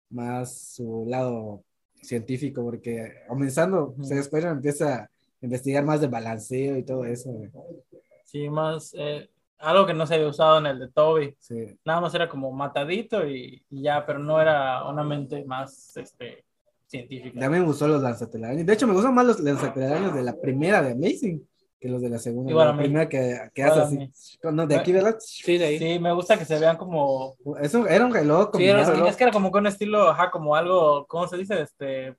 [SPEAKER 4] más su lado científico, porque comenzando, o sea, Spider-Man empieza a investigar más de balanceo y todo eso. güey.
[SPEAKER 2] Sí, más eh, algo que no se había usado en el de Toby.
[SPEAKER 4] Sí.
[SPEAKER 2] Nada más era como matadito y, y ya, pero no era una mente más este, científica.
[SPEAKER 4] También me gustó los lanzatelaraños. De hecho, me gustan más los lanzatelaraños de la primera de Amazing que los de la segunda.
[SPEAKER 2] Igual a
[SPEAKER 4] la
[SPEAKER 2] mí.
[SPEAKER 4] primera que, que
[SPEAKER 2] Igual
[SPEAKER 4] hace
[SPEAKER 2] a
[SPEAKER 4] así. No, de aquí, ¿verdad?
[SPEAKER 1] Sí, de ahí.
[SPEAKER 2] Sí, me gusta que se vean como.
[SPEAKER 4] Es un- era un reloj
[SPEAKER 1] Sí, era un
[SPEAKER 4] combinado.
[SPEAKER 1] reloj.
[SPEAKER 2] Es que era como con estilo, ajá, como algo, ¿cómo se dice? Este,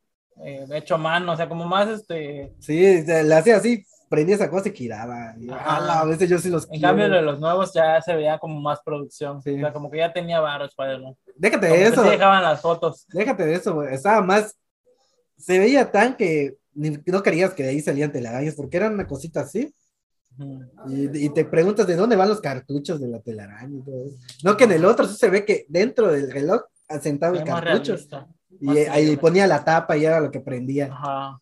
[SPEAKER 2] eh, hecho a mano, o sea, como más este.
[SPEAKER 4] Sí, se- le hacía así, prendía esa cosa y giraba. Y,
[SPEAKER 2] Ajá.
[SPEAKER 4] ala, a veces yo sí los
[SPEAKER 2] En
[SPEAKER 4] quiero.
[SPEAKER 2] cambio, lo de los nuevos ya se veía como más producción.
[SPEAKER 4] Sí.
[SPEAKER 2] O sea, como que ya tenía varos para él.
[SPEAKER 4] Déjate
[SPEAKER 2] Como
[SPEAKER 4] de
[SPEAKER 2] que
[SPEAKER 4] eso,
[SPEAKER 2] sí dejaban las fotos.
[SPEAKER 4] déjate de eso, güey. Estaba más. Se veía tan que ni- no querías que de ahí salían telarañas, porque era una cosita así.
[SPEAKER 2] Ujú.
[SPEAKER 4] Y, y te preguntas de dónde van los cartuchos de la telaraña y todo eso. No, que en el otro sí se ve que dentro del reloj asentaba Ah, el
[SPEAKER 2] Se ve más
[SPEAKER 4] cartucho.
[SPEAKER 2] realista.
[SPEAKER 4] Y
[SPEAKER 2] más
[SPEAKER 4] eh, ahí
[SPEAKER 2] creíble.
[SPEAKER 4] ponía la tapa y era lo que prendía.
[SPEAKER 2] Ajá.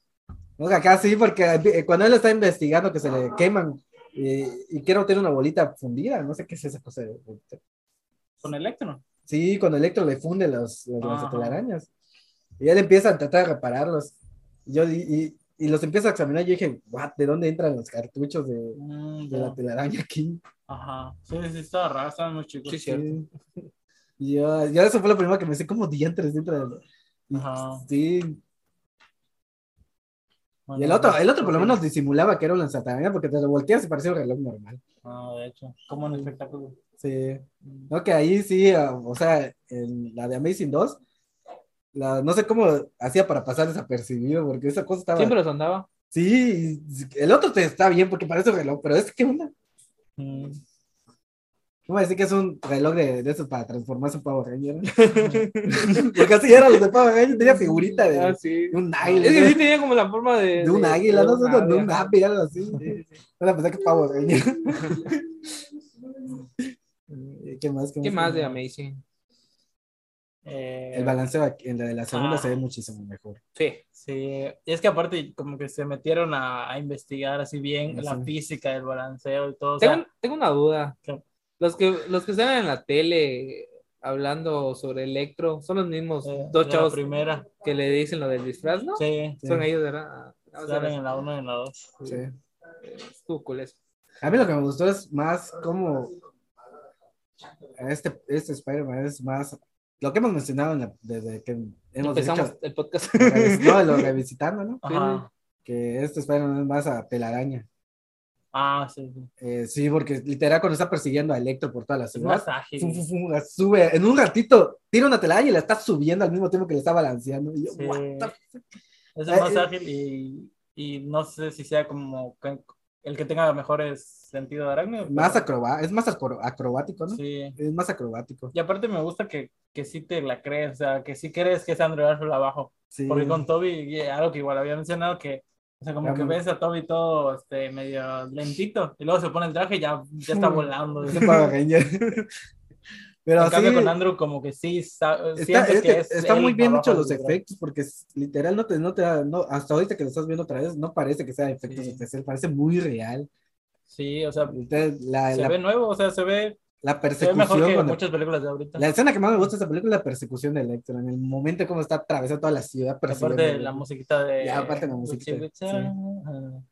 [SPEAKER 4] No, que acá sí, porque eh, cuando él está investigando que se le queman eh, y quiero tener una bolita fundida, no sé qué es esa cosa. de bolita.
[SPEAKER 2] Con Electro.
[SPEAKER 4] Sí, cuando Electro le funde los, los
[SPEAKER 2] Ajá.
[SPEAKER 1] Ah.
[SPEAKER 4] lanzatelarañas. Y él empieza a tratar de repararlos. Y Yo, y, y- y los empieza a examinar. Yo dije, ¿What? ¿de dónde entran los cartuchos de,
[SPEAKER 2] Mm,
[SPEAKER 4] de
[SPEAKER 2] ya.
[SPEAKER 1] Ah.
[SPEAKER 4] la telaraña aquí?
[SPEAKER 2] Ajá. Sí, sí, estaba raro, estaban muy chicos.
[SPEAKER 1] Sí, cierto.
[SPEAKER 4] Sí. Y yo, yo eso fue lo primero que me hice, como dientes dentro de la- y-
[SPEAKER 2] Ajá.
[SPEAKER 4] Sí.
[SPEAKER 2] Bueno,
[SPEAKER 4] Y el otro,
[SPEAKER 2] pues,
[SPEAKER 4] el otro por lo
[SPEAKER 2] ok.
[SPEAKER 4] menos disimulaba que era un lanzatelaraña porque te lo volteas y parecía un reloj normal.
[SPEAKER 2] Ah, de hecho, como un espectáculo.
[SPEAKER 4] Sí. No, que ahí sí, ah, o sea, en la de Amazing 2, la, no sé cómo hacía para pasar desapercibido, porque esa cosa estaba.
[SPEAKER 1] Siempre los andaba.
[SPEAKER 4] Sí, y el otro te está bien porque parece un reloj, pero es que una.
[SPEAKER 2] Mm.
[SPEAKER 4] No voy a decir que es un reloj de, de esos para transformarse en Power Ranger. porque así eran los de Power Ranger, tenía figurita
[SPEAKER 1] Ah,
[SPEAKER 4] de
[SPEAKER 1] sí.
[SPEAKER 4] de un
[SPEAKER 1] Es
[SPEAKER 4] águila,
[SPEAKER 1] que sí
[SPEAKER 4] de,
[SPEAKER 1] tenía como la forma de.
[SPEAKER 4] de un águila, no sé, de,
[SPEAKER 1] de
[SPEAKER 4] un
[SPEAKER 1] un
[SPEAKER 4] ave,
[SPEAKER 1] ave.
[SPEAKER 4] algo así. Van a pensar que es Power Ranger.
[SPEAKER 3] ¿Qué más?
[SPEAKER 1] ¿Qué más de Amazing?
[SPEAKER 2] Eh,
[SPEAKER 4] El balanceo aquí- en la de la segunda
[SPEAKER 2] Ah.
[SPEAKER 4] se ve muchísimo mejor.
[SPEAKER 1] Sí.
[SPEAKER 2] Sí, y es que aparte como que se metieron a, a investigar así bien
[SPEAKER 4] Ya
[SPEAKER 2] la
[SPEAKER 4] sé.
[SPEAKER 2] física del balanceo y todo. o sea,
[SPEAKER 1] Tengo, tengo una duda.
[SPEAKER 2] ¿Qué?
[SPEAKER 1] Los que, los que salen en la tele hablando sobre Electro son los mismos
[SPEAKER 2] eh,
[SPEAKER 1] dos
[SPEAKER 2] de
[SPEAKER 1] chavos
[SPEAKER 2] La primera.
[SPEAKER 1] que le dicen lo del disfraz, ¿no?
[SPEAKER 2] Sí,
[SPEAKER 4] Sí.
[SPEAKER 1] Son ellos, ¿verdad? Ah, o sea,
[SPEAKER 2] salen en la uno y en la dos.
[SPEAKER 4] Sí.
[SPEAKER 1] estuvo cool eso.
[SPEAKER 4] A mí lo que me gustó es más como este, este Spider-Man es más lo que hemos mencionado en la- desde que hemos
[SPEAKER 1] Empezamos
[SPEAKER 4] hecho
[SPEAKER 1] el podcast.
[SPEAKER 4] no, lo revisitando, ¿no?
[SPEAKER 2] Ajá.
[SPEAKER 4] Que este Spider-Man es más a pelaraña.
[SPEAKER 2] Ah, sí. sí.
[SPEAKER 4] Eh, sí, porque literal cuando está persiguiendo a Electro por toda la
[SPEAKER 2] Es
[SPEAKER 4] ciudad,
[SPEAKER 2] más ágil.
[SPEAKER 4] fu, fu, fu, la sube, en un ratito tira una telaraña y la está subiendo al mismo tiempo que la está balanceando. Y yo,
[SPEAKER 2] Sí.
[SPEAKER 4] "What the
[SPEAKER 2] Es
[SPEAKER 4] Eh,
[SPEAKER 2] el más
[SPEAKER 4] eh.
[SPEAKER 2] ágil y, y no sé si sea como que- el que tenga mejores sentido de arácnido. pero-
[SPEAKER 4] Más acroba- es más acro- acrobático, ¿no?
[SPEAKER 2] Sí.
[SPEAKER 4] Es más acrobático.
[SPEAKER 2] Y aparte me gusta que, que sí te la crees, o sea, que sí crees que es Andrew Garfield abajo.
[SPEAKER 4] Sí.
[SPEAKER 2] Porque con Toby, y algo que igual había mencionado, que, o sea, como
[SPEAKER 4] Ya
[SPEAKER 2] que
[SPEAKER 4] no.
[SPEAKER 2] ves a Toby todo este, medio lentito, y luego se pone el traje y ya, ya está
[SPEAKER 4] Mm.
[SPEAKER 2] volando.
[SPEAKER 4] Ese Power Ranger. Pero
[SPEAKER 2] en cambio
[SPEAKER 4] sí,
[SPEAKER 2] con Andrew como que sí, sa-
[SPEAKER 4] está,
[SPEAKER 2] sientes
[SPEAKER 4] es
[SPEAKER 2] Pues que
[SPEAKER 4] que
[SPEAKER 2] es
[SPEAKER 4] está
[SPEAKER 2] él
[SPEAKER 4] muy bien
[SPEAKER 2] abajo
[SPEAKER 4] hechos
[SPEAKER 2] del
[SPEAKER 4] los
[SPEAKER 2] traje.
[SPEAKER 4] efectos, porque es- literal no te, no te da- no, hasta ahorita que lo estás viendo otra vez, no parece que sea efectos
[SPEAKER 2] Sí.
[SPEAKER 4] especiales, parece muy real.
[SPEAKER 2] Sí, o sea,
[SPEAKER 4] Entonces, la,
[SPEAKER 2] se
[SPEAKER 4] Ah, la-
[SPEAKER 2] ve nuevo, o sea, se ve,
[SPEAKER 4] la
[SPEAKER 2] se ve mejor
[SPEAKER 4] persecución,
[SPEAKER 2] que
[SPEAKER 4] cuando-
[SPEAKER 2] muchas películas de ahorita.
[SPEAKER 4] la escena que más me gusta de esta película es la persecución de Electro, en el momento como está atravesando toda la ciudad.
[SPEAKER 2] Y
[SPEAKER 4] persiguiendo a
[SPEAKER 2] aparte la
[SPEAKER 4] Electro.
[SPEAKER 2] musiquita de...
[SPEAKER 4] Y aparte la musiquita,
[SPEAKER 2] Wichi Wichi.
[SPEAKER 4] sí.
[SPEAKER 2] Ajá.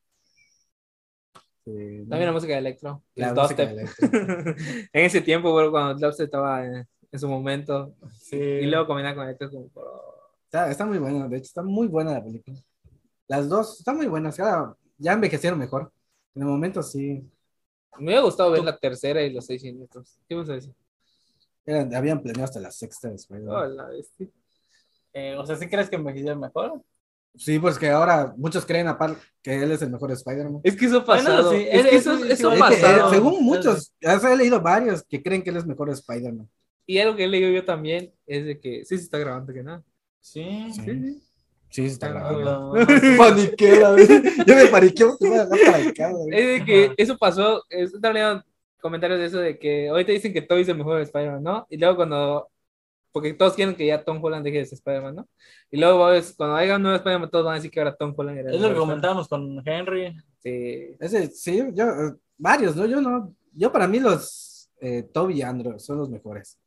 [SPEAKER 4] Sí,
[SPEAKER 1] También la música de Electro.
[SPEAKER 4] eh, la
[SPEAKER 1] el
[SPEAKER 4] música de
[SPEAKER 1] dubstep.
[SPEAKER 4] Electro.
[SPEAKER 1] en ese tiempo, bueno, cuando el dubstep estaba en, en su momento.
[SPEAKER 2] Sí.
[SPEAKER 1] Y luego combinaba con Electro como... oh,
[SPEAKER 4] Está, está muy buena, de hecho, está muy buena la película. Las dos están muy buenas, cada- ya envejecieron mejor. En el momento sí,
[SPEAKER 1] Me hubiera gustado ver la tercera y los seis siniestros. ¿Qué vas a decir?
[SPEAKER 4] eran- habían planeado hasta la sexta después.
[SPEAKER 1] Oh, la bestia.
[SPEAKER 2] Eh, o sea, ¿sí crees que envejecieron mejor?
[SPEAKER 4] Sí, pues que ahora muchos creen a par que él es el mejor Spider-Man.
[SPEAKER 1] Es que eso ha
[SPEAKER 2] Bueno,
[SPEAKER 1] pasado.
[SPEAKER 2] sí,
[SPEAKER 1] es que
[SPEAKER 2] eso-
[SPEAKER 1] eso,
[SPEAKER 2] eso
[SPEAKER 1] eso ha
[SPEAKER 2] sí.
[SPEAKER 4] Es que, eh,
[SPEAKER 1] pasado.
[SPEAKER 4] según muchos, o sea, he leído varios que creen que él es mejor Spider-Man.
[SPEAKER 1] Y algo que he leído yo también es de que sí se está grabando que nada.
[SPEAKER 2] Sí.
[SPEAKER 4] Sí.
[SPEAKER 1] Sí, sí.
[SPEAKER 4] Sí, está grabando.
[SPEAKER 2] Hola.
[SPEAKER 4] Paniquera, güey. Yo me paniqueo, te voy a dejar para acá, güey.
[SPEAKER 1] Es de que eso pasó. Es, estaba leyendo comentarios de eso de que ahorita dicen que Toby es el mejor Spider-Man, ¿no? Y luego cuando. Porque todos quieren que ya Tom Holland deje de ser Spider-Man, ¿no? Y luego ves, cuando haya un nuevo Spider-Man, todos van a decir que ahora Tom Holland era el
[SPEAKER 2] Es lo que
[SPEAKER 1] mejor Spider-Man.
[SPEAKER 2] comentábamos con Henry.
[SPEAKER 1] Sí.
[SPEAKER 4] Ese, sí, yo, eh, varios, ¿no? Yo no. Yo para mí los eh, Toby y Andrew son los mejores.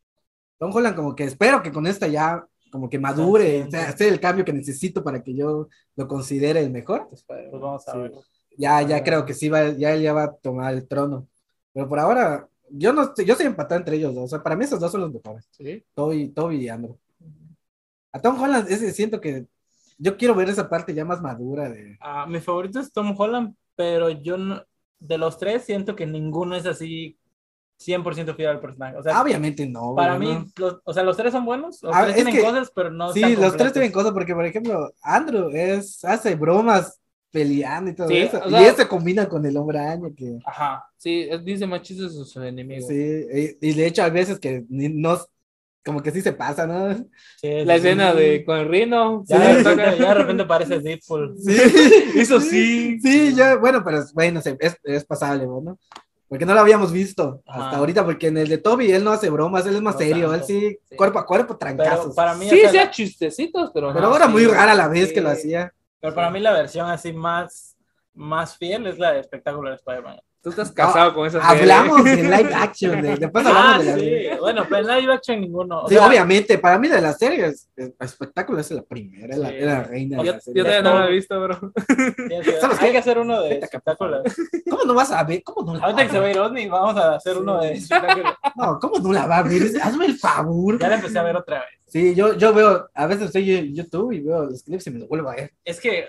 [SPEAKER 4] Tom Holland como que espero que con esta ya como que madure, o sea,
[SPEAKER 2] Consciente.
[SPEAKER 4] hacer el cambio que necesito para que yo lo considere el mejor.
[SPEAKER 2] Pues vamos a
[SPEAKER 4] Sí.
[SPEAKER 2] ver.
[SPEAKER 4] Ya, ya
[SPEAKER 1] Ah.
[SPEAKER 4] creo que sí va, ya él ya va a tomar el trono. Pero por ahora, yo no estoy- yo estoy empatado entre ellos dos. O sea, para mí esos dos son los mejores.
[SPEAKER 1] Sí.
[SPEAKER 4] Toby, Toby y Andrew. A Tom Holland, ese siento que yo quiero ver esa parte ya más madura de.
[SPEAKER 2] Ah, mi favorito es Tom Holland, pero yo no- de los tres siento que ninguno es así 100% fiel al personaje. O sea,
[SPEAKER 4] Obviamente no.
[SPEAKER 2] para
[SPEAKER 4] güey,
[SPEAKER 2] mí,
[SPEAKER 4] ¿no?
[SPEAKER 2] los, o sea, los tres son buenos, los
[SPEAKER 4] Ah,
[SPEAKER 2] tres
[SPEAKER 4] es
[SPEAKER 2] tienen
[SPEAKER 4] que-
[SPEAKER 2] cosas, pero no
[SPEAKER 4] sí,
[SPEAKER 2] están
[SPEAKER 4] los tres
[SPEAKER 2] completos.
[SPEAKER 4] tienen cosas, porque por ejemplo, Andrew es, hace bromas peleando y todo
[SPEAKER 1] Sí,
[SPEAKER 4] eso.
[SPEAKER 1] o sea-
[SPEAKER 4] y él se combina con el hombre araña que.
[SPEAKER 2] Ajá.
[SPEAKER 1] Sí, es- dice más chistes de sus enemigos.
[SPEAKER 4] Sí, y, y de hecho, hay veces que ni- no. Como que sí se pasa, ¿no?
[SPEAKER 2] Sí,
[SPEAKER 1] La
[SPEAKER 2] sí.
[SPEAKER 1] escena de con el rino.
[SPEAKER 2] Ya,
[SPEAKER 1] sí,
[SPEAKER 2] de
[SPEAKER 1] le
[SPEAKER 2] repente,
[SPEAKER 1] toca-
[SPEAKER 2] ya de repente parece Deadpool.
[SPEAKER 4] Sí.
[SPEAKER 1] Eso sí.
[SPEAKER 4] Sí, ya, bueno, pero es- bueno, se- es, es pasable, ¿no? Porque no lo habíamos visto
[SPEAKER 2] Ajá.
[SPEAKER 4] hasta ahorita, porque en el de Toby él no hace bromas, él es más
[SPEAKER 2] No
[SPEAKER 4] serio,
[SPEAKER 2] tanto.
[SPEAKER 4] él sí,
[SPEAKER 1] Sí.
[SPEAKER 4] cuerpo a
[SPEAKER 2] Pero
[SPEAKER 4] cuerpo, trancazos.
[SPEAKER 2] para mí, o
[SPEAKER 1] Sí,
[SPEAKER 2] sea,
[SPEAKER 1] sea chistecitos, pero.
[SPEAKER 4] Pero
[SPEAKER 1] no,
[SPEAKER 4] ahora
[SPEAKER 1] sí.
[SPEAKER 4] muy rara la vez
[SPEAKER 1] Sí.
[SPEAKER 4] que lo hacía.
[SPEAKER 2] pero para mí la versión así más, más fiel es la de espectáculo de Spider-Man.
[SPEAKER 1] Tú estás casado con esa serie.
[SPEAKER 4] Hablamos de live action, de- después hablamos
[SPEAKER 2] Ah,
[SPEAKER 4] de la
[SPEAKER 2] sí. Bueno, pero en live action ninguno. O
[SPEAKER 4] Sí,
[SPEAKER 2] sea,
[SPEAKER 4] obviamente, para mí de las series, el espectáculo es la primera, es la,
[SPEAKER 2] Sí.
[SPEAKER 4] es la reina de
[SPEAKER 1] Yo,
[SPEAKER 4] la
[SPEAKER 1] yo
[SPEAKER 4] serie.
[SPEAKER 1] todavía no la he visto, bro.
[SPEAKER 2] sí, sí,
[SPEAKER 4] ¿Sabes
[SPEAKER 2] Hay
[SPEAKER 4] qué?
[SPEAKER 2] que hacer uno de
[SPEAKER 4] Vete acá, por favor.
[SPEAKER 2] espectáculo.
[SPEAKER 4] ¿Cómo no vas a ver? ¿Cómo no la va
[SPEAKER 2] Ahorita
[SPEAKER 4] a
[SPEAKER 2] que se va a
[SPEAKER 4] ver?
[SPEAKER 2] ir Osni, vamos a hacer
[SPEAKER 4] Sí.
[SPEAKER 2] uno de espectáculo.
[SPEAKER 4] No, ¿cómo no la va a ver? Hazme el favor.
[SPEAKER 2] Ya la empecé a ver otra vez.
[SPEAKER 4] Sí, yo, yo veo, a veces estoy en YouTube y veo los clips y me lo vuelvo a ver.
[SPEAKER 2] Es que,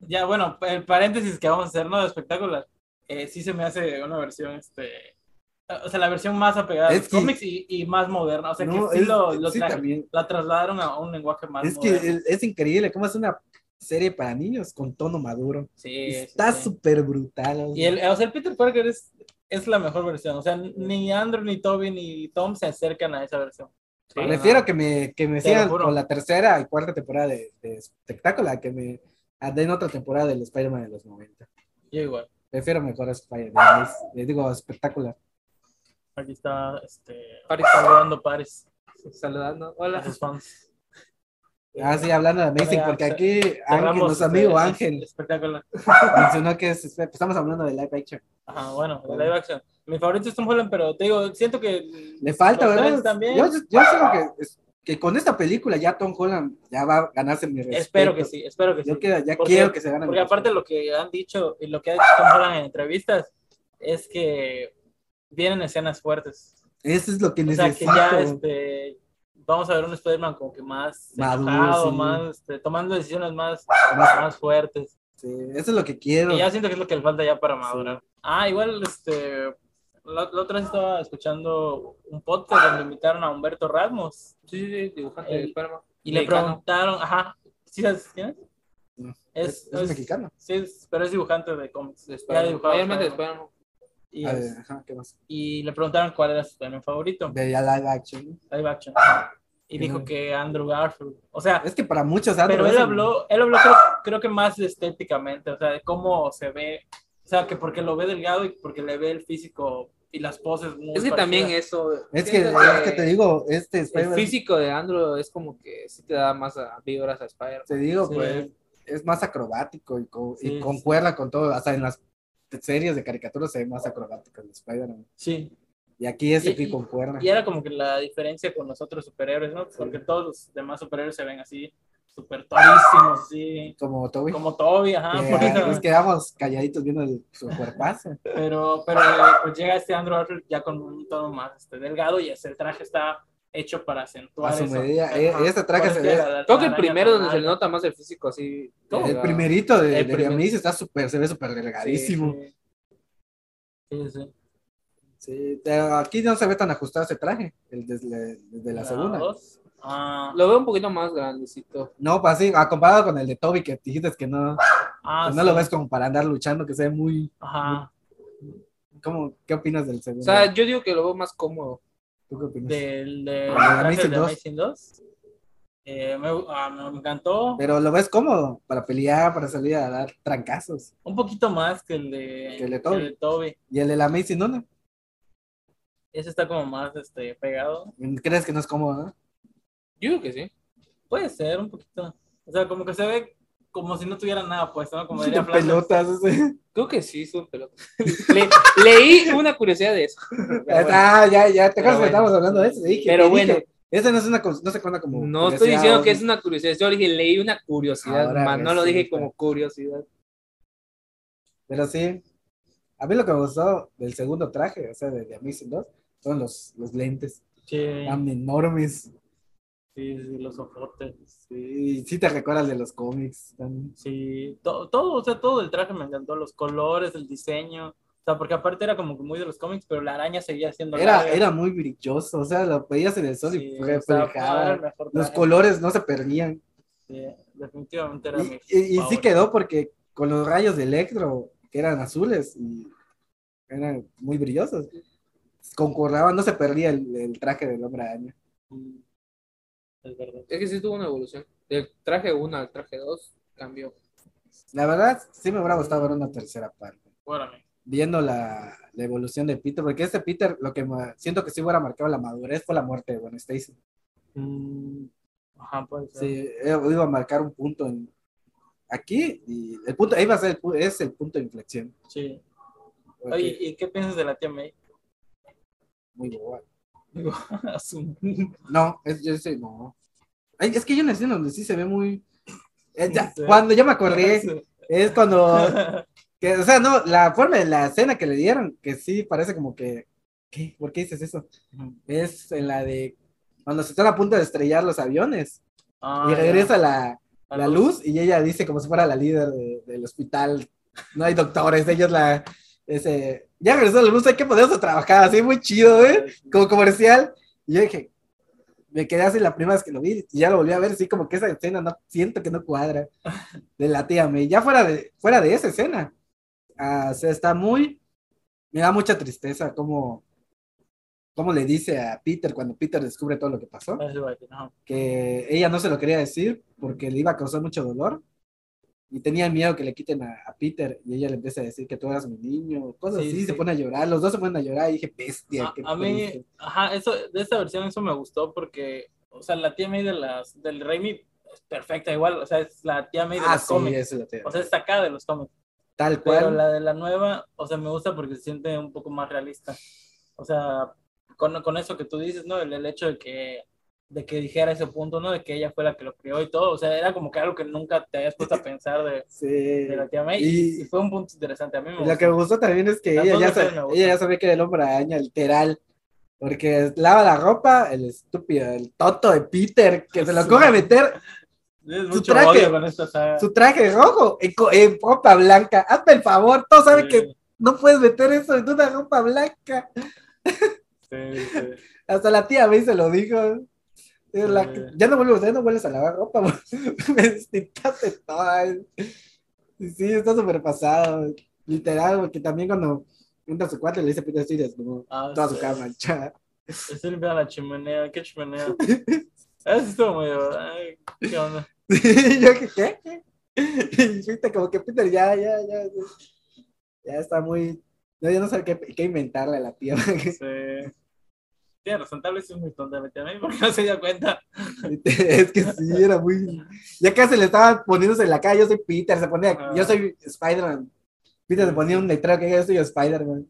[SPEAKER 2] ya bueno, el paréntesis que vamos a hacer, ¿no? De espectáculo, eh, sí se me hace una versión, este... O sea, la versión más apegada a
[SPEAKER 4] Es
[SPEAKER 2] los
[SPEAKER 4] que-
[SPEAKER 2] cómics y, y más moderna. O sea,
[SPEAKER 4] No,
[SPEAKER 2] que sí
[SPEAKER 4] es-
[SPEAKER 2] lo, lo
[SPEAKER 4] sí,
[SPEAKER 2] tra-
[SPEAKER 4] también.
[SPEAKER 2] la trasladaron a un lenguaje más
[SPEAKER 4] Es que
[SPEAKER 2] moderno.
[SPEAKER 4] el- es increíble cómo es una serie para niños con tono maduro.
[SPEAKER 2] Sí, sí,
[SPEAKER 4] Está
[SPEAKER 2] sí.
[SPEAKER 4] súper brutal. o sea.
[SPEAKER 2] Y el, o sea, el Peter Parker es, es la mejor versión. O sea, ni Andrew, ni Toby, ni Tom se acercan a esa versión. Para
[SPEAKER 4] Prefiero
[SPEAKER 2] nada.
[SPEAKER 4] que me, que me
[SPEAKER 2] Te lo
[SPEAKER 4] sigan
[SPEAKER 2] juro.
[SPEAKER 4] con la tercera y cuarta temporada de, de espectáculo a que me den otra temporada del Spider-Man de los 90.
[SPEAKER 2] Yo igual.
[SPEAKER 4] Prefiero mejor a Spider-Man. Les digo espectacular.
[SPEAKER 2] Aquí está, este,
[SPEAKER 1] Paris.
[SPEAKER 2] saludando Paris
[SPEAKER 1] Saludando.
[SPEAKER 2] a
[SPEAKER 1] Hola.
[SPEAKER 2] sus fans.
[SPEAKER 4] Ah, sí, hablando de Amazing,
[SPEAKER 2] Ahora,
[SPEAKER 4] porque
[SPEAKER 2] ce-
[SPEAKER 4] aquí Ángel,
[SPEAKER 2] Cerramos,
[SPEAKER 4] nuestro amigo
[SPEAKER 2] este,
[SPEAKER 4] Ángel,
[SPEAKER 2] Espectacular.
[SPEAKER 4] mencionó que es- estamos hablando de live action.
[SPEAKER 2] Ajá, bueno, de live action. Mi favorito es Tom Holland, pero te digo, siento que.
[SPEAKER 4] Le falta,
[SPEAKER 2] los
[SPEAKER 4] ¿verdad?
[SPEAKER 2] tres También.
[SPEAKER 4] Yo, yo siento que, es- que con esta película ya Tom Holland ya va a ganarse mi respeto.
[SPEAKER 2] espero que sí, espero que sí.
[SPEAKER 4] Yo que- ya
[SPEAKER 2] Porque-
[SPEAKER 4] quiero que se gane mi
[SPEAKER 2] Porque aparte lo que han dicho y lo que ha dicho Tom Holland en entrevistas es que vienen escenas fuertes.
[SPEAKER 4] Eso es lo que
[SPEAKER 2] O sea, que
[SPEAKER 4] necesito.
[SPEAKER 2] ya este, vamos a ver un Spider-Man como que más
[SPEAKER 4] Maduro,
[SPEAKER 2] enojado,
[SPEAKER 4] sí.
[SPEAKER 2] más este, tomando decisiones más,
[SPEAKER 4] Más-
[SPEAKER 2] más fuertes.
[SPEAKER 4] Sí, eso es lo que quiero.
[SPEAKER 2] Y ya siento que es lo que le falta ya para madurar. Ah, igual, este, la, la otra vez estaba escuchando un podcast donde invitaron a Humberto Ramos
[SPEAKER 1] Sí, sí, sí, dibujante de
[SPEAKER 2] El-
[SPEAKER 1] Spider-Man.
[SPEAKER 2] y le
[SPEAKER 1] Mexicano.
[SPEAKER 2] preguntaron, ajá, ¿sí sabes quién es?
[SPEAKER 4] No.
[SPEAKER 2] Es,
[SPEAKER 4] es, es
[SPEAKER 2] es-
[SPEAKER 4] mexicano.
[SPEAKER 2] sí, es- pero es dibujante de cómics.
[SPEAKER 1] De
[SPEAKER 2] Ya
[SPEAKER 1] Spider-Man.
[SPEAKER 2] dibujaba
[SPEAKER 1] Mayormente de
[SPEAKER 2] Spider-Man.
[SPEAKER 1] Spider-Man.
[SPEAKER 2] Y,
[SPEAKER 4] A
[SPEAKER 2] es-
[SPEAKER 4] ver, ajá, ¿qué más?
[SPEAKER 2] y le preguntaron cuál era su Spider-Man favorito,
[SPEAKER 4] De Ah. ya live action.
[SPEAKER 2] live action. Y
[SPEAKER 4] Qué
[SPEAKER 2] dijo
[SPEAKER 4] bueno.
[SPEAKER 2] que Andrew Garfield. O sea,
[SPEAKER 4] Es que para muchos
[SPEAKER 2] pero
[SPEAKER 4] Andrew
[SPEAKER 2] él
[SPEAKER 4] es el-
[SPEAKER 2] habló, él habló creo, creo que más estéticamente, o sea, de cómo se ve, o sea, que porque lo ve delgado y porque le ve el físico y las poses muy
[SPEAKER 1] Es que
[SPEAKER 2] parecidas.
[SPEAKER 1] también eso.
[SPEAKER 4] Es que,
[SPEAKER 1] siento
[SPEAKER 4] es que te digo, este
[SPEAKER 1] El
[SPEAKER 4] Spider-Man,
[SPEAKER 1] físico de Andrew es como que sí te da más a- vibras a Spider-Man.
[SPEAKER 4] te digo,
[SPEAKER 2] Sí.
[SPEAKER 4] pues, es más acrobático y, co- y
[SPEAKER 2] Sí, sí.
[SPEAKER 4] concuerda con todo. Hasta en las series de caricaturas se ve más acrobático el Spider-Man.
[SPEAKER 2] Sí,
[SPEAKER 4] Y aquí ese
[SPEAKER 2] Y-
[SPEAKER 4] que
[SPEAKER 2] y-
[SPEAKER 4] concuerda.
[SPEAKER 2] y era como que la diferencia con los otros superhéroes, ¿no? Porque todos los demás superhéroes se ven así, súper torísimos, así,
[SPEAKER 4] como Toby.
[SPEAKER 2] como Toby, ajá,
[SPEAKER 4] que,
[SPEAKER 2] por
[SPEAKER 4] ah,
[SPEAKER 2] eso-
[SPEAKER 4] nos quedamos calladitos viendo el, su cuerpazo.
[SPEAKER 2] Pero, pero pues llega este Andrew Garfield ya con un tono más este, delgado y ese, el traje está hecho para acentuar
[SPEAKER 4] A su
[SPEAKER 2] eso.
[SPEAKER 4] medida, e-
[SPEAKER 2] Ajá.
[SPEAKER 4] ese traje
[SPEAKER 2] Por
[SPEAKER 4] se
[SPEAKER 2] eso
[SPEAKER 4] ve-
[SPEAKER 2] la- la
[SPEAKER 1] Creo que el
[SPEAKER 2] araña
[SPEAKER 1] primero
[SPEAKER 2] tan
[SPEAKER 1] donde se le
[SPEAKER 2] alta.
[SPEAKER 1] nota más el físico así.
[SPEAKER 2] ¿Cómo?
[SPEAKER 1] delgado.
[SPEAKER 4] El primerito de,
[SPEAKER 1] El
[SPEAKER 4] de
[SPEAKER 1] primer-
[SPEAKER 4] Diamante está súper, se ve súper delgadísimo.
[SPEAKER 2] Sí, sí. Sí, sí.
[SPEAKER 4] Sí, pero aquí no se ve tan ajustado ese traje, el de, el de la, segunda. Pues
[SPEAKER 2] dos. Ah,
[SPEAKER 1] Lo veo un poquito más grandecito.
[SPEAKER 4] No, pues así, a comparado con el de Toby, que dijiste que no,
[SPEAKER 2] ah,
[SPEAKER 4] que no
[SPEAKER 2] sí.
[SPEAKER 4] lo ves como para andar luchando, que se ve muy...
[SPEAKER 2] Ajá.
[SPEAKER 4] ¿cómo, ¿Qué opinas del
[SPEAKER 1] O
[SPEAKER 4] segundo?
[SPEAKER 1] sea, yo digo que lo veo más cómodo.
[SPEAKER 4] ¿Tú qué opinas?
[SPEAKER 2] Del de,
[SPEAKER 4] El de
[SPEAKER 2] traje
[SPEAKER 4] Pues, Amazing
[SPEAKER 2] de
[SPEAKER 4] 2.
[SPEAKER 2] Amazing 2. Eh, me, ah, me encantó
[SPEAKER 4] Pero lo ves cómodo para pelear, para salir a dar trancazos.
[SPEAKER 2] un poquito más que el de,
[SPEAKER 4] Que el de Toby.
[SPEAKER 2] que el de Toby.
[SPEAKER 4] Y el de la Macy, ¿no? no?
[SPEAKER 2] Ese está como más este, pegado.
[SPEAKER 4] ¿Crees que no es cómodo? no?
[SPEAKER 1] Yo digo que sí.
[SPEAKER 2] Puede ser un poquito. O sea, como que se ve como si no tuviera nada puesto, ¿no? Como diría
[SPEAKER 4] De
[SPEAKER 2] Flanders.
[SPEAKER 4] pelotas, ese.
[SPEAKER 1] Creo que sí, son pelotas. Le- leí una curiosidad de eso. Pero bueno.
[SPEAKER 4] Ah, ya, ya, te acuerdas
[SPEAKER 1] Pero
[SPEAKER 4] que
[SPEAKER 1] bueno.
[SPEAKER 4] estábamos hablando de eso. Dije,
[SPEAKER 1] Pero
[SPEAKER 4] te
[SPEAKER 1] bueno.
[SPEAKER 4] dije, esa no, es una, cos- no se cuenta como.
[SPEAKER 1] No estoy diciendo que es
[SPEAKER 4] curiosidad,
[SPEAKER 1] una curiosidad. Yo dije, leí una curiosidad,
[SPEAKER 4] Ahora
[SPEAKER 1] más no lo
[SPEAKER 4] resulta.
[SPEAKER 1] dije como curiosidad.
[SPEAKER 4] Pero sí, a mí lo que me gustó del segundo traje, o sea, de, de Amazing 2, son los, los lentes.
[SPEAKER 2] Sí,
[SPEAKER 4] Tan enormes.
[SPEAKER 2] sí, sí, los ojotes.
[SPEAKER 4] Sí, sí te recuerdas de los cómics. tan-
[SPEAKER 2] Sí, to- todo, o sea, todo el traje me encantó, los colores, el diseño. O sea, porque aparte era como que muy de los cómics, pero la araña seguía siendo
[SPEAKER 4] Era,
[SPEAKER 2] larga.
[SPEAKER 4] era muy brilloso, o sea, lo veías en el sol
[SPEAKER 2] Sí,
[SPEAKER 4] y
[SPEAKER 2] o sea, era
[SPEAKER 4] reflejaba.
[SPEAKER 2] el mejor
[SPEAKER 4] Los
[SPEAKER 2] traje.
[SPEAKER 4] colores no se perdían.
[SPEAKER 2] Sí, definitivamente era mi
[SPEAKER 4] Y, y- y sí
[SPEAKER 2] favorito.
[SPEAKER 4] quedó porque con los rayos de electro, que eran azules y eran muy brillosos, concordaban, no se perdía el, el traje del hombre araña.
[SPEAKER 2] Es verdad.
[SPEAKER 1] Es que sí tuvo una evolución. Del traje 1 al traje 2 cambió.
[SPEAKER 4] La verdad, sí me hubiera gustado ver una tercera parte.
[SPEAKER 2] Bueno, amigo.
[SPEAKER 4] viendo la, la evolución de Peter, porque este Peter, lo que ma- siento que sí hubiera marcado la madurez fue la muerte de Gwen Stacy.
[SPEAKER 2] Mm, Ajá, pues.
[SPEAKER 4] Sí, eh, iba a marcar un punto en- aquí y el punto, ahí va a ser el, pu- es el punto de inflexión.
[SPEAKER 2] sí.
[SPEAKER 4] porque
[SPEAKER 2] Oye, ¿y qué piensas de la tía May?
[SPEAKER 4] muy boba.
[SPEAKER 2] Su-
[SPEAKER 4] No, es, yo sí, no. Ay, es que hay una escena donde sí se ve muy... eh, ya,
[SPEAKER 2] No sé.
[SPEAKER 4] Cuando ya me acordé, es cuando... que, o sea, no, la forma de la escena que le dieron, que sí parece como que... ¿Qué? ¿Por qué dices eso? Es en la de... Cuando se están a punto de estrellar los aviones.
[SPEAKER 2] Ah,
[SPEAKER 4] y
[SPEAKER 2] ya.
[SPEAKER 4] regresa la, la luz y ella dice como si fuera la líder de- del hospital. No hay doctores, ella es la... Ese, ya regresó la luz, hay que ponerse a trabajar, así muy chido, ¿eh? Como comercial. Y yo dije, me quedé así la primera vez que lo vi y ya lo volví a ver, así como que esa escena no, siento que no cuadra de la tía May. Ya fuera de, fuera de esa escena, ah, o sea, está muy... Me da mucha tristeza como... Como le dice a Peter cuando Peter descubre todo lo que pasó
[SPEAKER 2] Ah, sí, vaya, ajá.
[SPEAKER 4] que ella no se lo quería decir porque le iba a causar mucho dolor y tenía miedo que le quiten a, a Peter y ella le empieza a decir que tú eras mi niño, cosas
[SPEAKER 2] Sí,
[SPEAKER 4] así,
[SPEAKER 2] sí.
[SPEAKER 4] se pone a llorar, los dos se ponen a llorar y dije, bestia.
[SPEAKER 2] A,
[SPEAKER 4] qué
[SPEAKER 2] Ah, a mí,
[SPEAKER 4] triste".
[SPEAKER 2] ajá, eso, de esta versión eso me gustó porque, o sea, la tía May de las, del Raimi es perfecta igual, o sea, es la tía May de
[SPEAKER 4] Ah,
[SPEAKER 2] los
[SPEAKER 4] sí,
[SPEAKER 2] cómics,
[SPEAKER 4] eso lo tengo.
[SPEAKER 2] o sea, es sacada de los cómics,
[SPEAKER 4] Tal
[SPEAKER 2] pero
[SPEAKER 4] cual.
[SPEAKER 2] la de la nueva, o sea, me gusta porque se siente un poco más realista, o sea, con, con eso que tú dices, ¿no? El, el hecho de que, de que dijera ese punto, ¿no? De que ella fue la que lo crió y todo, o sea, era como que algo que nunca te habías puesto a pensar de,
[SPEAKER 4] Sí.
[SPEAKER 2] de la tía May,
[SPEAKER 4] Y-
[SPEAKER 2] y, fue un punto interesante, a mí me
[SPEAKER 4] Lo
[SPEAKER 2] gustó.
[SPEAKER 4] que me gustó también es que
[SPEAKER 2] Las
[SPEAKER 4] ella
[SPEAKER 2] dos
[SPEAKER 4] ya,
[SPEAKER 2] mujeres
[SPEAKER 4] sabe,
[SPEAKER 2] me gustan.
[SPEAKER 4] ella ya sabe que era el hombre araña, literal. Porque lava la ropa, el estúpido, el toto de Peter, que se lo
[SPEAKER 2] Sí.
[SPEAKER 4] coge a meter
[SPEAKER 2] Es
[SPEAKER 4] su
[SPEAKER 2] mucho
[SPEAKER 4] traje-
[SPEAKER 2] odio con esta saga.
[SPEAKER 4] su traje rojo en, co- en ropa blanca. Hazme el favor, todos saben que
[SPEAKER 2] Sí,
[SPEAKER 4] no puedes meter eso en una ropa blanca.
[SPEAKER 2] sí, sí.
[SPEAKER 4] Hasta la tía May se lo dijo. Es la-
[SPEAKER 2] Sí.
[SPEAKER 4] ya no vuelves, ya no vuelves a lavar ropa, me destintaste toda. Y Sí, está súper pasado, literal, porque también cuando entra a su cuarto y le dice, Peter, estoy desnudo.
[SPEAKER 2] Ah,
[SPEAKER 4] toda su
[SPEAKER 2] sí.
[SPEAKER 4] cara manchada.
[SPEAKER 2] Estoy limpiando la chimenea, ¿qué chimenea? Eso estuvo muy ay, ¿Qué onda?
[SPEAKER 4] Y yo, ¿qué? ¿Qué? Y fuiste como que Peter ya, ya, ya, ya, ya está muy... No, ya no sabe qué, qué inventarle a la tía. porque
[SPEAKER 2] Sí. Tiene razón, tal vez es muy tonta, vete a mí, porque no se dio cuenta.
[SPEAKER 4] es que sí, era muy... Ya casi le estaba poniéndose en la cara, yo soy Peter, se ponía,
[SPEAKER 2] Ah.
[SPEAKER 4] yo soy Spider-Man. Peter se ponía un letrero que yo soy Spider-Man.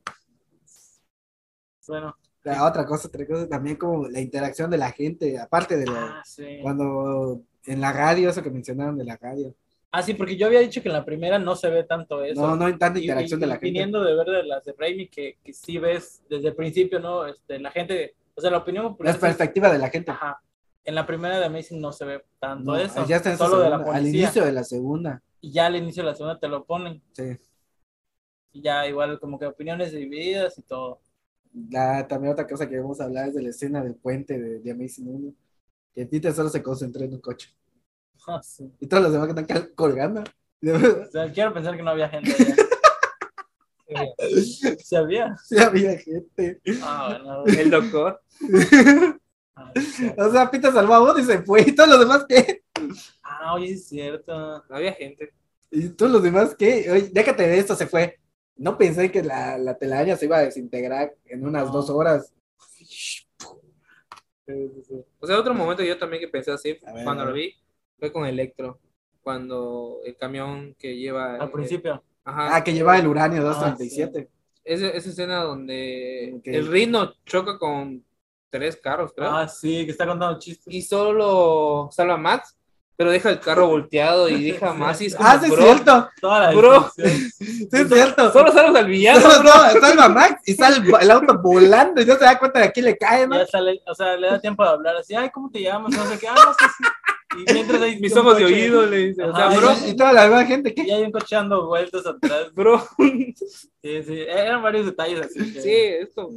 [SPEAKER 2] Bueno,
[SPEAKER 4] La otra cosa, otra cosa, también como la interacción de la gente, aparte de la,
[SPEAKER 2] ah, sí.
[SPEAKER 4] cuando en la radio, eso que mencionaron de la radio.
[SPEAKER 2] Ah, sí, porque yo había dicho que en la primera no se ve tanto eso.
[SPEAKER 4] No, no hay tanta
[SPEAKER 2] Y-
[SPEAKER 4] interacción
[SPEAKER 2] y-
[SPEAKER 4] de la
[SPEAKER 2] y
[SPEAKER 4] gente.
[SPEAKER 2] Viniendo de ver de las de Raimi, que, que sí ves desde el principio, ¿no? Este, la gente, o sea, la opinión popular.
[SPEAKER 4] La perspectiva de la gente.
[SPEAKER 2] Ajá. En la primera de Amazing no se ve tanto
[SPEAKER 4] No,
[SPEAKER 2] eso.
[SPEAKER 4] ya está en su
[SPEAKER 2] solo de la
[SPEAKER 4] segunda,
[SPEAKER 2] policía.
[SPEAKER 4] al inicio de la segunda.
[SPEAKER 2] y ya al inicio de la segunda te lo ponen.
[SPEAKER 4] Sí.
[SPEAKER 2] Y ya igual como que opiniones divididas y todo.
[SPEAKER 4] La, también otra cosa que vamos a hablar es de la escena del puente de, de Amazing 1. Que Peter solo se concentró en un coche.
[SPEAKER 2] Ah, sí.
[SPEAKER 4] Y todos los demás que están cal- colgando.
[SPEAKER 2] O sea, quiero pensar que no había gente allá. ¿Se había?
[SPEAKER 4] Sí, había gente.
[SPEAKER 2] Ah, bueno.
[SPEAKER 1] El doctor.
[SPEAKER 2] Ah, sí.
[SPEAKER 4] O sea, Peter salvó a uno y se fue. ¿Y todos los demás qué?
[SPEAKER 2] Ah, oye, sí es cierto.
[SPEAKER 1] No había gente.
[SPEAKER 4] ¿Y todos los demás qué? Oye, déjate de esto, se fue. No pensé que la, la telaraña se iba a desintegrar en unas
[SPEAKER 2] No.
[SPEAKER 4] dos horas.
[SPEAKER 1] O sea, otro momento yo también que pensé así,
[SPEAKER 4] A ver,
[SPEAKER 1] cuando
[SPEAKER 4] a ver.
[SPEAKER 1] lo vi, fue con Electro. Cuando el camión que lleva.
[SPEAKER 2] Al
[SPEAKER 1] eh,
[SPEAKER 2] principio.
[SPEAKER 1] Ajá.
[SPEAKER 4] Ah, que llevaba el uranio
[SPEAKER 2] Ah,
[SPEAKER 4] 237.
[SPEAKER 1] Esa, esa escena donde
[SPEAKER 4] Ok.
[SPEAKER 1] el Rino choca con tres carros, creo.
[SPEAKER 2] Ah, sí, que está contando chistes.
[SPEAKER 1] y solo salva a Max, pero deja el carro volteado y deja a Max y es como,
[SPEAKER 4] Ah, sí, es
[SPEAKER 1] bro,
[SPEAKER 4] cierto.
[SPEAKER 2] Toda la
[SPEAKER 1] Bro.
[SPEAKER 2] descripción.
[SPEAKER 4] Sí, es cierto.
[SPEAKER 1] solo salvas al villano.
[SPEAKER 4] No, no, salva a Max y sale el- el auto volando y no se da cuenta de aquí le cae, ¿no?
[SPEAKER 2] Ya sale, o sea, le da tiempo de hablar así, ay, ¿cómo te llamas? No sé qué, ah, no sé si- Y mientras hay
[SPEAKER 1] Mis
[SPEAKER 2] un
[SPEAKER 1] ojos de
[SPEAKER 2] coche-
[SPEAKER 1] oído le dice, o sea,
[SPEAKER 2] Ajá,
[SPEAKER 1] bro,
[SPEAKER 4] Y- Y toda la demás gente
[SPEAKER 2] Y
[SPEAKER 4] que...
[SPEAKER 2] hay un coche dando vueltas atrás.
[SPEAKER 1] bro.
[SPEAKER 2] Sí, sí, e-, eran varios detalles así. que-
[SPEAKER 1] Sí, esto.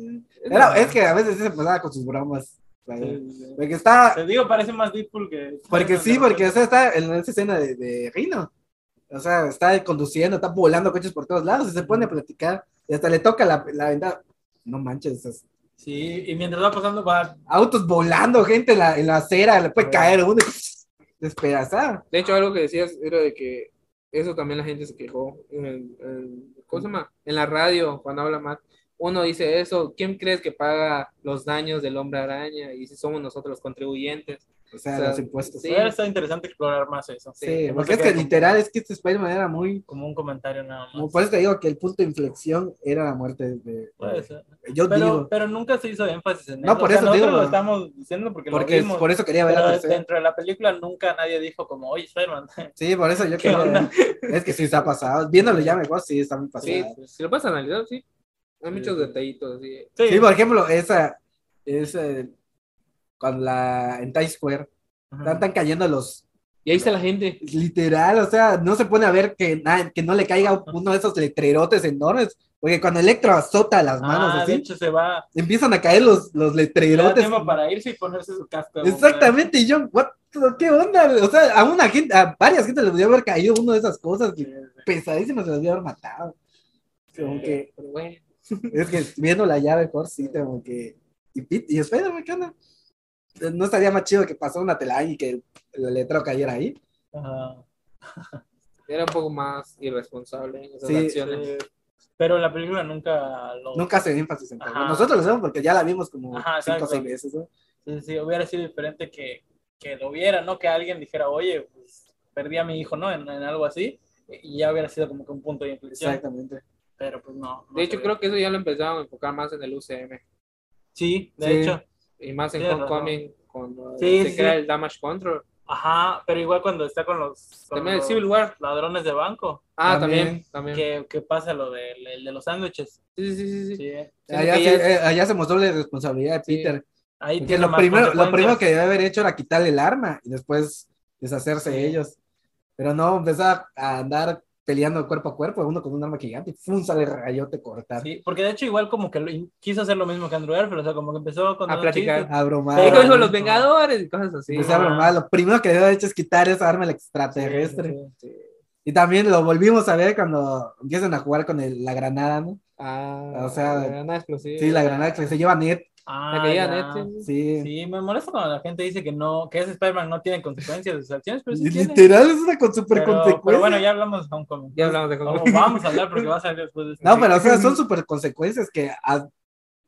[SPEAKER 4] Era- es que a veces sí se pasaba con sus bromas. ¿vale?
[SPEAKER 2] Sí, sí, sí.
[SPEAKER 4] Porque está...
[SPEAKER 2] Te digo, parece más Deadpool que.
[SPEAKER 4] Porque sí, porque o sea, está en esa escena de, de Rino. O sea, está conduciendo, está volando coches por todos lados y se pone a platicar. Y hasta le toca la, la ventana. No manches, esos
[SPEAKER 2] Sí, y mientras va pasando, va.
[SPEAKER 4] autos volando, gente en la, en la acera, le puede caer uno y despedazar.
[SPEAKER 1] De hecho, algo que decías era de que eso también la gente se quejó. En, el- en- ¿cómo se llama? En la radio, cuando habla Max, uno dice eso, ¿quién crees que paga los daños del hombre araña? Y si somos nosotros los contribuyentes.
[SPEAKER 4] O sea,
[SPEAKER 1] O sea,
[SPEAKER 4] los impuestos.
[SPEAKER 1] Sí.
[SPEAKER 4] Sí,
[SPEAKER 2] Hubiera estado interesante explorar más eso. no se
[SPEAKER 4] porque es que
[SPEAKER 2] queda Ah,
[SPEAKER 4] literal es que este Spider-Man era muy...
[SPEAKER 2] Como un comentario nada más.
[SPEAKER 4] Como por eso te digo que el punto de inflexión era la muerte de.
[SPEAKER 2] Puede ser.
[SPEAKER 4] Yo
[SPEAKER 2] Pero,
[SPEAKER 4] digo,
[SPEAKER 2] pero nunca se hizo énfasis en
[SPEAKER 4] No,
[SPEAKER 2] eso.
[SPEAKER 4] por eso
[SPEAKER 2] nosotros
[SPEAKER 4] digo.
[SPEAKER 2] lo estamos diciendo porque,
[SPEAKER 4] porque
[SPEAKER 2] lo vimos.
[SPEAKER 4] por eso quería ver
[SPEAKER 2] pero
[SPEAKER 4] la tercera.
[SPEAKER 2] dentro de la película nunca nadie dijo como, oye, Spider-Man.
[SPEAKER 4] Sí, por eso yo quería.
[SPEAKER 2] onda?
[SPEAKER 4] Es que sí está pasado. Viéndolo ya mejor, sí está muy pasado.
[SPEAKER 1] Sí, pues,
[SPEAKER 4] Sí,
[SPEAKER 1] si lo puedes analizar, sí. Hay
[SPEAKER 2] Sí,
[SPEAKER 1] muchos
[SPEAKER 2] sí.
[SPEAKER 1] detallitos. sí.
[SPEAKER 2] Sí,
[SPEAKER 4] por ejemplo, esa. esa con la. En Times Square.
[SPEAKER 2] Ajá.
[SPEAKER 4] Están, están cayendo los.
[SPEAKER 1] Y ahí está la gente.
[SPEAKER 4] Literal, o sea, no se pone a ver que, na- que no le caiga uno de esos letrerotes enormes. Porque cuando Electro azota las manos
[SPEAKER 2] Ah, de
[SPEAKER 4] así,
[SPEAKER 2] hecho se va.
[SPEAKER 4] empiezan a caer los, los
[SPEAKER 2] Le da
[SPEAKER 4] letrerotes.
[SPEAKER 2] tiempo para irse y ponerse su casco. de bombero.
[SPEAKER 4] Exactamente, y yo, what- ¿qué onda? O sea, a una gente, a varias gente les debió haber caído una de esas cosas
[SPEAKER 2] Sí,
[SPEAKER 4] que pesadísimas se les debió haber matado. Como
[SPEAKER 2] Sí.
[SPEAKER 4] que,
[SPEAKER 1] Pero bueno.
[SPEAKER 4] es que viendo la llave, mejor sí, como que. Y, Pit- y Spider-Man, ¿qué onda? No estaría más chido que pasara una telaraña y que la letra cayera ahí.
[SPEAKER 2] Ajá.
[SPEAKER 1] Era un poco más irresponsable en esas
[SPEAKER 4] Sí,
[SPEAKER 1] acciones.
[SPEAKER 2] Eh, pero la película nunca lo.
[SPEAKER 4] Nunca se dio énfasis en Pablo.
[SPEAKER 2] Ajá.
[SPEAKER 4] Nosotros lo sabemos porque ya la vimos como
[SPEAKER 2] Ajá,
[SPEAKER 4] cinco
[SPEAKER 2] exacto.
[SPEAKER 4] o seis veces, ¿no?
[SPEAKER 2] Sí, sí, hubiera sido diferente que, que lo viera, ¿no? Que alguien dijera, oye, pues perdí a mi hijo, ¿no? En, en algo así. Y ya hubiera sido como que un punto de inflexión.
[SPEAKER 4] Exactamente.
[SPEAKER 2] Pero pues no. no
[SPEAKER 1] De hecho,
[SPEAKER 2] se
[SPEAKER 1] creo
[SPEAKER 2] ve.
[SPEAKER 1] que eso ya lo empezaron a enfocar más en el UCM.
[SPEAKER 2] Sí, de
[SPEAKER 4] Sí.
[SPEAKER 2] hecho.
[SPEAKER 1] Y más en
[SPEAKER 2] Tienes razón.
[SPEAKER 1] Homecoming, cuando
[SPEAKER 2] Sí,
[SPEAKER 1] se
[SPEAKER 2] sí.
[SPEAKER 1] crea el Damage Control.
[SPEAKER 2] Ajá, pero igual cuando está con los, con
[SPEAKER 1] También el
[SPEAKER 2] los
[SPEAKER 1] Civil War.
[SPEAKER 2] ladrones de banco,
[SPEAKER 1] Ah,
[SPEAKER 4] También.
[SPEAKER 1] también. también.
[SPEAKER 2] que, que pasa lo del el de los sándwiches.
[SPEAKER 1] Sí, sí, sí, sí, sí.
[SPEAKER 2] Sí, eh.
[SPEAKER 1] Siento
[SPEAKER 4] Allá,
[SPEAKER 1] que
[SPEAKER 4] sí,
[SPEAKER 1] ya es-
[SPEAKER 4] eh, allá se mostró la responsabilidad de
[SPEAKER 1] Sí.
[SPEAKER 4] Peter.
[SPEAKER 2] Ahí
[SPEAKER 4] Porque
[SPEAKER 2] tiene
[SPEAKER 4] lo
[SPEAKER 2] más
[SPEAKER 4] primero, lo
[SPEAKER 2] consecuencias.
[SPEAKER 4] primero que debe haber hecho era quitarle el arma y después deshacerse
[SPEAKER 2] Sí.
[SPEAKER 4] de ellos. Pero no, empezaba a andar peleando cuerpo a cuerpo, uno con un arma gigante y ¡fum! sale rayote cortar.
[SPEAKER 2] Sí, porque de hecho igual como que lo- quiso hacer lo mismo que Andrew Garfield, o sea, como que empezó con
[SPEAKER 1] A
[SPEAKER 2] los
[SPEAKER 1] platicar.
[SPEAKER 2] chistes.
[SPEAKER 4] A bromar.
[SPEAKER 1] Ahí
[SPEAKER 2] Pero-
[SPEAKER 1] dijo los Vengadores y cosas así.
[SPEAKER 4] Empezó a
[SPEAKER 2] Ajá.
[SPEAKER 4] bromar. Lo primero que debe haber hecho es quitar esa arma al extraterrestre.
[SPEAKER 2] Sí, sí, sí.
[SPEAKER 4] Y también lo volvimos a ver cuando empiezan a jugar con el- la granada, ¿no?
[SPEAKER 1] Ah,
[SPEAKER 4] O sea,
[SPEAKER 1] la granada explosiva.
[SPEAKER 4] Sí, la granada que se lleva Ned.
[SPEAKER 2] Ah,
[SPEAKER 1] La que este,
[SPEAKER 2] ya.
[SPEAKER 1] lleva Ned, sí, sí.
[SPEAKER 4] Sí.
[SPEAKER 2] Sí, me molesta cuando la gente dice que no, que ese Spider-Man no tiene consecuencias de sus acciones, pero sí tiene.
[SPEAKER 4] Literal, es una con super
[SPEAKER 2] Pero,
[SPEAKER 4] consecuencias.
[SPEAKER 2] pero bueno, ya hablamos de Homecoming.
[SPEAKER 1] Ya hablamos de
[SPEAKER 2] Vamos,
[SPEAKER 1] Homecoming.
[SPEAKER 2] vamos a hablar porque va a salir después de este esto.
[SPEAKER 4] No, pero o sea, son super consecuencias que, a-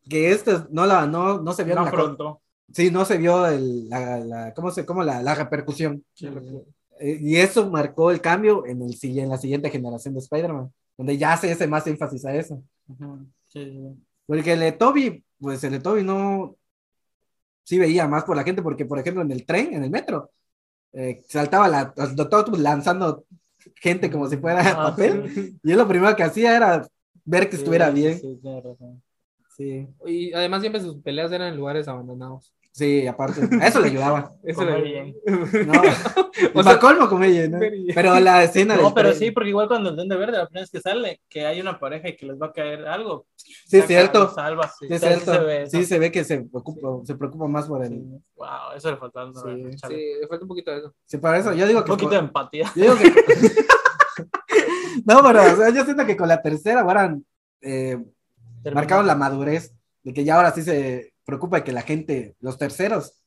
[SPEAKER 4] que estas no la no, no se vio
[SPEAKER 2] no
[SPEAKER 4] la-
[SPEAKER 2] pronto.
[SPEAKER 4] sí, no se vio el, la, la- ¿cómo se, cómo la, la repercusión. Eh, Y eso marcó el cambio en, el, sigui- en la siguiente generación de Spider-Man, donde ya se hace más énfasis a eso.
[SPEAKER 2] Ujú, sí, sí.
[SPEAKER 4] Porque el de Toby, pues el de Toby no. Sí veía más por la gente, porque por ejemplo en el tren, en el metro, eh, saltaba la, los doctor Octopus lanzando gente como si fuera
[SPEAKER 2] Ah,
[SPEAKER 4] papel.
[SPEAKER 2] sí.
[SPEAKER 4] Y él lo primero que hacía era ver que estuviera
[SPEAKER 2] Sí, sí,
[SPEAKER 4] bien.
[SPEAKER 2] sí, tienes razón.
[SPEAKER 4] Sí,
[SPEAKER 2] Oh.
[SPEAKER 1] Y además siempre sus peleas eran en lugares abandonados.
[SPEAKER 4] sí, aparte. A eso le ayudaba.
[SPEAKER 1] Eso
[SPEAKER 2] Comer
[SPEAKER 1] era-
[SPEAKER 2] bien.
[SPEAKER 4] No,
[SPEAKER 1] O
[SPEAKER 4] o
[SPEAKER 1] sea-
[SPEAKER 4] colmo con ella, ¿no? Pero la escena del
[SPEAKER 2] No, pero
[SPEAKER 4] tren-
[SPEAKER 2] sí, porque igual cuando el Duende Verde, la primera vez que sale, que hay una pareja y que les va a caer algo.
[SPEAKER 4] Sí, es
[SPEAKER 2] saca,
[SPEAKER 4] cierto.
[SPEAKER 2] los Salva, sí,
[SPEAKER 4] Sí, es
[SPEAKER 2] Entonces, sí
[SPEAKER 4] cierto.
[SPEAKER 2] se ve eso.
[SPEAKER 4] Sí, se ve que se preocupa, se preocupa más por él.
[SPEAKER 2] Sí. Wow, eso le faltaba. no,
[SPEAKER 4] Sí,
[SPEAKER 2] no, chale.
[SPEAKER 1] Sí, le falta un poquito de eso.
[SPEAKER 4] Sí, por eso yo digo
[SPEAKER 2] Un
[SPEAKER 4] que.
[SPEAKER 2] poquito de empatía.
[SPEAKER 4] Yo digo que... no, pero o sea, yo siento que con la tercera ahora eh, marcaron la madurez de que ya ahora sí se preocupa de que la gente, los terceros,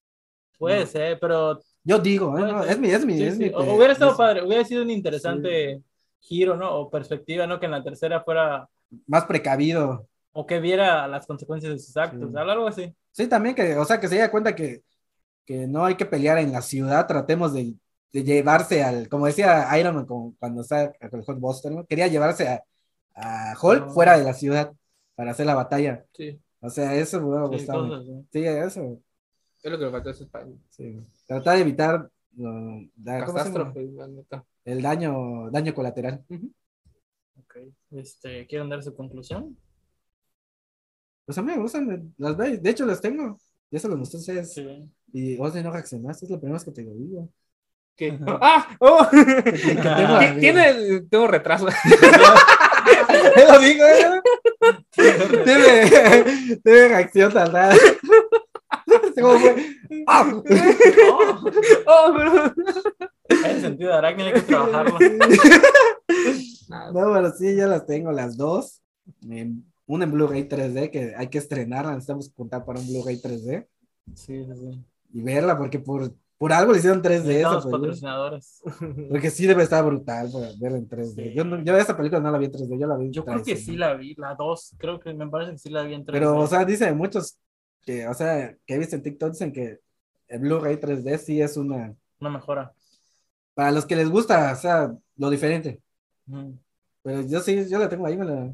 [SPEAKER 2] Puede ser, pero
[SPEAKER 4] yo digo, ¿eh?
[SPEAKER 2] Puede
[SPEAKER 4] No,
[SPEAKER 2] ser.
[SPEAKER 4] es mi, es mi,
[SPEAKER 2] Sí,
[SPEAKER 4] es
[SPEAKER 2] sí.
[SPEAKER 4] mi.
[SPEAKER 2] O- Hubiera estado
[SPEAKER 4] es-
[SPEAKER 2] padre, hubiera sido un interesante giro, ¿no? O perspectiva, ¿no? Que en la tercera fuera,
[SPEAKER 4] Más precavido.
[SPEAKER 2] o que viera las consecuencias de sus actos,
[SPEAKER 4] Sí.
[SPEAKER 2] algo algo así.
[SPEAKER 4] Sí, también que, o sea, que se diera cuenta que, que no hay que pelear en la ciudad, tratemos de, de llevarse al, como decía Iron Man como cuando estaba con el Hulk Buster, ¿no? Quería llevarse a, a Hulk
[SPEAKER 2] No.
[SPEAKER 4] fuera de la ciudad para hacer la batalla.
[SPEAKER 1] Sí,
[SPEAKER 4] O sea, eso me hubiera
[SPEAKER 2] Sí,
[SPEAKER 4] gustado.
[SPEAKER 2] cosas así.
[SPEAKER 4] Sí, eso.
[SPEAKER 1] es lo que le faltó a ese país.
[SPEAKER 4] Sí. Tratar de evitar lo- da- Ah, ¿cómo se llama?
[SPEAKER 1] Catástrofe, la neta.
[SPEAKER 4] el daño, daño colateral.
[SPEAKER 2] Ok. Este, ¿Quieren dar su conclusión?
[SPEAKER 4] Pues a mí me gustan las veis. De hecho, las tengo. Ya se los mostré a ustedes.
[SPEAKER 2] Sí.
[SPEAKER 4] Y vos no reaccionaste. Es la primera vez que te lo digo.
[SPEAKER 1] ¿Qué? ¡Ah! ¡Oh!
[SPEAKER 2] Ah,
[SPEAKER 1] ¿Qui- ¿Quién es? Tengo retraso.
[SPEAKER 4] lo digo, ¿eh? Tiene, tiene reacción tardada. ¿Cómo fue? ¡Ah!
[SPEAKER 2] No,
[SPEAKER 1] ¡Oh, pero!
[SPEAKER 2] el sentido de arácnido hay que trabajarlo.
[SPEAKER 1] Nada,
[SPEAKER 4] No, pero sí, ya las tengo, las dos. En- Una en Blu-ray 3D que hay que estrenarla. Necesitamos contar para un Blu-ray 3D
[SPEAKER 2] Sí, sí, sí.
[SPEAKER 4] y verla porque por, por algo le hicieron 3D. esa
[SPEAKER 2] Necesitamos
[SPEAKER 4] película.
[SPEAKER 2] patrocinadores.
[SPEAKER 4] Porque sí debe estar brutal para verla en 3D.
[SPEAKER 2] Sí.
[SPEAKER 4] Yo, no- yo esa película no la vi en 3D, yo la vi en
[SPEAKER 2] Yo creo que sí
[SPEAKER 4] tradicional.
[SPEAKER 2] la vi, la 2, creo que me parece que sí la vi en 3D.
[SPEAKER 4] Pero, o sea, dicen muchos que, o sea, que he visto en TikTok, dicen que el Blu-ray 3D sí es una.
[SPEAKER 2] Una mejora.
[SPEAKER 4] Para los que les gusta, o sea, lo diferente.
[SPEAKER 2] Ujú.
[SPEAKER 4] Pero yo sí, yo la tengo ahí, me la-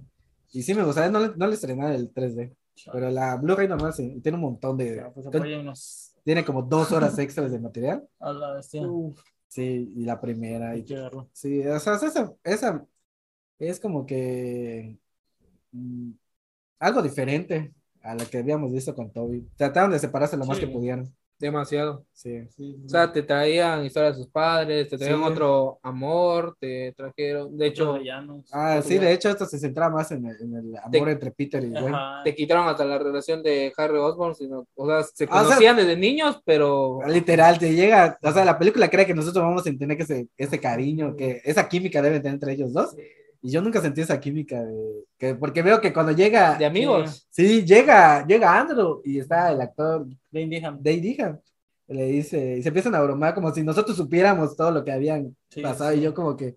[SPEAKER 4] Y sí me gustaría, no, le- no le estrenar el 3D. Pero la Blu-ray normal sí, y tiene un montón de.
[SPEAKER 2] Ya, pues apóyennos
[SPEAKER 4] Tiene como dos horas extras de material.
[SPEAKER 2] a la bestia.
[SPEAKER 4] Sí, y la primera.
[SPEAKER 2] Hay
[SPEAKER 4] Y
[SPEAKER 2] que verlo.
[SPEAKER 4] Sí, o sea, esa, esa es como que mm, algo diferente a la que habíamos visto con Toby. Trataron de separarse lo más
[SPEAKER 2] Sí.
[SPEAKER 4] que pudieron.
[SPEAKER 1] Demasiado.
[SPEAKER 4] Sí.
[SPEAKER 2] Sí,
[SPEAKER 1] O sea, te traían historias de sus padres, te traían
[SPEAKER 4] Sí.
[SPEAKER 1] otro amor, te trajeron. De hecho,
[SPEAKER 4] Ah, sí, de hecho, esto se centra más en el, en el amor
[SPEAKER 1] Te-
[SPEAKER 4] entre Peter y Gwen.
[SPEAKER 2] Ajá.
[SPEAKER 1] te quitaron hasta la relación de Harry Osborn. Sino, o sea, se
[SPEAKER 4] Ah, o sea-
[SPEAKER 1] conocían desde niños, pero.
[SPEAKER 4] Ah, Literal, te llega, o sea, la película cree que nosotros vamos a entender que ese, ese cariño, que esa química debe tener entre ellos dos. Y yo nunca sentí esa química, de- que, porque veo que cuando llega,
[SPEAKER 1] De amigos.
[SPEAKER 4] sí, llega, llega Andrew y está el actor
[SPEAKER 2] De indígena.
[SPEAKER 4] de ahí dijan, le dice, y se empiezan a bromar como si nosotros supiéramos todo lo que habían
[SPEAKER 2] Sí,
[SPEAKER 4] pasado,
[SPEAKER 2] sí.
[SPEAKER 4] y yo como que,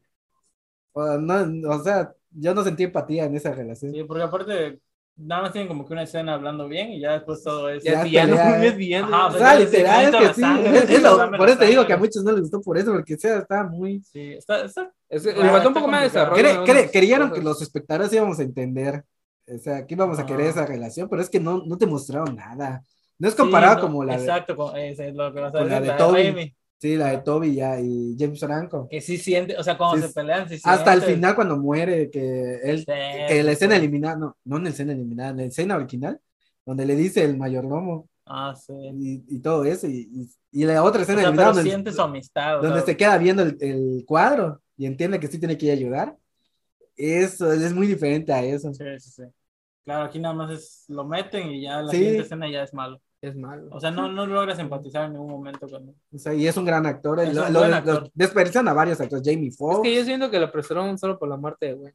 [SPEAKER 4] O, no, o sea, yo no sentí empatía en esa relación.
[SPEAKER 2] Sí, porque aparte, nada más tienen como que una escena hablando bien y ya después todo es.
[SPEAKER 1] Ya,
[SPEAKER 4] Ya
[SPEAKER 1] es villano,
[SPEAKER 4] pelea,
[SPEAKER 1] ya
[SPEAKER 4] eh.
[SPEAKER 1] es villano.
[SPEAKER 2] Ajá,
[SPEAKER 4] O
[SPEAKER 2] pues,
[SPEAKER 4] sea,
[SPEAKER 2] ya
[SPEAKER 4] literal,
[SPEAKER 2] se
[SPEAKER 4] es
[SPEAKER 2] necesita
[SPEAKER 4] que sí.
[SPEAKER 2] la sangre,
[SPEAKER 4] es- es lo-
[SPEAKER 2] dame la
[SPEAKER 4] por eso te digo que a
[SPEAKER 2] sangre.
[SPEAKER 4] muchos no les gustó por eso, porque sea, estaba muy...
[SPEAKER 2] Sí, está, está-
[SPEAKER 1] Es que le
[SPEAKER 2] Ah,
[SPEAKER 1] faltó
[SPEAKER 2] está
[SPEAKER 1] un poco más de
[SPEAKER 2] complicado.
[SPEAKER 1] desarrollo.
[SPEAKER 4] Cre-
[SPEAKER 1] ¿no?
[SPEAKER 4] cre- creyeron que los espectadores íbamos a entender, o sea, que íbamos a
[SPEAKER 2] Ah.
[SPEAKER 4] querer esa relación, pero es que no, no te mostraron nada. No es comparado
[SPEAKER 2] sí, no,
[SPEAKER 4] como la de,
[SPEAKER 2] Exacto, con, es, es lo que vas a
[SPEAKER 4] con
[SPEAKER 2] decir.
[SPEAKER 4] la de Toby. sí, la de Toby ya, y James Franco.
[SPEAKER 2] Que sí siente, o sea, cuando
[SPEAKER 4] Sí,
[SPEAKER 2] se pelean, sí
[SPEAKER 4] Hasta el
[SPEAKER 2] siente.
[SPEAKER 4] final cuando muere, que él,
[SPEAKER 2] Sí,
[SPEAKER 4] que la escena eliminada, no, no en la escena eliminada, en la escena original, donde le dice el mayordomo
[SPEAKER 2] Ah, sí.
[SPEAKER 4] y, y todo eso, y, y- y la otra
[SPEAKER 2] O
[SPEAKER 4] escena
[SPEAKER 2] sea,
[SPEAKER 4] eliminada
[SPEAKER 2] pero
[SPEAKER 4] donde,
[SPEAKER 2] siente su amistad. o
[SPEAKER 4] donde
[SPEAKER 2] sea,
[SPEAKER 4] se queda viendo el, el cuadro y entiende que sí tiene que ir a ayudar. Eso es muy diferente a eso.
[SPEAKER 2] Sí, sí, sí. Claro, aquí nada más es, lo meten y ya la
[SPEAKER 4] Sí.
[SPEAKER 2] siguiente escena ya es malo.
[SPEAKER 1] Es malo.
[SPEAKER 2] O sea, no, no logras empatizar en ningún momento con él.
[SPEAKER 4] O sea, y es un gran actor.
[SPEAKER 2] Es
[SPEAKER 4] lo,
[SPEAKER 2] un
[SPEAKER 4] lo-
[SPEAKER 2] buen
[SPEAKER 4] lo-
[SPEAKER 2] actor.
[SPEAKER 4] desperdician a varios actores. Jamie
[SPEAKER 1] Es
[SPEAKER 4] Foxx.
[SPEAKER 1] que yo siento que lo apresuraron solo por la muerte de güey.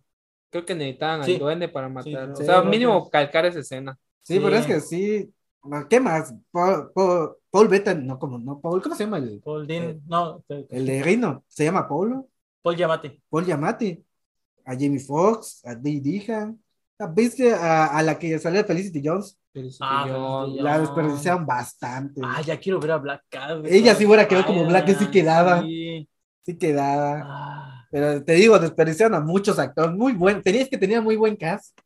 [SPEAKER 1] Creo que necesitaban
[SPEAKER 2] Sí.
[SPEAKER 1] al duende para
[SPEAKER 2] Sí,
[SPEAKER 1] matarlo.
[SPEAKER 2] sí,
[SPEAKER 1] o sea,
[SPEAKER 2] sí.
[SPEAKER 1] mínimo calcar esa escena.
[SPEAKER 4] Sí, pero
[SPEAKER 2] Sí.
[SPEAKER 4] es que sí. Bueno, ¿Qué más? Paul, Paul, Paul Bettany- no, como no, Paul, ¿cómo se llama el,
[SPEAKER 2] Paul Dean, no, te-
[SPEAKER 4] el de Rino? ¿Se llama Paulo?
[SPEAKER 2] Paul Giamatti.
[SPEAKER 4] Paul Yamati. A Jamie Foxx, a Dee Dehan. ¿La ¿Viste a, a la que salió Felicity Jones?
[SPEAKER 2] Ah,
[SPEAKER 1] Yo-
[SPEAKER 2] Felicity
[SPEAKER 4] La
[SPEAKER 2] No.
[SPEAKER 4] desperdiciaron bastante.
[SPEAKER 2] Ah, ya quiero ver a Black Cat.
[SPEAKER 4] Ella sí hubiera quedado como Black, que sí quedaba.
[SPEAKER 2] sí.
[SPEAKER 4] Sí quedaba.
[SPEAKER 2] Ah,
[SPEAKER 4] Pero te digo, desperdiciaron a muchos actores. Muy buen. Tenías que tenía muy buen cast.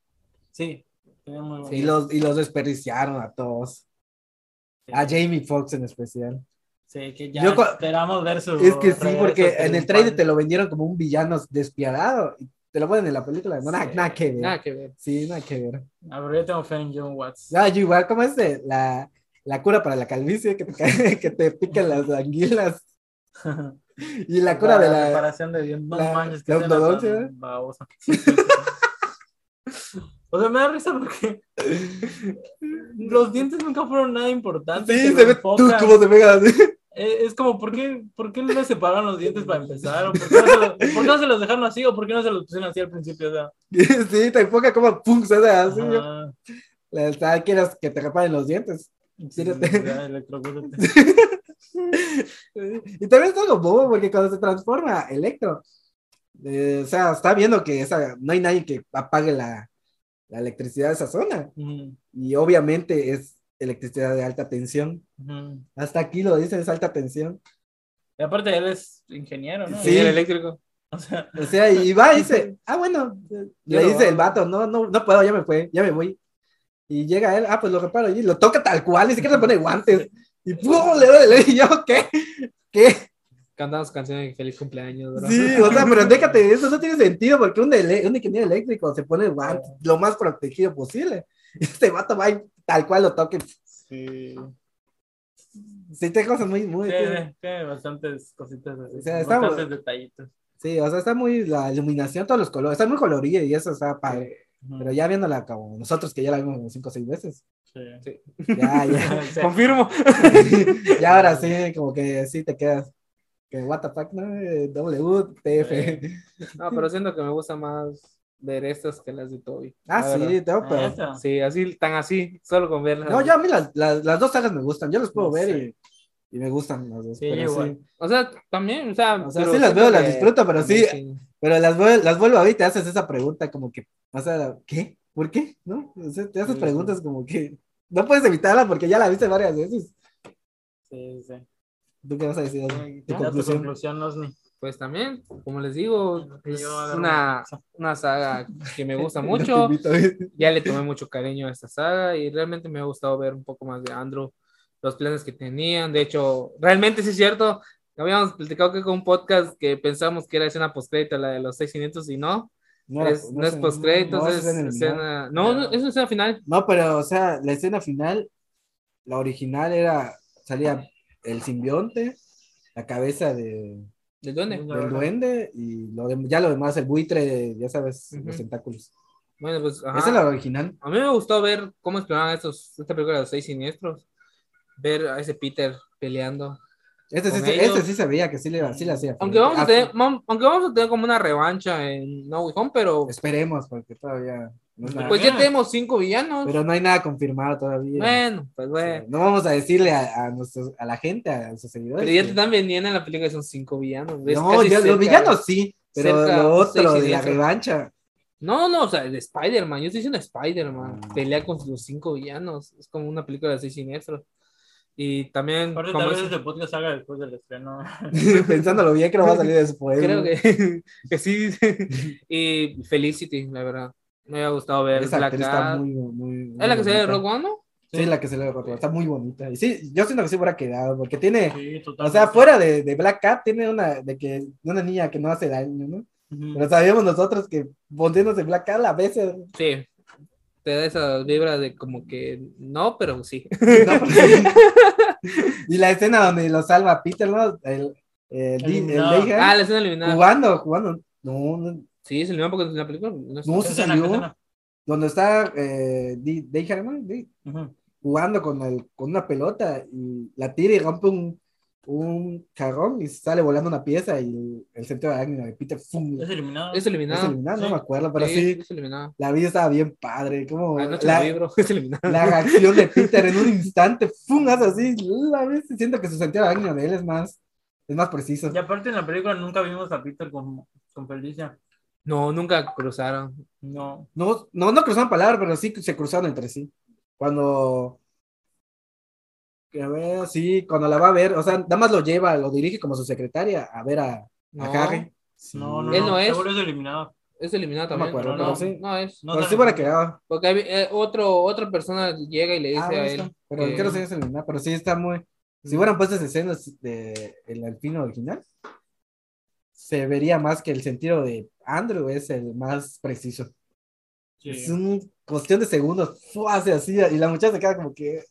[SPEAKER 2] sí, tenía muy buen-
[SPEAKER 4] Y los, y los desperdiciaron a todos.
[SPEAKER 2] sí.
[SPEAKER 4] A Jamie Foxx en especial.
[SPEAKER 2] Sí, que ya
[SPEAKER 4] Yo cua-
[SPEAKER 2] esperamos ver su.
[SPEAKER 4] Es que sí,
[SPEAKER 2] regreso
[SPEAKER 4] porque en el
[SPEAKER 2] triunfal.
[SPEAKER 4] trailer te lo vendieron como un villano despiadado. y Te lo ponen en la película. No, nada,
[SPEAKER 2] Sí.
[SPEAKER 4] nada que ver.
[SPEAKER 1] Nada que ver.
[SPEAKER 4] Sí, nada que ver.
[SPEAKER 2] A ver, yo tengo fe en John Watts.
[SPEAKER 4] Ah, yo igual, ¿cómo es de la, la cura para la calvicie? Que te, ca- que te pican las anguilas. Y la cura de
[SPEAKER 2] la
[SPEAKER 4] la.
[SPEAKER 2] reparación de Dios. No
[SPEAKER 4] la-
[SPEAKER 2] manches,
[SPEAKER 4] la ¿eh?
[SPEAKER 2] que escena tan
[SPEAKER 4] ortodoncia.
[SPEAKER 2] babosa. Sí, sí, sí. o sea, me da risa porque los dientes nunca fueron nada importantes.
[SPEAKER 4] Sí,
[SPEAKER 2] te
[SPEAKER 4] se
[SPEAKER 2] lo
[SPEAKER 4] ve tú
[SPEAKER 2] enfocan.
[SPEAKER 4] como se pega.
[SPEAKER 2] Eh, Es como, ¿por qué, ¿por qué le separaron los dientes para empezar? ¿O por, qué no se los, por qué no se los dejaron así? ¿O por qué no se los pusieron así al principio? O sea,
[SPEAKER 4] Sí, te enfoca como pum, se hace así. Ah, yo.
[SPEAKER 2] ajá.
[SPEAKER 4] La verdad, quieras que te reparen los dientes.
[SPEAKER 2] Sí,
[SPEAKER 4] Tírate.
[SPEAKER 2] ya, electrocútate.
[SPEAKER 4] Y también está algo bobo porque cuando se transforma Electro, eh, o sea, está viendo que esa, no hay nadie que apague la, la electricidad de esa zona.
[SPEAKER 2] Ujú,
[SPEAKER 4] Y obviamente es electricidad de alta tensión.
[SPEAKER 2] ujú.
[SPEAKER 4] Hasta aquí lo dicen, es alta tensión.
[SPEAKER 2] Y aparte, él es ingeniero, ¿no?
[SPEAKER 4] Sí.
[SPEAKER 1] Y el eléctrico.
[SPEAKER 2] O sea,
[SPEAKER 4] O sea, y va y dice, ah, bueno, le
[SPEAKER 1] lo
[SPEAKER 4] dice el
[SPEAKER 1] hago.
[SPEAKER 4] vato, no, no, no puedo, ya me fue, ya me voy. Y llega él, ah, pues lo reparo y lo toca tal cual, ni siquiera le pone guantes. Y ¡pum! le doy, le doy, y yo, ¿qué? ¿Qué?
[SPEAKER 1] Cantamos canciones de feliz cumpleaños, bro.
[SPEAKER 4] Sí, o sea, pero déjate de eso, no tiene sentido porque un, ele- un ingeniero eléctrico se pone guan- lo más protegido posible. Este vato va y tal cual lo toque.
[SPEAKER 2] sí.
[SPEAKER 4] Sí, te cosas muy, muy.
[SPEAKER 2] Tiene, tiene bastantes cositas así.
[SPEAKER 4] O sea, estamos-
[SPEAKER 2] bastantes detallitos.
[SPEAKER 4] Sí, o sea, está muy la iluminación, todos los colores, está muy colorida y eso está padre.
[SPEAKER 2] Ujú,
[SPEAKER 4] Pero ya viéndola como nosotros que ya la vimos como cinco o seis veces.
[SPEAKER 2] sí.
[SPEAKER 4] Ya, ya.
[SPEAKER 2] O sea,
[SPEAKER 1] Confirmo.
[SPEAKER 4] ya ahora sí, como que sí te quedas. Que what the fuck, ¿no? Eh, WTF.
[SPEAKER 1] No, pero siento que me gusta más ver estas que las de Toby.
[SPEAKER 4] Ah,
[SPEAKER 1] La verdad.
[SPEAKER 4] sí, no, pero.
[SPEAKER 2] eso.
[SPEAKER 1] Sí, así, tan así, solo con verlas.
[SPEAKER 4] No, yo a mí las, las, las dos sagas me gustan, yo las puedo
[SPEAKER 2] No
[SPEAKER 4] ver
[SPEAKER 2] sé.
[SPEAKER 4] y, y me gustan las dos.
[SPEAKER 2] Sí,
[SPEAKER 4] pero
[SPEAKER 2] igual.
[SPEAKER 4] sí.
[SPEAKER 1] O sea, también, o sea.
[SPEAKER 4] O sea,
[SPEAKER 1] pero
[SPEAKER 4] sí las
[SPEAKER 1] siento
[SPEAKER 4] veo, las
[SPEAKER 1] que-
[SPEAKER 4] disfruto, pero sí,
[SPEAKER 1] Sí,
[SPEAKER 4] Pero las, vuel- las vuelvo a ver y te haces esa pregunta como que, o sea, ¿qué? ¿Por qué? ¿No? O sea, te haces
[SPEAKER 1] Sí,
[SPEAKER 4] preguntas como que no puedes evitarla porque ya la viste varias veces.
[SPEAKER 2] Sí, sí, sí.
[SPEAKER 4] ¿Tú qué vas a decir? Dani? Tu
[SPEAKER 2] Ya tu
[SPEAKER 4] conclusión.
[SPEAKER 2] conclusión, Osni.
[SPEAKER 1] Pues también, como les digo,
[SPEAKER 2] Yo
[SPEAKER 1] es
[SPEAKER 2] agarro
[SPEAKER 1] una, una saga que me gusta
[SPEAKER 4] Te
[SPEAKER 1] mucho.
[SPEAKER 4] invito a ver.
[SPEAKER 1] Ya le tomé mucho cariño a esta saga y realmente me ha gustado ver un poco más de Andrew, los planes que tenían. De hecho, realmente sí es cierto. Habíamos platicado que con un podcast que pensamos que era escena postcrédito, la de los 600 y no.
[SPEAKER 4] No,
[SPEAKER 1] es, no, es
[SPEAKER 4] sé,
[SPEAKER 1] postcréditos,
[SPEAKER 4] no,
[SPEAKER 1] es
[SPEAKER 4] en el final.
[SPEAKER 1] escena. No, no, es una escena final.
[SPEAKER 4] No, pero, o sea, la escena final, la original era, salía el simbionte, la cabeza de,
[SPEAKER 1] ¿De dónde?
[SPEAKER 4] del duende y lo dem- ya lo demás, el buitre, ya sabes, los
[SPEAKER 1] Ujú.
[SPEAKER 4] tentáculos.
[SPEAKER 1] Bueno, pues. ajá.
[SPEAKER 4] Esa es la original.
[SPEAKER 1] A mí me gustó ver cómo exploraban estos, esta película de los seis siniestros. Ver a ese Peter peleando.
[SPEAKER 4] Este sí,
[SPEAKER 1] Con
[SPEAKER 4] se-
[SPEAKER 1] ellos.
[SPEAKER 4] este sí se veía que sí le, sí le hacía. frente.
[SPEAKER 1] Aunque vamos, a
[SPEAKER 4] Ah,
[SPEAKER 1] tener, mam- aunque vamos a tener como una revancha en No Way Home, pero
[SPEAKER 4] Esperemos, porque todavía no es nada.
[SPEAKER 1] pues ya
[SPEAKER 2] Mañana.
[SPEAKER 1] tenemos cinco villanos.
[SPEAKER 4] Pero no hay nada confirmado todavía.
[SPEAKER 1] Bueno, pues bueno.
[SPEAKER 4] No vamos a decirle a, a nuestros- a la gente, a sus seguidores.
[SPEAKER 1] Pero ya te
[SPEAKER 4] que-
[SPEAKER 1] están vendiendo en la película que son cinco villanos. güey. Es
[SPEAKER 4] No,
[SPEAKER 1] Pues casi
[SPEAKER 4] ya,
[SPEAKER 1] cerca.
[SPEAKER 4] los villanos sí, pero
[SPEAKER 1] cerca,
[SPEAKER 4] lo
[SPEAKER 1] seis
[SPEAKER 4] otro
[SPEAKER 1] y
[SPEAKER 4] de la
[SPEAKER 1] siete.
[SPEAKER 4] revancha.
[SPEAKER 1] No, no, o sea, de Spider-Man. Yo estoy diciendo Spider-Man.
[SPEAKER 4] Ah.
[SPEAKER 1] Pelea con los cinco villanos. Es como una película de seis siniestros. Y también.
[SPEAKER 2] Aparte,
[SPEAKER 1] como
[SPEAKER 2] tal vez
[SPEAKER 1] es-
[SPEAKER 2] este podcast salga después del estreno.
[SPEAKER 4] Pensándolo bien, creo que va a salir después.
[SPEAKER 1] Creo que, que sí. y Felicity, la verdad. Me había gustado ver.
[SPEAKER 4] Esa
[SPEAKER 1] Black
[SPEAKER 4] actriz
[SPEAKER 1] Cat.
[SPEAKER 4] está muy, muy, muy
[SPEAKER 1] ¿Es la que se ve de
[SPEAKER 4] bonita.
[SPEAKER 1] Rogue One? no?
[SPEAKER 4] Sí, la que se le Rogue One, Está muy bonita. Y sí, yo siento que sí hubiera quedado, porque tiene.
[SPEAKER 2] Sí, total.
[SPEAKER 4] O sea, fuera de, de Black Cat, tiene una, de que, una niña que no hace daño, ¿no? Pero sabíamos nosotros que poniéndose Black Cat a veces. no,
[SPEAKER 1] Sí. Te da esa vibra de como que no, pero sí.
[SPEAKER 4] ¿Eh? porque- y la escena donde lo salva Peter, ¿no? El, el, di- el
[SPEAKER 2] Eliminado.
[SPEAKER 4] Dejan,
[SPEAKER 1] Ah, la escena eliminada.
[SPEAKER 4] jugando, jugando. No, no,
[SPEAKER 1] Sí, es eliminada porque en la película no está.
[SPEAKER 4] no se salió. Donde está eh, Di- Dejan, ¿no? Di- jugando con, el, con una pelota y la tira y rompe un, un jarrón y sale volando una pieza y el, el centro de Agnes de Peter ¡fum!
[SPEAKER 2] Es eliminado.
[SPEAKER 1] Es
[SPEAKER 4] es
[SPEAKER 1] eliminada.
[SPEAKER 4] eliminado, no
[SPEAKER 2] sí.
[SPEAKER 4] me acuerdo, pero
[SPEAKER 1] Sí,
[SPEAKER 4] sí,
[SPEAKER 1] Es eliminada.
[SPEAKER 4] la vida estaba bien padre, como
[SPEAKER 1] Ah, no te la
[SPEAKER 4] la,
[SPEAKER 1] vibro, es eliminada.
[SPEAKER 4] la reacción de Peter en un instante, ¡fum! hace así, la vez siento que su sentido de Agnes de él es más, es más preciso.
[SPEAKER 2] Y aparte, en la película nunca vimos a Peter con, con Felicia.
[SPEAKER 1] No, nunca cruzaron.
[SPEAKER 2] No.
[SPEAKER 4] No, no, no cruzaron palabras, pero sí se cruzaron entre sí. Cuando. Que a ver, sí, cuando la va a ver, o sea, nada más lo lleva, lo dirige como su secretaria a ver a, a
[SPEAKER 1] No,
[SPEAKER 4] Harry. Eh,
[SPEAKER 2] No, no,
[SPEAKER 1] Él no es.
[SPEAKER 2] Seguro es eliminado.
[SPEAKER 1] es eliminada
[SPEAKER 4] No me
[SPEAKER 1] también.
[SPEAKER 4] acuerdo,
[SPEAKER 1] no,
[SPEAKER 2] pero
[SPEAKER 4] sí.
[SPEAKER 1] no es.
[SPEAKER 2] No
[SPEAKER 4] pero
[SPEAKER 2] sale.
[SPEAKER 4] sí hubiera quedado.
[SPEAKER 1] Porque hay- eh, otro, otra persona llega y le dice
[SPEAKER 4] Ah,
[SPEAKER 1] a
[SPEAKER 4] bueno,
[SPEAKER 1] él.
[SPEAKER 4] está. Pero
[SPEAKER 1] que-
[SPEAKER 4] creo que sí es el- no, pero sí está muy. Si hubieran puesto esas escenas de el alpino original, se vería más que el sentido de Andrew es el más preciso.
[SPEAKER 2] Sí.
[SPEAKER 4] Es una cuestión de segundos, ¡fua! hace así, y la muchacha se queda como que.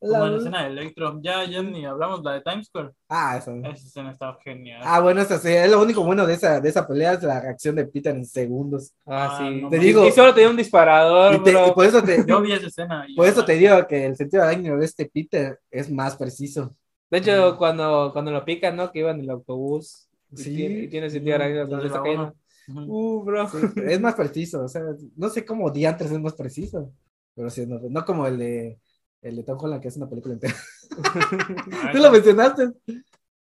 [SPEAKER 2] Como en la escena de Electro. Ya, ya ni hablamos la de Times Square.
[SPEAKER 4] Ah, eso.
[SPEAKER 2] Esa escena estaba genial.
[SPEAKER 4] Ah, bueno, esa sí, es lo único bueno de esa, de esa pelea, es la reacción de Peter en segundos.
[SPEAKER 1] Ah,
[SPEAKER 2] Ah,
[SPEAKER 1] sí.
[SPEAKER 2] no
[SPEAKER 4] Te mames. digo-
[SPEAKER 1] Y solo tenía un disparador,
[SPEAKER 4] Y, te-
[SPEAKER 1] bro.
[SPEAKER 4] y por, eso te,
[SPEAKER 2] Yo vi esa escena. y-
[SPEAKER 4] por eso te digo que el sentido de daño de este Peter es más preciso.
[SPEAKER 1] De hecho, cuando, cuando lo pican, ¿no? Que iban en el autobús. Y
[SPEAKER 4] Sí.
[SPEAKER 1] tiene- Y tiene sentido pues, arácnido cuando
[SPEAKER 2] Desde
[SPEAKER 1] está
[SPEAKER 2] la
[SPEAKER 1] cayendo.
[SPEAKER 2] uno. Ujú.
[SPEAKER 1] Uh, bro.
[SPEAKER 4] Es más preciso, o sea, no sé cómo diantres es más preciso, pero sí, no, no como el de, el de Tom Holland, que es una película entera.
[SPEAKER 2] Ay,
[SPEAKER 4] Tú lo mencionaste.
[SPEAKER 2] Ah,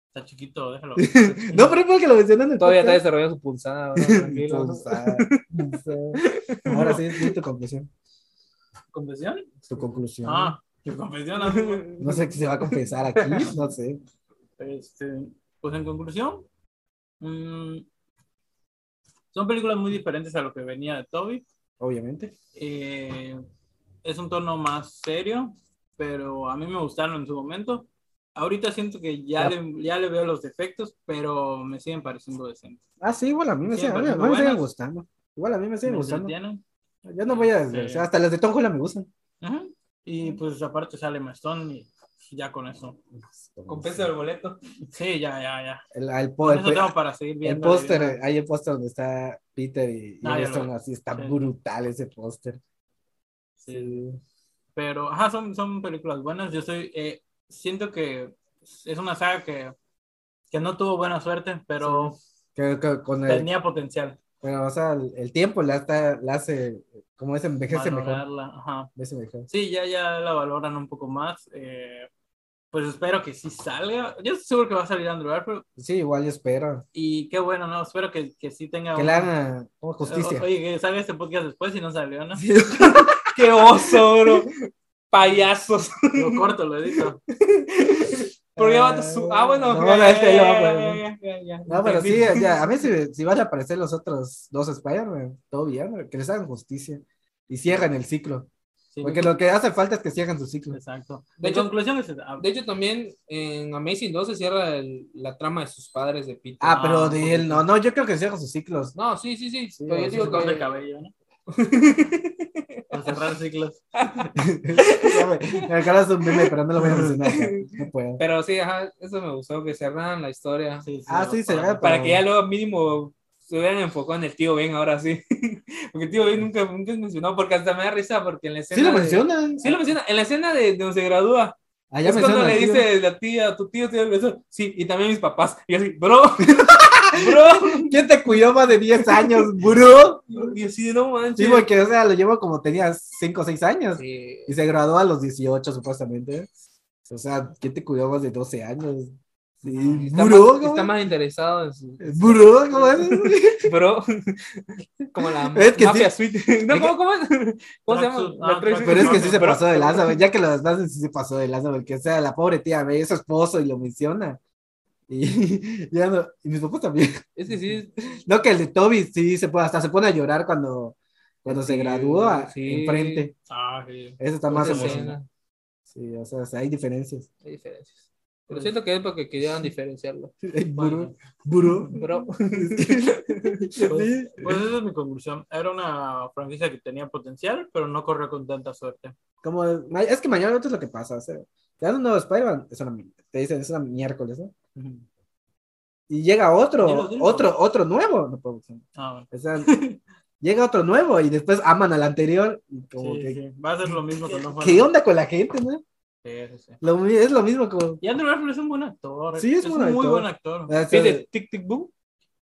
[SPEAKER 2] Está chiquito, déjalo.
[SPEAKER 4] No, pero es porque lo mencionaste. en el
[SPEAKER 1] Todavía está
[SPEAKER 4] podcast.
[SPEAKER 1] desarrollando su punzada, bro. Tranquilo.
[SPEAKER 4] Pulsar, pulsar. Ahora sí, di tu conclusión.
[SPEAKER 2] ¿Confesión?
[SPEAKER 4] Tu conclusión.
[SPEAKER 2] Ah, tu confesión, amigo.
[SPEAKER 4] No sé si se va a compensar aquí, no sé.
[SPEAKER 2] Este, pues en conclusión, mm, son películas muy diferentes a lo que venía de Toby.
[SPEAKER 4] Obviamente.
[SPEAKER 2] Eh, es un tono más serio, pero a mí me gustaron en su momento. Ahorita siento que ya, Le, ya le veo los defectos, pero me siguen pareciendo decentes.
[SPEAKER 4] Ah, sí, igual a mí me,
[SPEAKER 2] Sí,
[SPEAKER 4] siguen- a
[SPEAKER 2] me
[SPEAKER 4] mí- a mí
[SPEAKER 2] parecen
[SPEAKER 4] me siguen
[SPEAKER 2] buenas.
[SPEAKER 4] gustando. Igual a mí me siguen
[SPEAKER 2] Me
[SPEAKER 4] gustando.
[SPEAKER 2] entretienen.
[SPEAKER 4] Yo no voy a
[SPEAKER 2] Sí.
[SPEAKER 4] desgraciar. Hasta las de Tom Holland me gustan.
[SPEAKER 2] Ujú. Y pues aparte sale Maston y pues, ya con eso.
[SPEAKER 1] Compensa el boleto.
[SPEAKER 2] Sí, ya, ya, ya.
[SPEAKER 4] El, el, po-
[SPEAKER 2] Con
[SPEAKER 4] el,
[SPEAKER 2] eso tengo para seguir
[SPEAKER 4] Pues, el
[SPEAKER 2] viendo.
[SPEAKER 4] póster, hay el póster donde está Peter y, y
[SPEAKER 2] Ah, ya lo
[SPEAKER 4] Winston
[SPEAKER 2] vi.
[SPEAKER 4] así. Está
[SPEAKER 2] Sí.
[SPEAKER 4] brutal ese póster.
[SPEAKER 2] Sí. Pero, ajá, son, son películas buenas. Yo soy, eh, siento que es una saga que, que no tuvo buena suerte, pero
[SPEAKER 4] Que- que con el,
[SPEAKER 2] tenía potencial.
[SPEAKER 4] pero, o sea, el, el tiempo la, está, la hace, como es, envejece mejor.
[SPEAKER 2] valorarla, ajá.
[SPEAKER 4] Envejece mejor.
[SPEAKER 2] Sí, ya, ya la valoran un poco más. eh, pues espero que sí salga. Yo estoy seguro que va a salir Andrew Garfield.
[SPEAKER 4] Sí, igual yo espero.
[SPEAKER 2] Y qué bueno, ¿no? Espero que, que sí tenga
[SPEAKER 4] Que
[SPEAKER 2] un-
[SPEAKER 4] le hagan como justicia.
[SPEAKER 2] O- Oye, que salga este podcast después y no salió, ¿no?
[SPEAKER 1] ¡Qué oso, bro! Payasos.
[SPEAKER 2] Lo corto, lo edito.
[SPEAKER 1] Porque va a su. Ah, bueno.
[SPEAKER 4] No, no, este lo va a
[SPEAKER 1] ya,
[SPEAKER 4] poner.
[SPEAKER 1] ya, ya, ya, ya.
[SPEAKER 4] No, pero sí,
[SPEAKER 1] Entendí.
[SPEAKER 4] ya, a mí si, si van a aparecer los otros dos Spider-Man, todo bien, hombre, que les hagan justicia y cierren el ciclo.
[SPEAKER 2] Sí,
[SPEAKER 4] Porque lo que hace falta es que cierren su ciclo.
[SPEAKER 2] Exacto. De
[SPEAKER 1] De hecho-
[SPEAKER 2] conclusión es esa.
[SPEAKER 1] De hecho, también en Amazing 2 se cierra el- la trama de sus padres de Peter.
[SPEAKER 4] Ah, pero
[SPEAKER 2] Ah,
[SPEAKER 4] de él, no, no, yo creo que cierran sus ciclos.
[SPEAKER 1] No, sí, sí, sí.
[SPEAKER 4] Sí,
[SPEAKER 1] pero yo
[SPEAKER 4] sí,
[SPEAKER 1] digo
[SPEAKER 2] Se corta el
[SPEAKER 1] que.
[SPEAKER 2] cabello, ¿no? Para cerrar ciclos.
[SPEAKER 4] Ya me me acuerdo de un meme, pero no lo voy a mencionar. No puedo.
[SPEAKER 1] Pero sí, ajá, eso me gustó, que cerraran la historia.
[SPEAKER 2] Sí, sí,
[SPEAKER 4] Ah,
[SPEAKER 2] lo
[SPEAKER 4] sí, se
[SPEAKER 2] pago.
[SPEAKER 4] ve,
[SPEAKER 1] Para
[SPEAKER 4] pero-
[SPEAKER 1] que ya luego mínimo se hubieran enfocado en el tío Ben ahora sí. Porque el tío Ben nunca, nunca es mencionado, porque hasta me da risa, porque en la escena.
[SPEAKER 4] Sí lo
[SPEAKER 1] de-
[SPEAKER 4] mencionan.
[SPEAKER 1] Sí lo menciona. En la escena de, de donde se gradúa.
[SPEAKER 4] Allá
[SPEAKER 1] es
[SPEAKER 4] me
[SPEAKER 1] cuando
[SPEAKER 4] suena
[SPEAKER 1] le
[SPEAKER 4] así, ¿no?
[SPEAKER 1] dice la tía, tu tío tiene el beso. Sí, y también mis papás. Y así, bro, bro.
[SPEAKER 4] ¿Quién te cuidó más de 10 años, bro?
[SPEAKER 1] Y así, no manches.
[SPEAKER 4] Sí, porque, o sea, lo llevo como tenía 5 o 6 años.
[SPEAKER 1] Sí.
[SPEAKER 4] Y se graduó a los 18, supuestamente. O sea, ¿quién te cuidó más de 12 años? Sí,
[SPEAKER 1] Está,
[SPEAKER 4] bro,
[SPEAKER 1] más,
[SPEAKER 4] ¿cómo
[SPEAKER 1] está más interesado en su.
[SPEAKER 4] es? Bro, ¿cómo es?
[SPEAKER 1] Bro. Como la
[SPEAKER 4] Es que
[SPEAKER 1] mafia suite. No,
[SPEAKER 4] Es
[SPEAKER 1] ¿cómo, cómo es? ¿Cómo se llama?
[SPEAKER 2] Tracksuit.
[SPEAKER 1] La
[SPEAKER 2] Ah,
[SPEAKER 1] tracksuit.
[SPEAKER 4] Pero es que sí se
[SPEAKER 1] Bro.
[SPEAKER 4] pasó de lanza, güey. Ya que lo desplazan, sí se pasó de lanza, porque, o sea, la pobre tía ve a su esposo y lo menciona. Y, ya no- y mis papás también.
[SPEAKER 1] Es que sí.
[SPEAKER 4] No, que el de Toby sí se puede, hasta se pone a llorar cuando, cuando se
[SPEAKER 1] Sí,
[SPEAKER 4] graduó a-
[SPEAKER 1] sí.
[SPEAKER 4] enfrente.
[SPEAKER 2] Ah, sí.
[SPEAKER 4] Eso está más
[SPEAKER 1] es
[SPEAKER 4] emocionante.
[SPEAKER 1] escena.
[SPEAKER 4] Sí, o sea, o sea, hay diferencias.
[SPEAKER 1] Hay diferencias. Pero siento que es porque querían diferenciarlo.
[SPEAKER 4] Buru, buru.
[SPEAKER 1] Bro.
[SPEAKER 2] Pues, pues esa es mi conclusión. Era una franquicia que tenía potencial, pero no corrió con tanta suerte.
[SPEAKER 4] Como, ma- es que mañana otro es lo que pasa. O sea, te dan un nuevo Spider-Man, es una mi- te dicen, es una miércoles, ¿no? Y llega otro,
[SPEAKER 2] Dilo, dilo.
[SPEAKER 4] otro, otro nuevo. No puedo,
[SPEAKER 2] Ah, bueno.
[SPEAKER 4] o sea, llega otro nuevo y después aman al anterior. Y como
[SPEAKER 2] Sí,
[SPEAKER 4] que,
[SPEAKER 2] sí. Va a ser lo mismo que no fue.
[SPEAKER 4] ¿Qué onda con la gente, no?
[SPEAKER 2] Sí, sí, sí.
[SPEAKER 4] Lo mi- es lo mismo como...
[SPEAKER 2] Y Andrew Garfield es un buen actor.
[SPEAKER 4] Sí, es
[SPEAKER 2] un
[SPEAKER 4] buen
[SPEAKER 2] muy
[SPEAKER 4] actor.
[SPEAKER 2] buen actor.
[SPEAKER 4] o sea,
[SPEAKER 1] ¿Sí de Tic Tic Boom?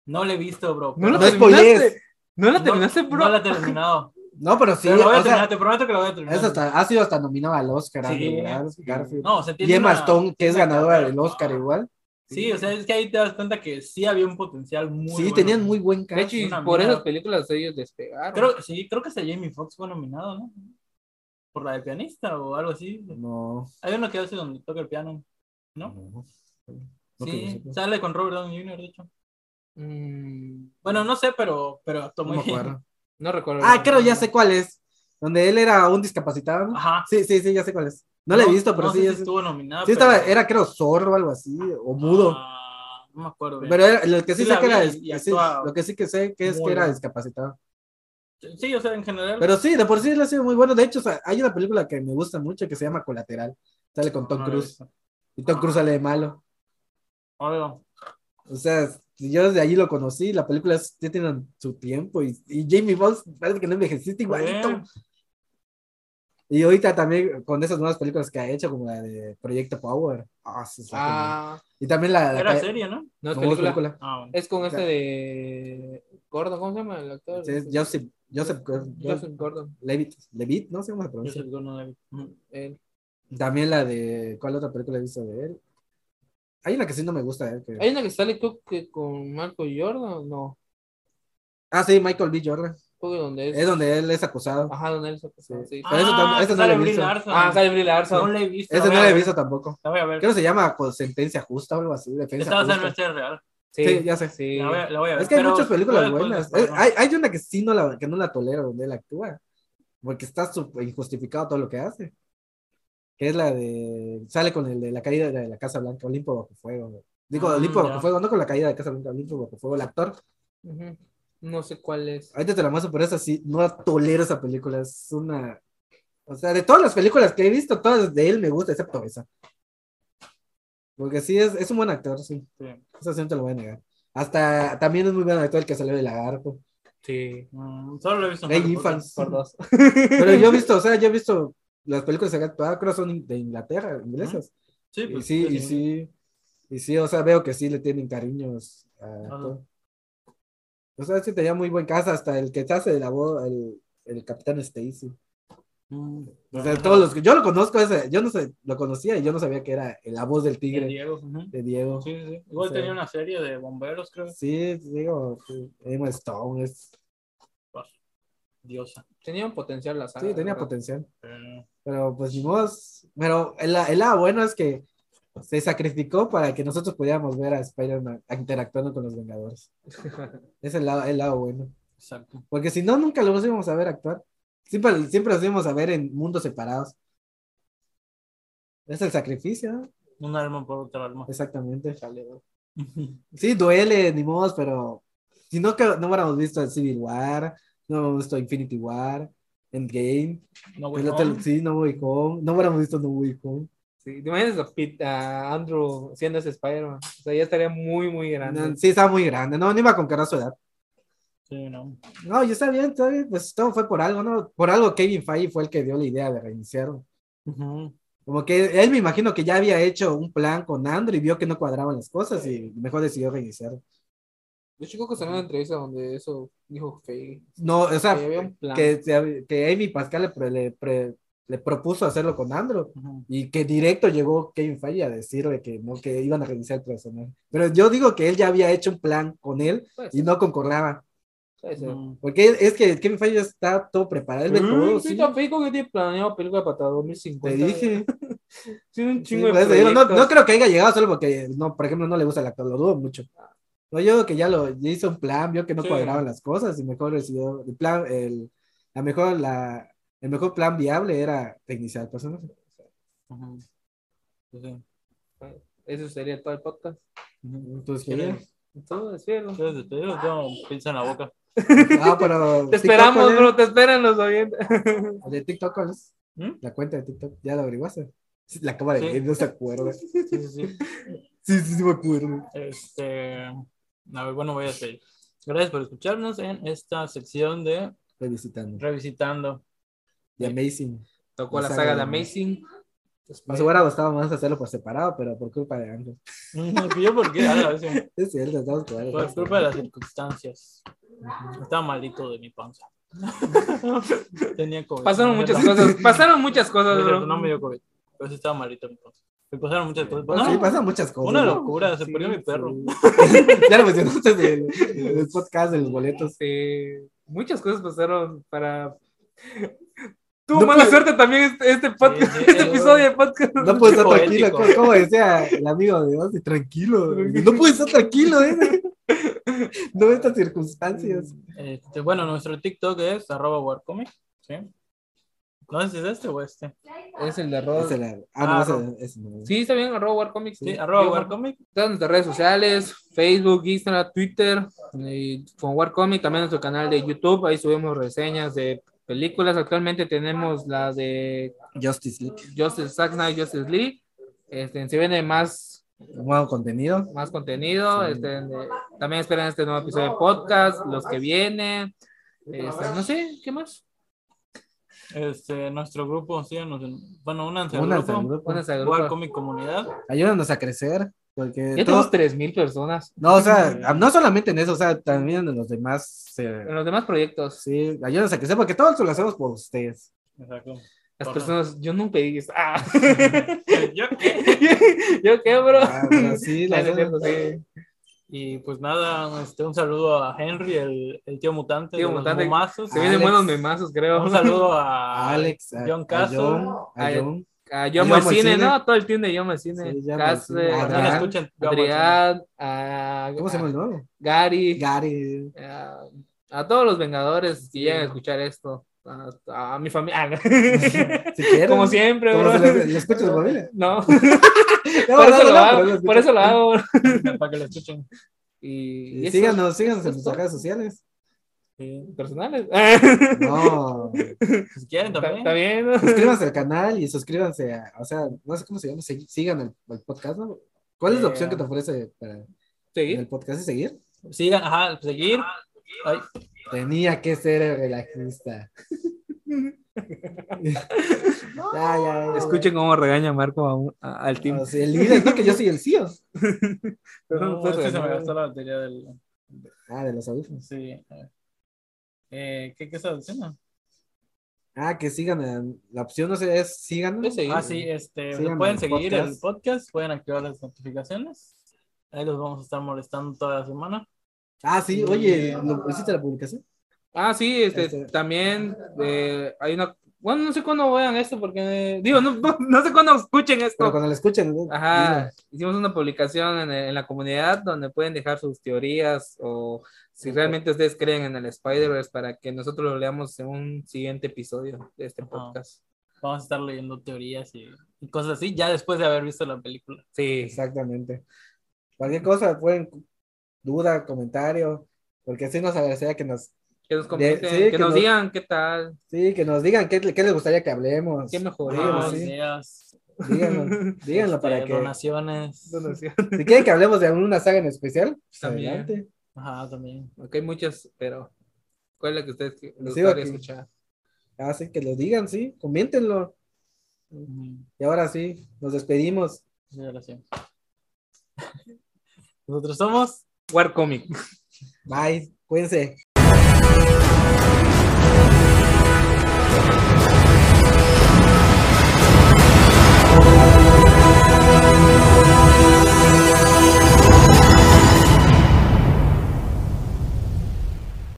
[SPEAKER 2] No lo he visto, bro.
[SPEAKER 1] No lo
[SPEAKER 4] No
[SPEAKER 2] pero-
[SPEAKER 4] spoilees.
[SPEAKER 1] terminaste. No la
[SPEAKER 2] no-
[SPEAKER 1] terminaste, bro.
[SPEAKER 2] No lo he terminado.
[SPEAKER 4] No, pero sí,
[SPEAKER 2] Pero lo voy a
[SPEAKER 4] o sea,
[SPEAKER 2] terminar, te prometo que lo voy a terminar.
[SPEAKER 4] es hasta- ha sido hasta nominado al Oscar.
[SPEAKER 2] Sí,
[SPEAKER 4] Andrew Gar-
[SPEAKER 2] sí.
[SPEAKER 4] Garfield.
[SPEAKER 2] No, o sea, tiene
[SPEAKER 4] y Emma
[SPEAKER 2] una-
[SPEAKER 4] Stone, que es
[SPEAKER 2] tiene una
[SPEAKER 4] ganadora
[SPEAKER 2] carrera.
[SPEAKER 4] del Oscar
[SPEAKER 2] Ah.
[SPEAKER 4] igual.
[SPEAKER 2] Sí, o sea, es que ahí te das cuenta que sí había un potencial muy
[SPEAKER 4] sí,
[SPEAKER 2] bueno.
[SPEAKER 4] tenían muy buen
[SPEAKER 1] De
[SPEAKER 4] cast.
[SPEAKER 1] hecho, y
[SPEAKER 2] Una
[SPEAKER 1] por
[SPEAKER 2] mina.
[SPEAKER 1] esas películas ellos despegaron.
[SPEAKER 2] Creo, sí, creo que hasta Jamie Foxx fue nominado, ¿no? Por la de pianista o algo así.
[SPEAKER 4] No.
[SPEAKER 2] Hay uno que hace donde toca el piano. ¿No?
[SPEAKER 4] No que yo
[SPEAKER 2] sí,
[SPEAKER 4] sepa.
[SPEAKER 2] sale con Robert Downey Jr., de hecho.
[SPEAKER 1] Mm,
[SPEAKER 2] Bueno, no sé, pero, pero actuó
[SPEAKER 4] No
[SPEAKER 2] muy
[SPEAKER 4] me
[SPEAKER 2] bien.
[SPEAKER 4] acuerdo.
[SPEAKER 1] no recuerdo.
[SPEAKER 4] Ah, creo, ya sé cuál es. Donde él era un discapacitado. ¿no?
[SPEAKER 2] Ajá.
[SPEAKER 4] Sí, sí, sí, ya sé cuál es. No, la he visto, pero
[SPEAKER 2] no
[SPEAKER 4] sí.
[SPEAKER 2] sé
[SPEAKER 4] ya
[SPEAKER 2] si
[SPEAKER 4] sé.
[SPEAKER 2] estuvo nominado.
[SPEAKER 4] sí, estaba, era creo zorro o algo así, o mudo.
[SPEAKER 2] Ah, no me acuerdo. bien.
[SPEAKER 4] pero era- lo que sí,
[SPEAKER 2] Sí
[SPEAKER 4] sé
[SPEAKER 2] la
[SPEAKER 4] que era.
[SPEAKER 2] vi
[SPEAKER 4] dis-
[SPEAKER 2] y
[SPEAKER 4] sí,
[SPEAKER 2] actuaba
[SPEAKER 4] lo que sí que sé que es
[SPEAKER 2] muy
[SPEAKER 4] que era
[SPEAKER 2] bien.
[SPEAKER 4] discapacitado.
[SPEAKER 2] Sí, o sea, en general.
[SPEAKER 4] Pero sí, de por sí le ha sido muy bueno. De hecho, o sea, hay una película que me gusta mucho que se llama Colateral. Sale con Tom
[SPEAKER 2] No,
[SPEAKER 4] Cruise. Y Tom Cruise sale de malo.
[SPEAKER 2] Obvio.
[SPEAKER 4] O sea, yo desde allí lo conocí, la película es- ya tiene su tiempo y, y Jamie Foxx parece que no envejeciste igualito.
[SPEAKER 2] Bien.
[SPEAKER 4] Y ahorita también con esas nuevas películas que ha hecho, como la de Proyecto Power. Ah, sí, está genial.
[SPEAKER 1] Ah,
[SPEAKER 4] Y también la, la
[SPEAKER 2] Era
[SPEAKER 4] que-
[SPEAKER 2] serie, ¿no?
[SPEAKER 1] no es
[SPEAKER 4] como
[SPEAKER 1] película.
[SPEAKER 4] película.
[SPEAKER 2] Ah, bueno.
[SPEAKER 1] Es con este
[SPEAKER 4] Claro.
[SPEAKER 1] de. Gordon, ¿cómo se llama el actor?
[SPEAKER 4] Sí, es Joseph, Joseph, Joseph
[SPEAKER 1] Joseph Gordon.
[SPEAKER 4] Levitt, Levitt, no sé cómo se
[SPEAKER 2] Yo
[SPEAKER 4] pronuncia.
[SPEAKER 2] soy Gordon Levitt. Ujú.
[SPEAKER 1] Él.
[SPEAKER 4] También la de, ¿cuál otra película he visto de él? Hay una que sí no me gusta. eh, que-
[SPEAKER 1] Hay una que sale creo que con Marco Jordan, no.
[SPEAKER 4] Ah, sí, Michael B. Jordan.
[SPEAKER 1] Creo que donde es.
[SPEAKER 4] Es donde él es acusado.
[SPEAKER 1] Ajá, donde él se
[SPEAKER 4] Eh, Sí.
[SPEAKER 1] sí.
[SPEAKER 4] Pero eso tam- eso
[SPEAKER 2] que
[SPEAKER 4] no
[SPEAKER 2] Ah,
[SPEAKER 4] lo he
[SPEAKER 2] sale Brie
[SPEAKER 4] visto.
[SPEAKER 2] Larson.
[SPEAKER 1] Ah, sale Brie
[SPEAKER 2] No
[SPEAKER 1] Larson.
[SPEAKER 2] la he visto. la
[SPEAKER 4] Ese no
[SPEAKER 2] voy
[SPEAKER 4] lo
[SPEAKER 2] a
[SPEAKER 4] he
[SPEAKER 2] ver,
[SPEAKER 4] visto tampoco.
[SPEAKER 2] La voy a ver.
[SPEAKER 4] Creo que se llama pues, sentencia justa o algo así, defensa
[SPEAKER 2] Esta va a ser
[SPEAKER 4] justa.
[SPEAKER 2] una historia real.
[SPEAKER 1] Sí,
[SPEAKER 4] Sí, ya sé.
[SPEAKER 1] sí.
[SPEAKER 2] La voy a, la voy a ver.
[SPEAKER 4] Es que hay
[SPEAKER 2] Pero
[SPEAKER 4] muchas películas
[SPEAKER 2] después-
[SPEAKER 4] buenas.
[SPEAKER 2] después,
[SPEAKER 4] Eh,
[SPEAKER 2] ¿no?
[SPEAKER 4] Hay, hay una que sí no la, que no la tolero donde él actúa. Porque está sup- injustificado todo lo que hace. Que es la de. Sale con el de la caída de la, de la Casa Blanca, Olimpo Bajo Fuego. Digo,
[SPEAKER 2] Ah,
[SPEAKER 4] Olimpo
[SPEAKER 2] ya.
[SPEAKER 4] Bajo Fuego, no con la caída de Casa Blanca, Olimpo Bajo Fuego, el actor.
[SPEAKER 1] Ujú. No sé cuál es.
[SPEAKER 4] Ahorita te la muestro, pero es así. No la tolero esa película. Es una. O sea, de todas las películas que he visto, todas de él me gustan, excepto esa. Porque sí, es, es un buen actor, sí.
[SPEAKER 2] Sí.
[SPEAKER 4] Eso sí no te lo voy a negar. Hasta también es muy buen actor el que salió de Lagarto.
[SPEAKER 1] Sí.
[SPEAKER 2] Mm, Solo lo he visto. en
[SPEAKER 4] Hay
[SPEAKER 2] Harry
[SPEAKER 4] infants.
[SPEAKER 2] Potter, por dos.
[SPEAKER 4] Pero yo he visto, o sea, yo he visto las películas que ha actuado, creo que son de Inglaterra, inglesas.
[SPEAKER 2] Sí,
[SPEAKER 4] Y
[SPEAKER 2] pues,
[SPEAKER 4] sí, y sí, y sí, o sea, veo que sí le tienen cariños a todo. O sea, sí tenía muy buen casa, hasta el que se hace de la voz, el, el Capitán Stacy.
[SPEAKER 2] Mm,
[SPEAKER 4] O sea, todos los que, yo lo conozco, ese, yo no sé, lo conocía y yo no sabía que era la voz del
[SPEAKER 2] el
[SPEAKER 4] tigre
[SPEAKER 2] Diego. ujú.
[SPEAKER 4] de Diego.
[SPEAKER 2] Sí, sí, sí. Igual
[SPEAKER 4] Sí.
[SPEAKER 2] tenía una serie de bomberos, creo.
[SPEAKER 4] Sí, digo, sí, Emma Stone, es,
[SPEAKER 2] Pues, Diosa.
[SPEAKER 1] Tenía un potencial la saga.
[SPEAKER 4] sí, tenía
[SPEAKER 1] ¿verdad?
[SPEAKER 4] potencial.
[SPEAKER 2] Eh,
[SPEAKER 4] Pero pues ni modo. Pero el, el lado bueno es que se sacrificó para que nosotros pudiéramos ver a Spider-Man interactuando con los Vengadores. es el lado, el lado bueno.
[SPEAKER 2] Exacto.
[SPEAKER 4] Porque si no, nunca los íbamos a ver actuar. Siempre, siempre los íbamos a ver en mundos separados. Es el sacrificio, ¿no?
[SPEAKER 2] Un alma por otra alma.
[SPEAKER 4] Exactamente. Sí, duele, ni modo, pero si no, que no hubiéramos visto Civil War, no hubiéramos visto Infinity War, Endgame,
[SPEAKER 2] No,
[SPEAKER 4] pues
[SPEAKER 2] güey.
[SPEAKER 4] no
[SPEAKER 2] no.
[SPEAKER 4] te lo- sí, No Way Home, no hubiéramos visto No Way Home.
[SPEAKER 1] Sí, ¿Te imaginas a, Pete- a Andrew siendo ese Spider-Man? O sea, ya estaría muy, muy grande.
[SPEAKER 4] No, sí, estaba muy grande. No, no iba a conquistar su edad.
[SPEAKER 2] Sí, no.
[SPEAKER 4] No, yo está bien, está bien. Pues todo fue por algo, ¿no? Por algo Kevin Feige fue el que dio la idea de reiniciar.
[SPEAKER 2] Ujú.
[SPEAKER 4] Como que él me imagino que ya había hecho un plan con Andrew y vio que no cuadraban las cosas y mejor decidió reiniciar.
[SPEAKER 1] Yo chico que salió una entrevista donde eso dijo que
[SPEAKER 4] No, o sea,
[SPEAKER 1] que había un plan.
[SPEAKER 4] Ah, que, se- que Amy Pascal le, pre- le, pre- le propuso hacerlo con Andrew
[SPEAKER 2] Ujú.
[SPEAKER 4] y que directo llegó Kevin Feige a decirle que no, que iban a reiniciar el personaje. Pero yo digo que él ya había hecho un plan con él
[SPEAKER 1] Puede
[SPEAKER 4] y
[SPEAKER 1] ser,
[SPEAKER 4] no concordaba.
[SPEAKER 1] puede
[SPEAKER 4] Mm,
[SPEAKER 1] ser.
[SPEAKER 2] Ujú.
[SPEAKER 4] Porque él- es que Kevin Feige está todo preparado, él ve todo,
[SPEAKER 1] Mm, Sí,
[SPEAKER 4] sí.
[SPEAKER 1] tan feico que tiene planeado película para 2050.
[SPEAKER 4] Te dije.
[SPEAKER 1] Tiene un
[SPEAKER 4] Sí,
[SPEAKER 1] chingo
[SPEAKER 4] por
[SPEAKER 1] de
[SPEAKER 4] eso digo, no,
[SPEAKER 1] proyectos.
[SPEAKER 4] no creo que haya llegado solo porque, no, por ejemplo, no le gusta el actor, lo dudo mucho. No, yo digo que ya lo ya hizo un plan, vio que no
[SPEAKER 2] Sí.
[SPEAKER 4] cuadraban las cosas y mejor decidió, el plan, el, la mejor, la, el mejor plan viable era reiniciar el personaje.
[SPEAKER 2] Ujú. Pues sí.
[SPEAKER 1] Eso sería todo el podcast.
[SPEAKER 2] Ujú.
[SPEAKER 4] Entonces,
[SPEAKER 2] ¿Quieres?
[SPEAKER 4] genial.
[SPEAKER 1] Todo es cierto.
[SPEAKER 2] Entonces, te digo, tengo un pinza en la boca.
[SPEAKER 4] Ah, pero
[SPEAKER 1] Te
[SPEAKER 4] TikTok,
[SPEAKER 1] esperamos,
[SPEAKER 4] ¿cuál
[SPEAKER 1] bro, te esperan los oyentes.
[SPEAKER 4] es? De TikTok, ¿cuál es?
[SPEAKER 2] ¿Mm?
[SPEAKER 4] La cuenta de TikTok, ya la averiguaste. Sí, La cámara
[SPEAKER 2] Sí.
[SPEAKER 4] de no se acuerda.
[SPEAKER 2] Sí, sí, sí.
[SPEAKER 4] Sí, sí, sí, me acuerdo.
[SPEAKER 2] Este, a ver, bueno, voy a seguir. Gracias por escucharnos en esta sección de
[SPEAKER 4] Revisitando.
[SPEAKER 2] Revisitando.
[SPEAKER 4] The Amazing.
[SPEAKER 1] Tocó la
[SPEAKER 4] Esa
[SPEAKER 1] saga de
[SPEAKER 4] era-
[SPEAKER 1] Amazing.
[SPEAKER 4] Nos hubiera gustado más hacerlo por separado, pero por culpa de Andrew.
[SPEAKER 2] ¿Y ¿Yo por qué? A la vez, sí.
[SPEAKER 4] Es cierto, estamos cuadrados.
[SPEAKER 2] Por culpa de las circunstancias. Estaba malito de mi panza. Tenía COVID.
[SPEAKER 1] Pasaron
[SPEAKER 2] No,
[SPEAKER 1] muchas
[SPEAKER 2] no,
[SPEAKER 1] cosas. Pasaron muchas cosas,
[SPEAKER 2] no,
[SPEAKER 1] bro.
[SPEAKER 2] no, No me dio COVID. Pero sí estaba malito mi panza. Me pasaron muchas cosas.
[SPEAKER 4] Bueno,
[SPEAKER 2] No,
[SPEAKER 4] Pues sí, pasan muchas cosas.
[SPEAKER 2] una
[SPEAKER 4] ¿no?
[SPEAKER 2] locura. Se murió
[SPEAKER 1] Ah, Sí,
[SPEAKER 2] mi perro.
[SPEAKER 4] Ya lo mencionaste en el, en el podcast de los boletos.
[SPEAKER 1] Este, muchas cosas pasaron para. Tuvo
[SPEAKER 4] No
[SPEAKER 1] mala
[SPEAKER 4] puede-
[SPEAKER 1] suerte también este, este podcast,
[SPEAKER 2] Sí, sí,
[SPEAKER 1] este
[SPEAKER 2] sí.
[SPEAKER 1] episodio de podcast.
[SPEAKER 4] No puedes estar tranquilo,
[SPEAKER 2] Poético.
[SPEAKER 4] como, como decía el amigo de Ozzy, tranquilo. No puedes estar tranquilo, ¿eh? No en estas circunstancias.
[SPEAKER 2] Este, bueno, nuestro TikTok es arroba warcomic. ¿sí? No sé si es este o este.
[SPEAKER 1] Es el de
[SPEAKER 4] Ese
[SPEAKER 1] arroba.
[SPEAKER 4] era- ah, no,
[SPEAKER 2] Ah,
[SPEAKER 4] ese- ese no.
[SPEAKER 1] Sí, está bien, arroba warcomics.
[SPEAKER 2] Sí, arroba
[SPEAKER 1] Yo-
[SPEAKER 2] warcomic.
[SPEAKER 1] Todas nuestras redes sociales, Facebook, Instagram, Twitter, y con Warcomic, también nuestro canal de YouTube, ahí subimos reseñas de películas. Actualmente tenemos la de
[SPEAKER 4] Justice League.
[SPEAKER 1] Justice Zack Snyder, Justice League. Este, se viene más,
[SPEAKER 4] Nuevo contenido.
[SPEAKER 1] más contenido.
[SPEAKER 4] Sí.
[SPEAKER 1] Este, de- también esperan este nuevo episodio de podcast, los que vienen. Este, no sé, ¿qué más?
[SPEAKER 2] Este, nuestro grupo, síganos. en- bueno, únanse al
[SPEAKER 4] Una
[SPEAKER 2] grupo.
[SPEAKER 1] Buenas al grupo.
[SPEAKER 2] Warcomic comunidad.
[SPEAKER 4] Ayúdanos a crecer. Porque
[SPEAKER 1] Ya
[SPEAKER 4] todo-
[SPEAKER 1] tenemos 3.000 personas
[SPEAKER 4] no, o sea, no solamente en eso, o sea, también en los demás. eh,
[SPEAKER 1] en los demás proyectos.
[SPEAKER 4] sí, ayúdanos a crecer porque todos lo hacemos por ustedes.
[SPEAKER 2] Exacto.
[SPEAKER 1] Las
[SPEAKER 2] Ajá.
[SPEAKER 1] personas, yo no pedí esto. Ah.
[SPEAKER 2] Yo-
[SPEAKER 1] yo qué, bro.
[SPEAKER 4] Ah, pero sí,
[SPEAKER 1] Ah,
[SPEAKER 4] la
[SPEAKER 1] no es cierto, sí.
[SPEAKER 2] Y pues nada, este, un saludo a Henry, el, el tío mutante.
[SPEAKER 1] Tío
[SPEAKER 2] de los
[SPEAKER 1] mutante.
[SPEAKER 2] momazos.
[SPEAKER 1] Se vienen
[SPEAKER 4] Alex.
[SPEAKER 1] buenos memazos, creo.
[SPEAKER 2] Un saludo a
[SPEAKER 4] a Alex, a,
[SPEAKER 2] John
[SPEAKER 4] a
[SPEAKER 2] Castro.
[SPEAKER 4] John, a
[SPEAKER 1] Ay,
[SPEAKER 4] John.
[SPEAKER 1] A
[SPEAKER 4] Yo
[SPEAKER 1] Yo me
[SPEAKER 4] amo el
[SPEAKER 1] cine,
[SPEAKER 4] cine.
[SPEAKER 1] ¿no? Todo el team de Yo me cine.
[SPEAKER 4] Sí, Yo amo el cine. Ah,
[SPEAKER 1] Casper,
[SPEAKER 2] También
[SPEAKER 4] Adrián.
[SPEAKER 1] Adrián,
[SPEAKER 2] escuchen.
[SPEAKER 1] Adrián, a,
[SPEAKER 4] ¿Cómo se llama el nuevo?
[SPEAKER 1] a Gary,
[SPEAKER 4] Gary.
[SPEAKER 1] a, a todos los Vengadores que llegan a escuchar esto. A, a mi familia. Ah,
[SPEAKER 4] Si quieren.
[SPEAKER 1] Como siempre,
[SPEAKER 4] Como
[SPEAKER 1] bro.
[SPEAKER 4] se le, le escucha a su familia.
[SPEAKER 1] No,
[SPEAKER 4] No,
[SPEAKER 1] por,
[SPEAKER 4] no,
[SPEAKER 1] eso
[SPEAKER 4] no,
[SPEAKER 1] lo
[SPEAKER 4] no,
[SPEAKER 1] hago,
[SPEAKER 4] pero lo
[SPEAKER 1] por eso lo
[SPEAKER 4] escucha.
[SPEAKER 1] hago. bro.
[SPEAKER 2] Para que lo escuchen.
[SPEAKER 1] Y, y
[SPEAKER 4] Y
[SPEAKER 1] eso,
[SPEAKER 4] síganos, síganos en
[SPEAKER 1] Eso.
[SPEAKER 4] sus redes sociales.
[SPEAKER 2] Sí.
[SPEAKER 1] Personales.
[SPEAKER 4] No.
[SPEAKER 2] Si quieren también.
[SPEAKER 1] También. ¿no?
[SPEAKER 4] Suscríbanse al canal y suscríbanse a, o sea, no sé cómo se llama, segui- sigan el, el podcast, ¿no? ¿Cuál es la
[SPEAKER 1] Eh,
[SPEAKER 4] opción que te ofrece para
[SPEAKER 1] Sí.
[SPEAKER 4] el podcast y seguir?
[SPEAKER 2] Sigan, ajá, pues, seguir. Ay,
[SPEAKER 4] Tenía que ser el relajista. ya, ya, ya.
[SPEAKER 1] Escuchen cómo regaña Marco a un- a- al team.
[SPEAKER 4] O sea, el líder, no que yo soy el E CEO.
[SPEAKER 2] no, es que se me gastó la batería del.
[SPEAKER 4] Ah, de los audífonos.
[SPEAKER 2] Sí. Eh, ¿Qué, qué estás diciendo?
[SPEAKER 4] Ah, que sigan, en- la opción no sé, es sigan.
[SPEAKER 1] Sí, sí.
[SPEAKER 2] Ah, sí, este,
[SPEAKER 4] Síganos
[SPEAKER 2] pueden
[SPEAKER 4] en
[SPEAKER 2] seguir el
[SPEAKER 4] podcast.
[SPEAKER 2] podcast, pueden activar las notificaciones. Ahí los vamos a estar molestando toda la semana.
[SPEAKER 4] Ah, sí, oye, ¿lo, ¿hiciste la publicación?
[SPEAKER 1] Ah, sí, este,
[SPEAKER 4] Este.
[SPEAKER 1] también eh, hay una. Bueno, no sé cuándo vean esto, porque. Digo, no, no- no sé cuándo escuchen
[SPEAKER 4] Pero
[SPEAKER 1] esto.
[SPEAKER 4] cuando la escuchen, ¿no?
[SPEAKER 1] Ajá, hicimos una publicación en, en la comunidad donde pueden dejar sus teorías o si realmente ustedes creen en el Spider-Verse para que nosotros lo leamos en un siguiente episodio de este
[SPEAKER 2] Ajá.
[SPEAKER 1] podcast.
[SPEAKER 2] Vamos a estar leyendo teorías y, y cosas así, ya después de haber visto la película.
[SPEAKER 1] Sí,
[SPEAKER 4] Exactamente. Cualquier cosa, pueden duda, comentario, porque así nos agradecería que nos,
[SPEAKER 1] que nos comenten,
[SPEAKER 4] sí,
[SPEAKER 1] que,
[SPEAKER 4] que
[SPEAKER 1] nos,
[SPEAKER 4] nos-
[SPEAKER 1] digan qué tal,
[SPEAKER 4] sí, que nos digan qué, qué les gustaría que hablemos.
[SPEAKER 1] qué
[SPEAKER 2] Ah,
[SPEAKER 1] mejorías.
[SPEAKER 4] sí.
[SPEAKER 2] ideas,
[SPEAKER 4] Díganlo, díganlo para
[SPEAKER 2] este,
[SPEAKER 4] que,
[SPEAKER 2] donaciones.
[SPEAKER 4] si quieren que hablemos de alguna saga en especial, pues
[SPEAKER 1] También.
[SPEAKER 4] adelante.
[SPEAKER 2] Ajá, también.
[SPEAKER 1] Aunque hay muchas, pero ¿cuál es la que ustedes les
[SPEAKER 4] Sí,
[SPEAKER 1] gustaría
[SPEAKER 4] ok.
[SPEAKER 1] escuchar?
[SPEAKER 4] Así que lo digan, sí, coméntenlo. Y ahora sí, nos despedimos.
[SPEAKER 2] Nosotros somos
[SPEAKER 1] War Comic.
[SPEAKER 4] Bye, cuídense.